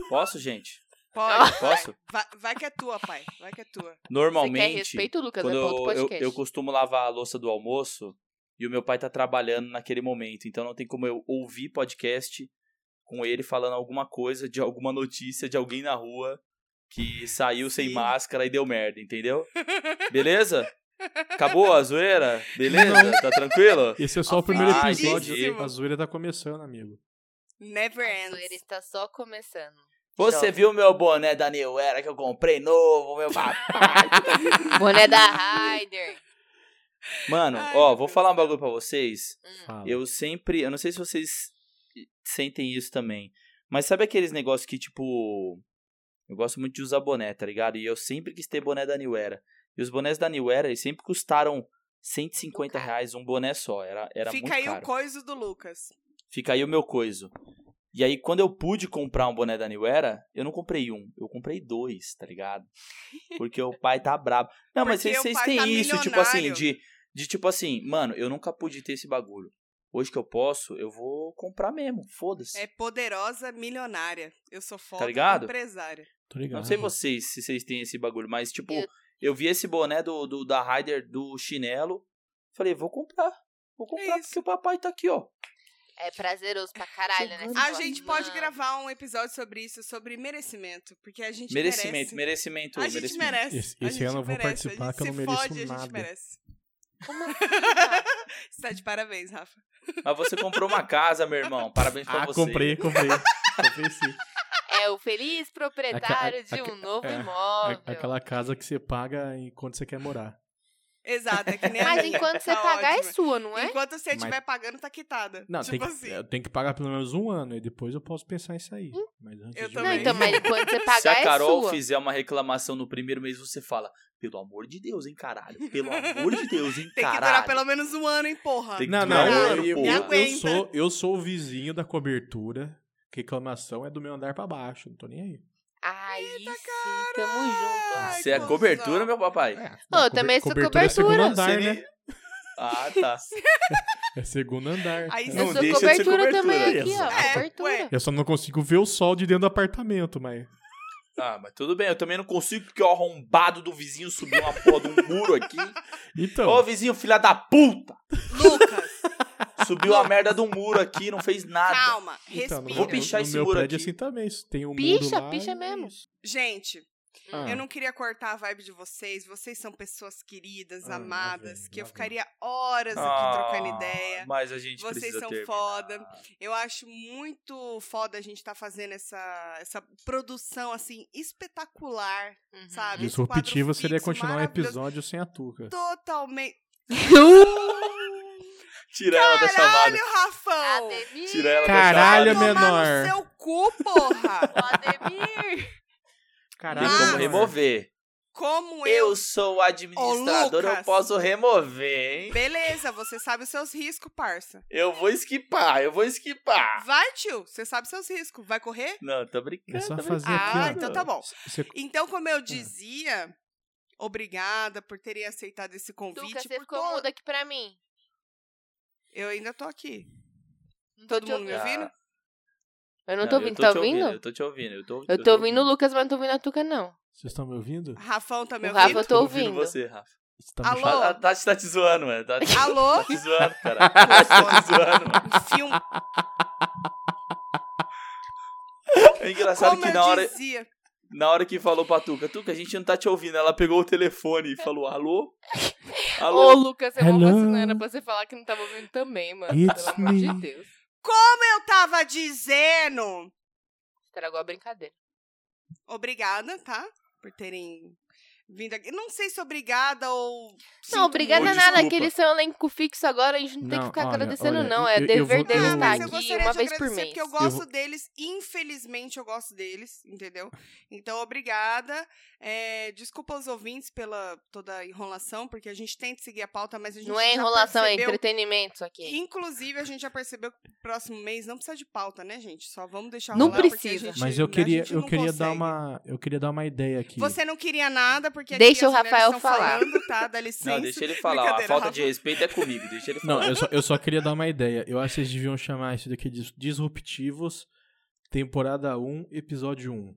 S1: Posso,
S3: *laughs*
S1: gente? *laughs*
S3: Pode,
S1: Posso?
S3: vai, vai que é tua, pai, vai que é tua.
S4: Você quer
S1: Normalmente.
S4: respeito, Lucas?
S1: quando
S4: é pra outro
S1: eu, eu,
S4: podcast.
S1: eu costumo lavar a louça do almoço e o meu pai tá trabalhando naquele momento, então não tem como eu ouvir podcast com ele falando alguma coisa de alguma notícia de alguém na rua que saiu sem
S3: Sim.
S1: máscara e deu merda, entendeu? Beleza? Acabou a zoeira? Beleza? Tá tranquilo?
S2: Esse é só o primeiro
S1: Ah,
S2: episódio.
S1: entendi.
S2: A zoeira tá começando, amigo.
S3: Never
S4: A
S3: ends.
S4: zoeira está só começando.
S1: Você viu meu boné da New Era que eu comprei novo, meu papai?
S4: Boné da
S1: *laughs*
S4: Ryder.
S1: Mano,
S3: Ai,
S1: ó,
S3: meu
S1: vou
S3: Deus.
S1: falar um bagulho pra vocês.
S2: Fala.
S1: Eu sempre. Eu não sei se vocês sentem isso também. Mas sabe aqueles negócios que, tipo. Eu gosto muito de usar boné, tá ligado? E eu sempre quis ter boné da New Era. E os bonés da New Era, eles sempre custaram 150 reais um boné só. Era, era
S3: Fica
S1: muito
S3: aí
S1: caro.
S3: o coiso do Lucas.
S1: Fica aí o meu coiso. E aí, quando eu pude comprar um boné da New Era, eu não comprei um, eu comprei dois, tá ligado? Porque o pai tá brabo. Não, mas
S3: Porque
S1: vocês,
S3: o
S1: vocês
S3: pai
S1: têm
S3: tá
S1: isso, tipo assim,
S3: milionário.
S1: de, de tipo assim, mano, eu nunca pude ter esse bagulho. Hoje que eu posso, eu vou comprar mesmo, foda-se.
S3: É poderosa milionária. Eu sou foda
S1: ligado?
S3: empresária.
S2: Tô ligado.
S1: não sei vocês, se vocês têm esse bagulho, mas tipo, eu,
S4: Eu-
S1: vi esse boné do, do- da Ryder do chinelo, falei, vou comprar. Vou comprar
S3: É isso.
S1: porque o papai tá aqui, ó.
S4: É prazeroso pra caralho, né? Você
S3: A
S4: fala,
S3: gente pode
S1: Ah.
S4: "Mano,
S3: gravar um episódio sobre isso, sobre merecimento. Porque a gente
S1: Merecimento,
S3: merece.
S1: merecimento,
S3: A gente
S1: merecimento.
S3: merece.
S2: Esse-
S3: a
S2: esse
S3: gente
S2: ano eu vou
S3: merece,
S2: participar,
S3: a gente
S2: que eu não
S3: se
S2: mereço
S3: fode, A
S2: nada.
S3: gente merece. *laughs*
S4: Como assim, cara?
S3: Você tá de parabéns, Rafa.
S1: Mas você comprou uma casa, meu irmão. Parabéns pra
S2: Ah,
S1: você.
S2: comprei, comprei. comprei
S4: *laughs*
S2: sim.
S4: É o feliz proprietário
S2: Aca-
S4: de um
S2: aca-
S4: novo
S2: é,
S4: imóvel.
S2: A-
S3: *laughs*
S2: Aquela casa que você paga enquanto você quer morar.
S3: Exato, é que nem a
S4: Mas
S3: minha,
S4: enquanto você
S3: tá
S4: pagar,
S3: ótimo.
S4: é sua, não é?
S3: Enquanto você
S2: Mas-
S3: estiver pagando, tá quitada.
S2: Não,
S3: tipo
S2: tem que,
S3: assim.
S2: eu tenho que pagar pelo menos um ano e depois eu posso pensar em sair. Mas antes
S3: Eu
S2: de
S4: Hum. Não,
S3: também.
S4: então, mas enquanto
S1: *laughs*
S4: você pagar,
S1: Se a
S4: é
S1: Carol
S4: sua.
S1: fizer uma reclamação no primeiro mês, você fala: pelo amor de Deus, hein, caralho. Pelo amor de Deus, hein,
S3: Tem que
S1: caralho.
S3: durar pelo menos um ano, hein, porra.
S1: Tem que
S2: Não, não,
S1: durar um
S3: Caralho,
S1: ano,
S2: eu, eu-
S1: pô.
S3: me
S2: eu
S3: aguenta.
S2: sou, eu sou o vizinho da cobertura. que Reclamação é do meu andar pra baixo, não tô nem aí.
S4: Ai, sim, tamo junto.
S3: Ai,
S1: Você é
S3: confusão.
S1: cobertura, meu papai?
S2: É,
S4: eu
S2: não,
S4: também sou
S2: é segundo
S4: cobertura.
S2: andar,
S1: Seria-
S2: né?
S1: Ah, tá.
S2: É segundo andar.
S3: Aí
S2: É.
S3: você-
S4: eu
S1: Não
S4: sou
S1: deixa de
S4: cobertura,
S1: ser
S4: também
S1: cobertura.
S4: aqui, ó.
S3: É,
S4: cobertura.
S3: ué.
S2: Eu só não consigo ver o sol de dentro do apartamento, mas.
S1: Ah, mas tudo bem. Eu também não consigo porque o arrombado do vizinho subiu uma porra de um muro aqui.
S2: Então.
S1: Ô, vizinho, filha da puta!
S3: Lucas,
S1: Subiu a merda de um muro aqui, não fez nada.
S3: calma,
S2: então,
S3: respira.
S2: no-
S1: Vou pichar
S2: no
S1: esse
S2: meu
S1: muro
S2: prédio
S1: aqui.
S2: assim também. isso Tem um
S4: Picha,
S2: muro lá e
S4: picha
S2: é
S4: mesmo.
S2: isso.
S3: Gente,
S2: Ah,
S3: eu não queria cortar a vibe de vocês. Vocês são pessoas queridas,
S2: Ah, lá
S3: amadas,
S2: vem,
S3: que
S2: lá
S3: eu
S2: vem.
S3: ficaria horas aqui
S1: Ah,
S3: trocando ideia.
S1: Mas a gente
S3: Vocês
S1: precisa
S3: são
S1: terminar.
S3: foda. Eu acho muito foda a gente estar fazendo essa, essa produção, assim, espetacular,
S4: Uhum.
S3: sabe? Esse quadro
S2: Disruptivo seria
S3: fixo,
S2: continuar o
S3: maravilhoso,
S2: episódio sem a Tuca.
S3: Totalmente.
S1: Tira ela da chamada.
S3: Caralho, Rafão!
S4: Ademir!
S1: Tira ela
S2: Caralho,
S1: da chamada.
S2: menor.
S3: Tomar no seu cu, porra!
S4: Ô, *laughs* Ademir!
S1: Tem como
S3: Ah.
S1: remover.
S3: Como eu.
S1: *laughs* Eu sou o administrador,
S3: Ô,
S1: eu
S3: Lucas.
S1: posso remover, hein?
S3: Beleza, você sabe os seus riscos, parça.
S1: Eu vou esquipar, eu vou esquipar.
S3: Vai, tio, você sabe os seus riscos. Vai correr?
S1: Não, tô brincando.
S2: É só
S1: tô
S2: fazer
S1: brincando.
S2: aqui, ó.
S3: Ah, então tá bom.
S2: Você-
S3: Então, como eu dizia, obrigada por terem aceitado esse convite.
S4: Tuca, você
S3: por
S4: ficou
S3: todo-
S4: muda aqui pra mim.
S3: Eu ainda tô aqui.
S4: Não tô
S3: Todo
S4: te
S3: mundo me
S4: ouvindo.
S3: ouvindo?
S1: Ah.
S4: Eu não
S1: Não,
S4: tô ouvindo,
S1: eu
S4: tá
S1: te
S4: ouvindo?
S1: Eu tô te ouvindo, eu tô,
S4: Eu tô ouvindo o Lucas, mas não tô ouvindo a Tuca, não.
S2: Vocês estão me ouvindo?
S3: Rafão tá me
S4: O Rafa
S3: ouvindo?
S4: eu tô ouvindo.
S1: você, Rafa.
S2: Você tá me
S3: Alô?
S2: chamando?
S1: A, a Tati tá te zoando, mano. Tá, tá
S3: Alô?
S1: te
S4: *laughs*
S1: zoando, cara. Tá te zoando, mano.
S3: Enfia um-
S4: assim?
S1: É engraçado
S3: Como
S1: que na
S3: eu
S1: hora,
S3: dizia.
S1: na hora que falou pra Tuca, Tuca, a gente não tá te ouvindo. Ela pegou o telefone e falou, alô?
S4: Ô,
S1: Alô?
S4: Lucas, eu vou
S2: Hello.
S4: vacinar. Era pra você falar que não tava ouvindo também, mano.
S2: It's
S4: Pelo amor de
S2: me.
S4: Deus.
S3: Como eu tava dizendo.
S4: Estragou a brincadeira.
S3: Obrigada, tá? Por terem vindo aqui. Não sei se obrigada ou.
S4: Não, obrigada
S1: Ô,
S4: nada, é
S1: desculpa.
S4: que eles são um elenco fixo agora, a gente não, tem que
S2: Não,
S4: ficar
S2: olha,
S4: agradecendo,
S2: olha,
S4: não.
S2: eu-
S4: É
S2: eu
S4: dever
S2: vou- um
S4: deles
S2: eu-
S3: Ah,
S4: estar
S3: mas eu
S4: aqui
S3: gostaria
S4: uma
S3: de
S4: vez por
S3: agradecer,
S4: mês.
S3: porque eu
S2: Eu
S3: gosto
S2: vou-
S3: deles, infelizmente eu gosto deles, entendeu? Então, obrigada. É, desculpa aos ouvintes pela toda a enrolação, porque a gente tenta seguir a pauta, mas a gente
S4: Não é
S3: já
S4: enrolação, é
S3: percebeu...
S4: entretenimento isso aqui.
S3: Inclusive, a gente já percebeu que o próximo mês não precisa de pauta, né, gente? Só vamos deixar
S4: Não
S3: rolar, porque a
S4: precisa.
S3: gente-
S2: Mas eu
S3: a
S2: queria,
S3: gente
S2: eu
S3: não
S2: queria dar
S3: consegue.
S2: uma, eu queria dar uma ideia aqui.
S3: Você não queria nada, porque aqui
S4: Deixa
S3: as
S4: o
S3: mulheres
S4: Rafael
S3: estão
S4: falar.
S3: falando, tá? Dá licença.
S1: Não, deixa ele falar. ó. A
S3: Brincadeira,
S1: falta
S3: Rafa.
S1: de respeito é comigo. Deixa ele falar.
S2: Não, eu só, eu só queria dar uma ideia. Eu acho que vocês deviam chamar isso daqui de Disruptivos, temporada 1, episódio 1.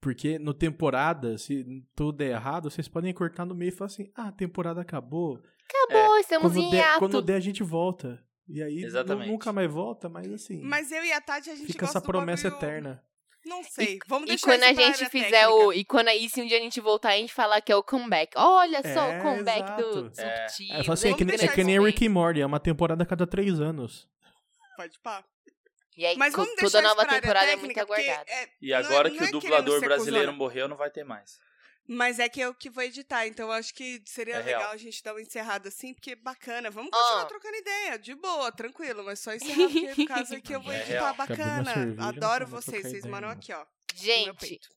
S2: Porque no temporada, se tudo der errado, vocês podem cortar no meio e falar assim: ah, a temporada acabou.
S3: tá
S4: Acabou, estamos
S2: Quando
S4: em
S2: der,
S4: hiato.
S2: quando der, a gente volta. E aí nu-
S1: Exatamente.
S2: nunca mais volta, mas assim.
S3: Mas eu e a Tati, a gente
S2: fica
S3: gosta
S2: essa
S3: do
S2: promessa
S3: bagulho-
S2: eterna.
S3: Não sei. Vamos
S4: E
S3: deixar
S4: quando
S3: isso
S4: a
S3: pra
S4: gente
S3: área
S4: fizer
S3: técnica.
S4: o. E quando aí, se um dia a gente voltar, a gente falar que é o comeback. Olha só
S2: É,
S4: o comeback do
S2: exato.
S1: É.
S4: Subtil. né?
S2: É, fala assim, é,
S3: vamos
S2: que, nem- é
S3: deixar
S2: que nem
S3: isso
S2: Rick and Morty, é uma temporada a cada três anos.
S3: Pode pá.
S4: E aí,
S3: Mas
S4: co-
S3: vamos
S4: toda
S3: deixar isso
S4: nova
S3: pra área
S4: temporada é muito
S3: técnica, porque
S4: aguardada.
S3: é-
S1: E
S3: Não é-
S1: agora
S3: não
S1: que o
S3: é querendo
S1: dublador
S3: ser
S1: brasileiro
S3: cuzona.
S1: morreu, não vai ter mais.
S3: mas é que eu que vou editar, então eu acho que seria
S1: É
S3: legal
S1: real.
S3: a gente dar uma encerrada assim, porque é bacana. Vamos continuar
S4: Ó.
S3: trocando ideia, de boa, tranquilo, mas só encerrar porque por
S4: *laughs*
S3: causa que eu vou
S1: É
S3: editar
S1: real.
S3: bacana.
S2: Acabou minha cerveja,
S3: Adoro
S2: não vou
S3: vocês,
S2: trocar
S3: vocês
S2: ideia, né?
S3: moram
S2: não.
S3: aqui, ó. no meu
S4: Gente,
S3: peito.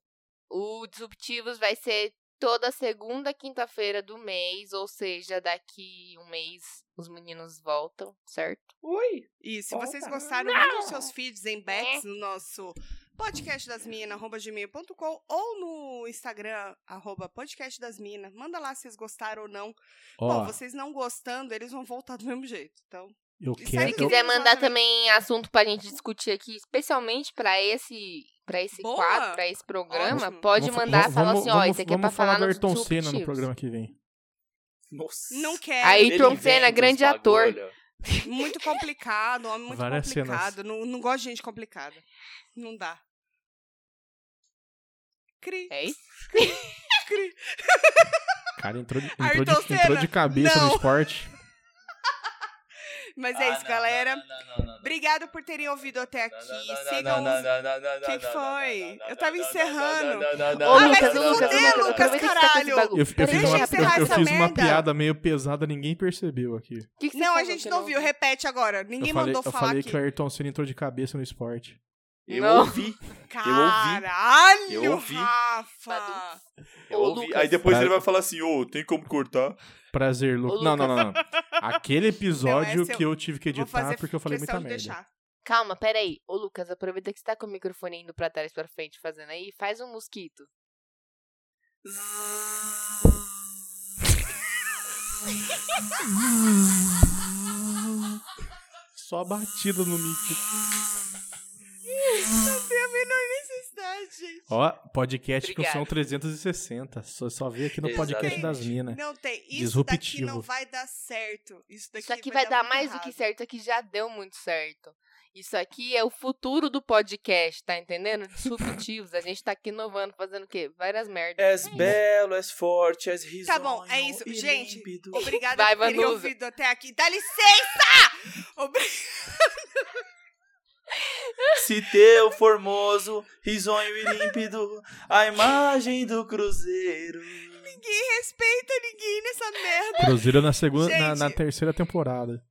S4: o Disruptivos vai ser toda segunda quinta-feira do mês, ou seja, daqui um mês os meninos voltam, certo?
S1: Ui!
S3: E se
S1: Volta.
S3: vocês gostaram, mandem os seus feeds
S4: Né?
S3: em backs no nosso podcast das minas, arroba gmail.com ou no Instagram, arroba podcast das minas. Manda lá se vocês gostaram ou não. Bom,
S2: Ó,
S3: vocês não gostando, eles vão voltar do mesmo jeito. Então,
S2: eu
S3: se
S2: quero.
S4: Se
S3: Aí eu-
S4: quiser mandar
S3: Exatamente.
S4: também assunto pra gente discutir aqui, especialmente pra esse para esse
S3: Boa!
S4: quadro, pra esse programa,
S3: Ótimo.
S4: pode
S2: Vamos-
S4: mandar
S2: vamos-
S4: falar assim, ó,
S2: vamos-
S4: isso aqui é
S2: vamos
S4: pra falar
S2: do
S4: nos
S2: Ayrton Senna no
S4: Disruptivos.
S2: programa que vem.
S1: Nossa!
S3: não quer.
S4: Aí,
S1: Ele
S4: Ayrton Senna,
S1: inventa
S4: grande
S1: uns
S4: ator.
S1: bagulho.
S4: *laughs*
S3: Muito complicado, homem muito
S2: Várias
S3: complicado.
S2: cenas.
S3: Não, não gosto de gente complicada. Não dá. Cri,
S4: É isso?
S3: cri.
S2: Cara,
S3: *laughs*
S2: entrou, de-
S3: Ayrton
S2: entrou, de, entrou
S3: Senna,
S2: de cabeça
S3: não.
S2: no
S3: *laughs*
S2: esporte.
S3: Mas é
S1: Ah,
S3: isso,
S1: não,
S3: galera.
S1: não, não, não, não, não.
S3: Obrigado por terem ouvido até aqui. Sigam os Que que foi? Eu tava encerrando.
S4: Ô,
S3: Ah,
S4: Lucas,
S3: mas
S4: Lucas,
S3: fudeu,
S4: Lucas,
S3: Lucas,
S4: aproveita que você tá com esse
S3: caralho.
S4: bagulho.
S2: Eu, eu fiz,
S3: Deixa
S2: uma,
S3: eu encerrar
S2: eu- eu
S3: essa
S2: fiz uma
S3: merda.
S2: piada meio pesada, ninguém percebeu aqui.
S4: O que que você
S3: Não, a
S4: falou
S3: gente
S4: que eu
S3: não viu.
S4: ouvi?
S3: Repete agora. Ninguém
S2: eu falei,
S3: mandou
S2: eu
S3: falar
S2: falei
S3: aqui.
S2: que o Ayrton Senna entrou de cabeça no esporte.
S1: Eu
S4: Não.
S1: ouvi.
S3: Caralho,
S1: Eu ouvi.
S3: Rafa!
S4: Badu.
S1: Eu
S4: Ô,
S1: ouvi.
S4: Lucas.
S1: Aí depois
S2: Vai.
S1: ele vai falar assim, ô, tem como cortar?
S2: Prazer,
S4: Ô,
S2: Lucas.
S4: Lucas.
S2: Não, não, não, não. Aquele episódio
S3: *laughs* Não, essa eu-
S2: que eu tive que
S3: Vou
S2: editar
S3: fazer
S2: tá, porque eu falei muita
S3: questão de
S2: merda.
S3: deixar.
S4: Calma, peraí. Ô, Lucas, aproveita que você tá com o microfone indo pra trás pra frente fazendo aí, faz um mosquito.
S2: Só batida no mic.
S3: Não tem a menor necessidade, gente.
S2: Ó, podcast que
S4: Obrigada.
S2: são 360. Só, só vi aqui no podcast
S1: Exatamente.
S2: das minas.
S3: Não tem. Isso
S2: Disruptivo.
S3: daqui não vai dar certo. Isso daqui,
S4: Isso aqui vai, dar,
S3: muito
S4: mais do que
S3: errado.
S4: certo, isso aqui já deu muito certo. Isso aqui é o futuro do podcast, tá entendendo? Disruptivos. A gente tá aqui inovando, fazendo o quê? Várias merdas.
S1: És belo, és forte, és risonho
S3: Tá bom, é isso.
S1: e
S3: Gente,
S1: límpido.
S3: Obrigada
S4: Vai,
S3: por terem
S4: Vanusa.
S3: ouvido até aqui. Dá licença! Obri-
S1: Se teu formoso, risonho e límpido, a imagem do cruzeiro.
S3: Ninguém respeita ninguém nessa merda.
S2: Cruzeiro na segunda, na,
S3: Gente.
S2: na terceira temporada.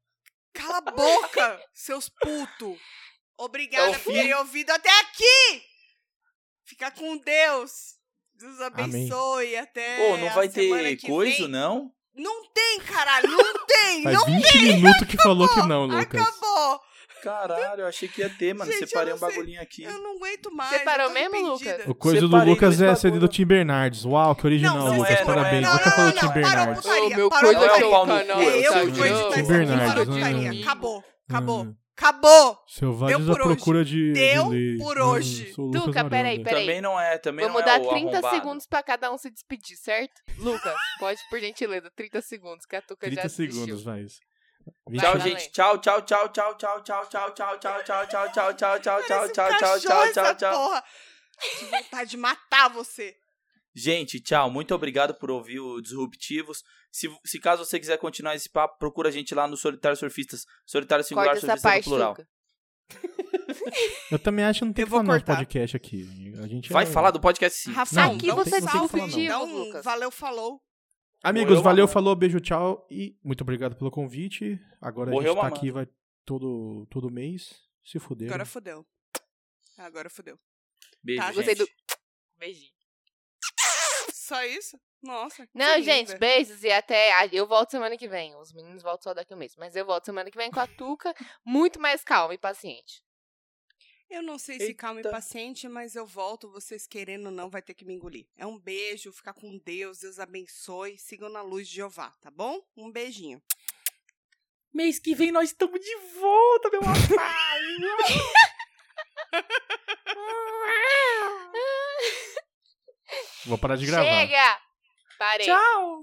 S3: Cala a boca, seus putos. Obrigada
S1: Eu
S3: por
S1: vi.
S3: terem ouvido até aqui. Fica com Deus. Deus
S2: Amém.
S3: abençoe até
S1: Ô, não
S3: É, a
S1: vai
S3: semana
S1: ter
S3: que
S1: coisa, né?
S3: vem.
S1: não?
S3: Não tem, caralho, não tem.
S2: Faz
S3: não
S2: 20 minutos que falou que não, Lucas.
S3: acabou.
S1: Caralho, eu achei que ia ter, mano.
S3: Gente, eu
S1: Separei um
S3: não sei.
S1: bagulhinho aqui.
S3: Eu não aguento mais.
S4: Você parou
S3: eu tô
S4: mesmo,
S3: arrependida.
S4: Lucas?
S2: O coisa do
S1: Separei
S2: Lucas
S1: dois
S2: é a
S1: bagulho.
S2: saída do Tim Bernardes. Uau, que original,
S3: Não,
S1: não
S2: Lucas.
S1: é, não
S2: parabéns.
S1: é.
S2: Nunca
S1: Não,
S2: falou
S1: não,
S2: Tim
S1: não,
S3: parou,
S2: Bernardes.
S3: putaria,
S4: Ô, meu
S3: parou,
S4: cu do
S1: Não é o
S3: putaria.
S1: pau no cu,
S4: canal.
S1: é
S3: É, eu
S1: sabe?
S3: que vou editar
S2: Tim
S3: isso aqui, parou,
S2: Bernardes,
S3: putaria.
S2: hum.
S3: Acabou, acabou,
S2: Hum.
S3: acabou.
S2: Selvagens
S3: Deu
S2: à
S3: por hoje.
S2: procura de.
S3: Deu
S2: de lei.
S3: por
S2: Hum,
S3: hoje.
S2: sou o Lucas
S4: Tuca, peraí,
S2: Maranda.
S4: peraí.
S1: Também não é, também
S4: Vamos
S1: não é
S4: dar
S1: o
S4: 30
S1: arrombado.
S4: segundos pra cada um se despedir, certo? Lucas, pode, por gentileza, 30 segundos, que a Tuca já
S2: 30
S4: desistiu.
S2: segundos, vai.
S1: Tchau,
S4: Vai,
S1: gente. Tchau, tchau, tchau, tchau, tchau, tchau, tchau, tchau, tchau, tchau, tchau, tchau, tchau, tchau, tchau,
S3: Parece um
S1: tchau,
S3: cachorro
S1: tchau, tchau,
S3: essa
S1: tchau.
S3: porra. Tive vontade de matar você.
S1: Gente, tchau. Muito obrigado por ouvir o Disruptivos. Se, se caso você quiser continuar esse papo, procura a gente lá no Solitário Surfistas. Solitário Singular
S4: Corta essa
S1: Surfista no
S4: parte,
S1: Plural.
S4: Tuca.
S2: Eu também acho que não tem
S3: Eu
S2: que
S3: vou
S2: falar nosso
S3: cortar.
S2: podcast aqui. A gente
S1: Vai
S2: é-
S1: falar do podcast sim.
S3: Rafael,
S2: Aqui
S3: dá um
S2: você é
S3: salve,
S2: disruptivo,
S3: dá um
S4: Lucas.
S3: Valeu, falou.
S2: Amigos,
S1: Morreu,
S2: valeu,
S1: mamãe.
S2: falou, beijo, tchau e muito obrigado pelo convite. Agora
S1: Morreu,
S2: a gente tá
S1: mamãe.
S2: aqui vai todo todo mês. Se fuder.
S3: Agora fudeu. Agora fudeu.
S1: Beijo,
S3: Tá,
S4: Gostei
S1: gente.
S4: do... Beijinho.
S3: Só isso? né? Nossa. que
S4: Não,
S3: linda.
S4: gente, beijos e até. a- Eu volto semana que vem. Os meninos voltam só daqui a um mês. Mas eu volto semana que vem com a Tuca, muito mais calma e paciente.
S3: Eu não sei se calma e
S1: Eita.
S3: paciente, mas eu volto. Vocês querendo ou não, vai ter que me engolir. É um beijo, fica com Deus, Deus abençoe. Sigam na luz de Jeová, tá bom? Um beijinho.
S1: Mês que vem nós estamos de volta, meu amor.
S2: Vou parar de gravar.
S4: Chega! Parei.
S1: Tchau.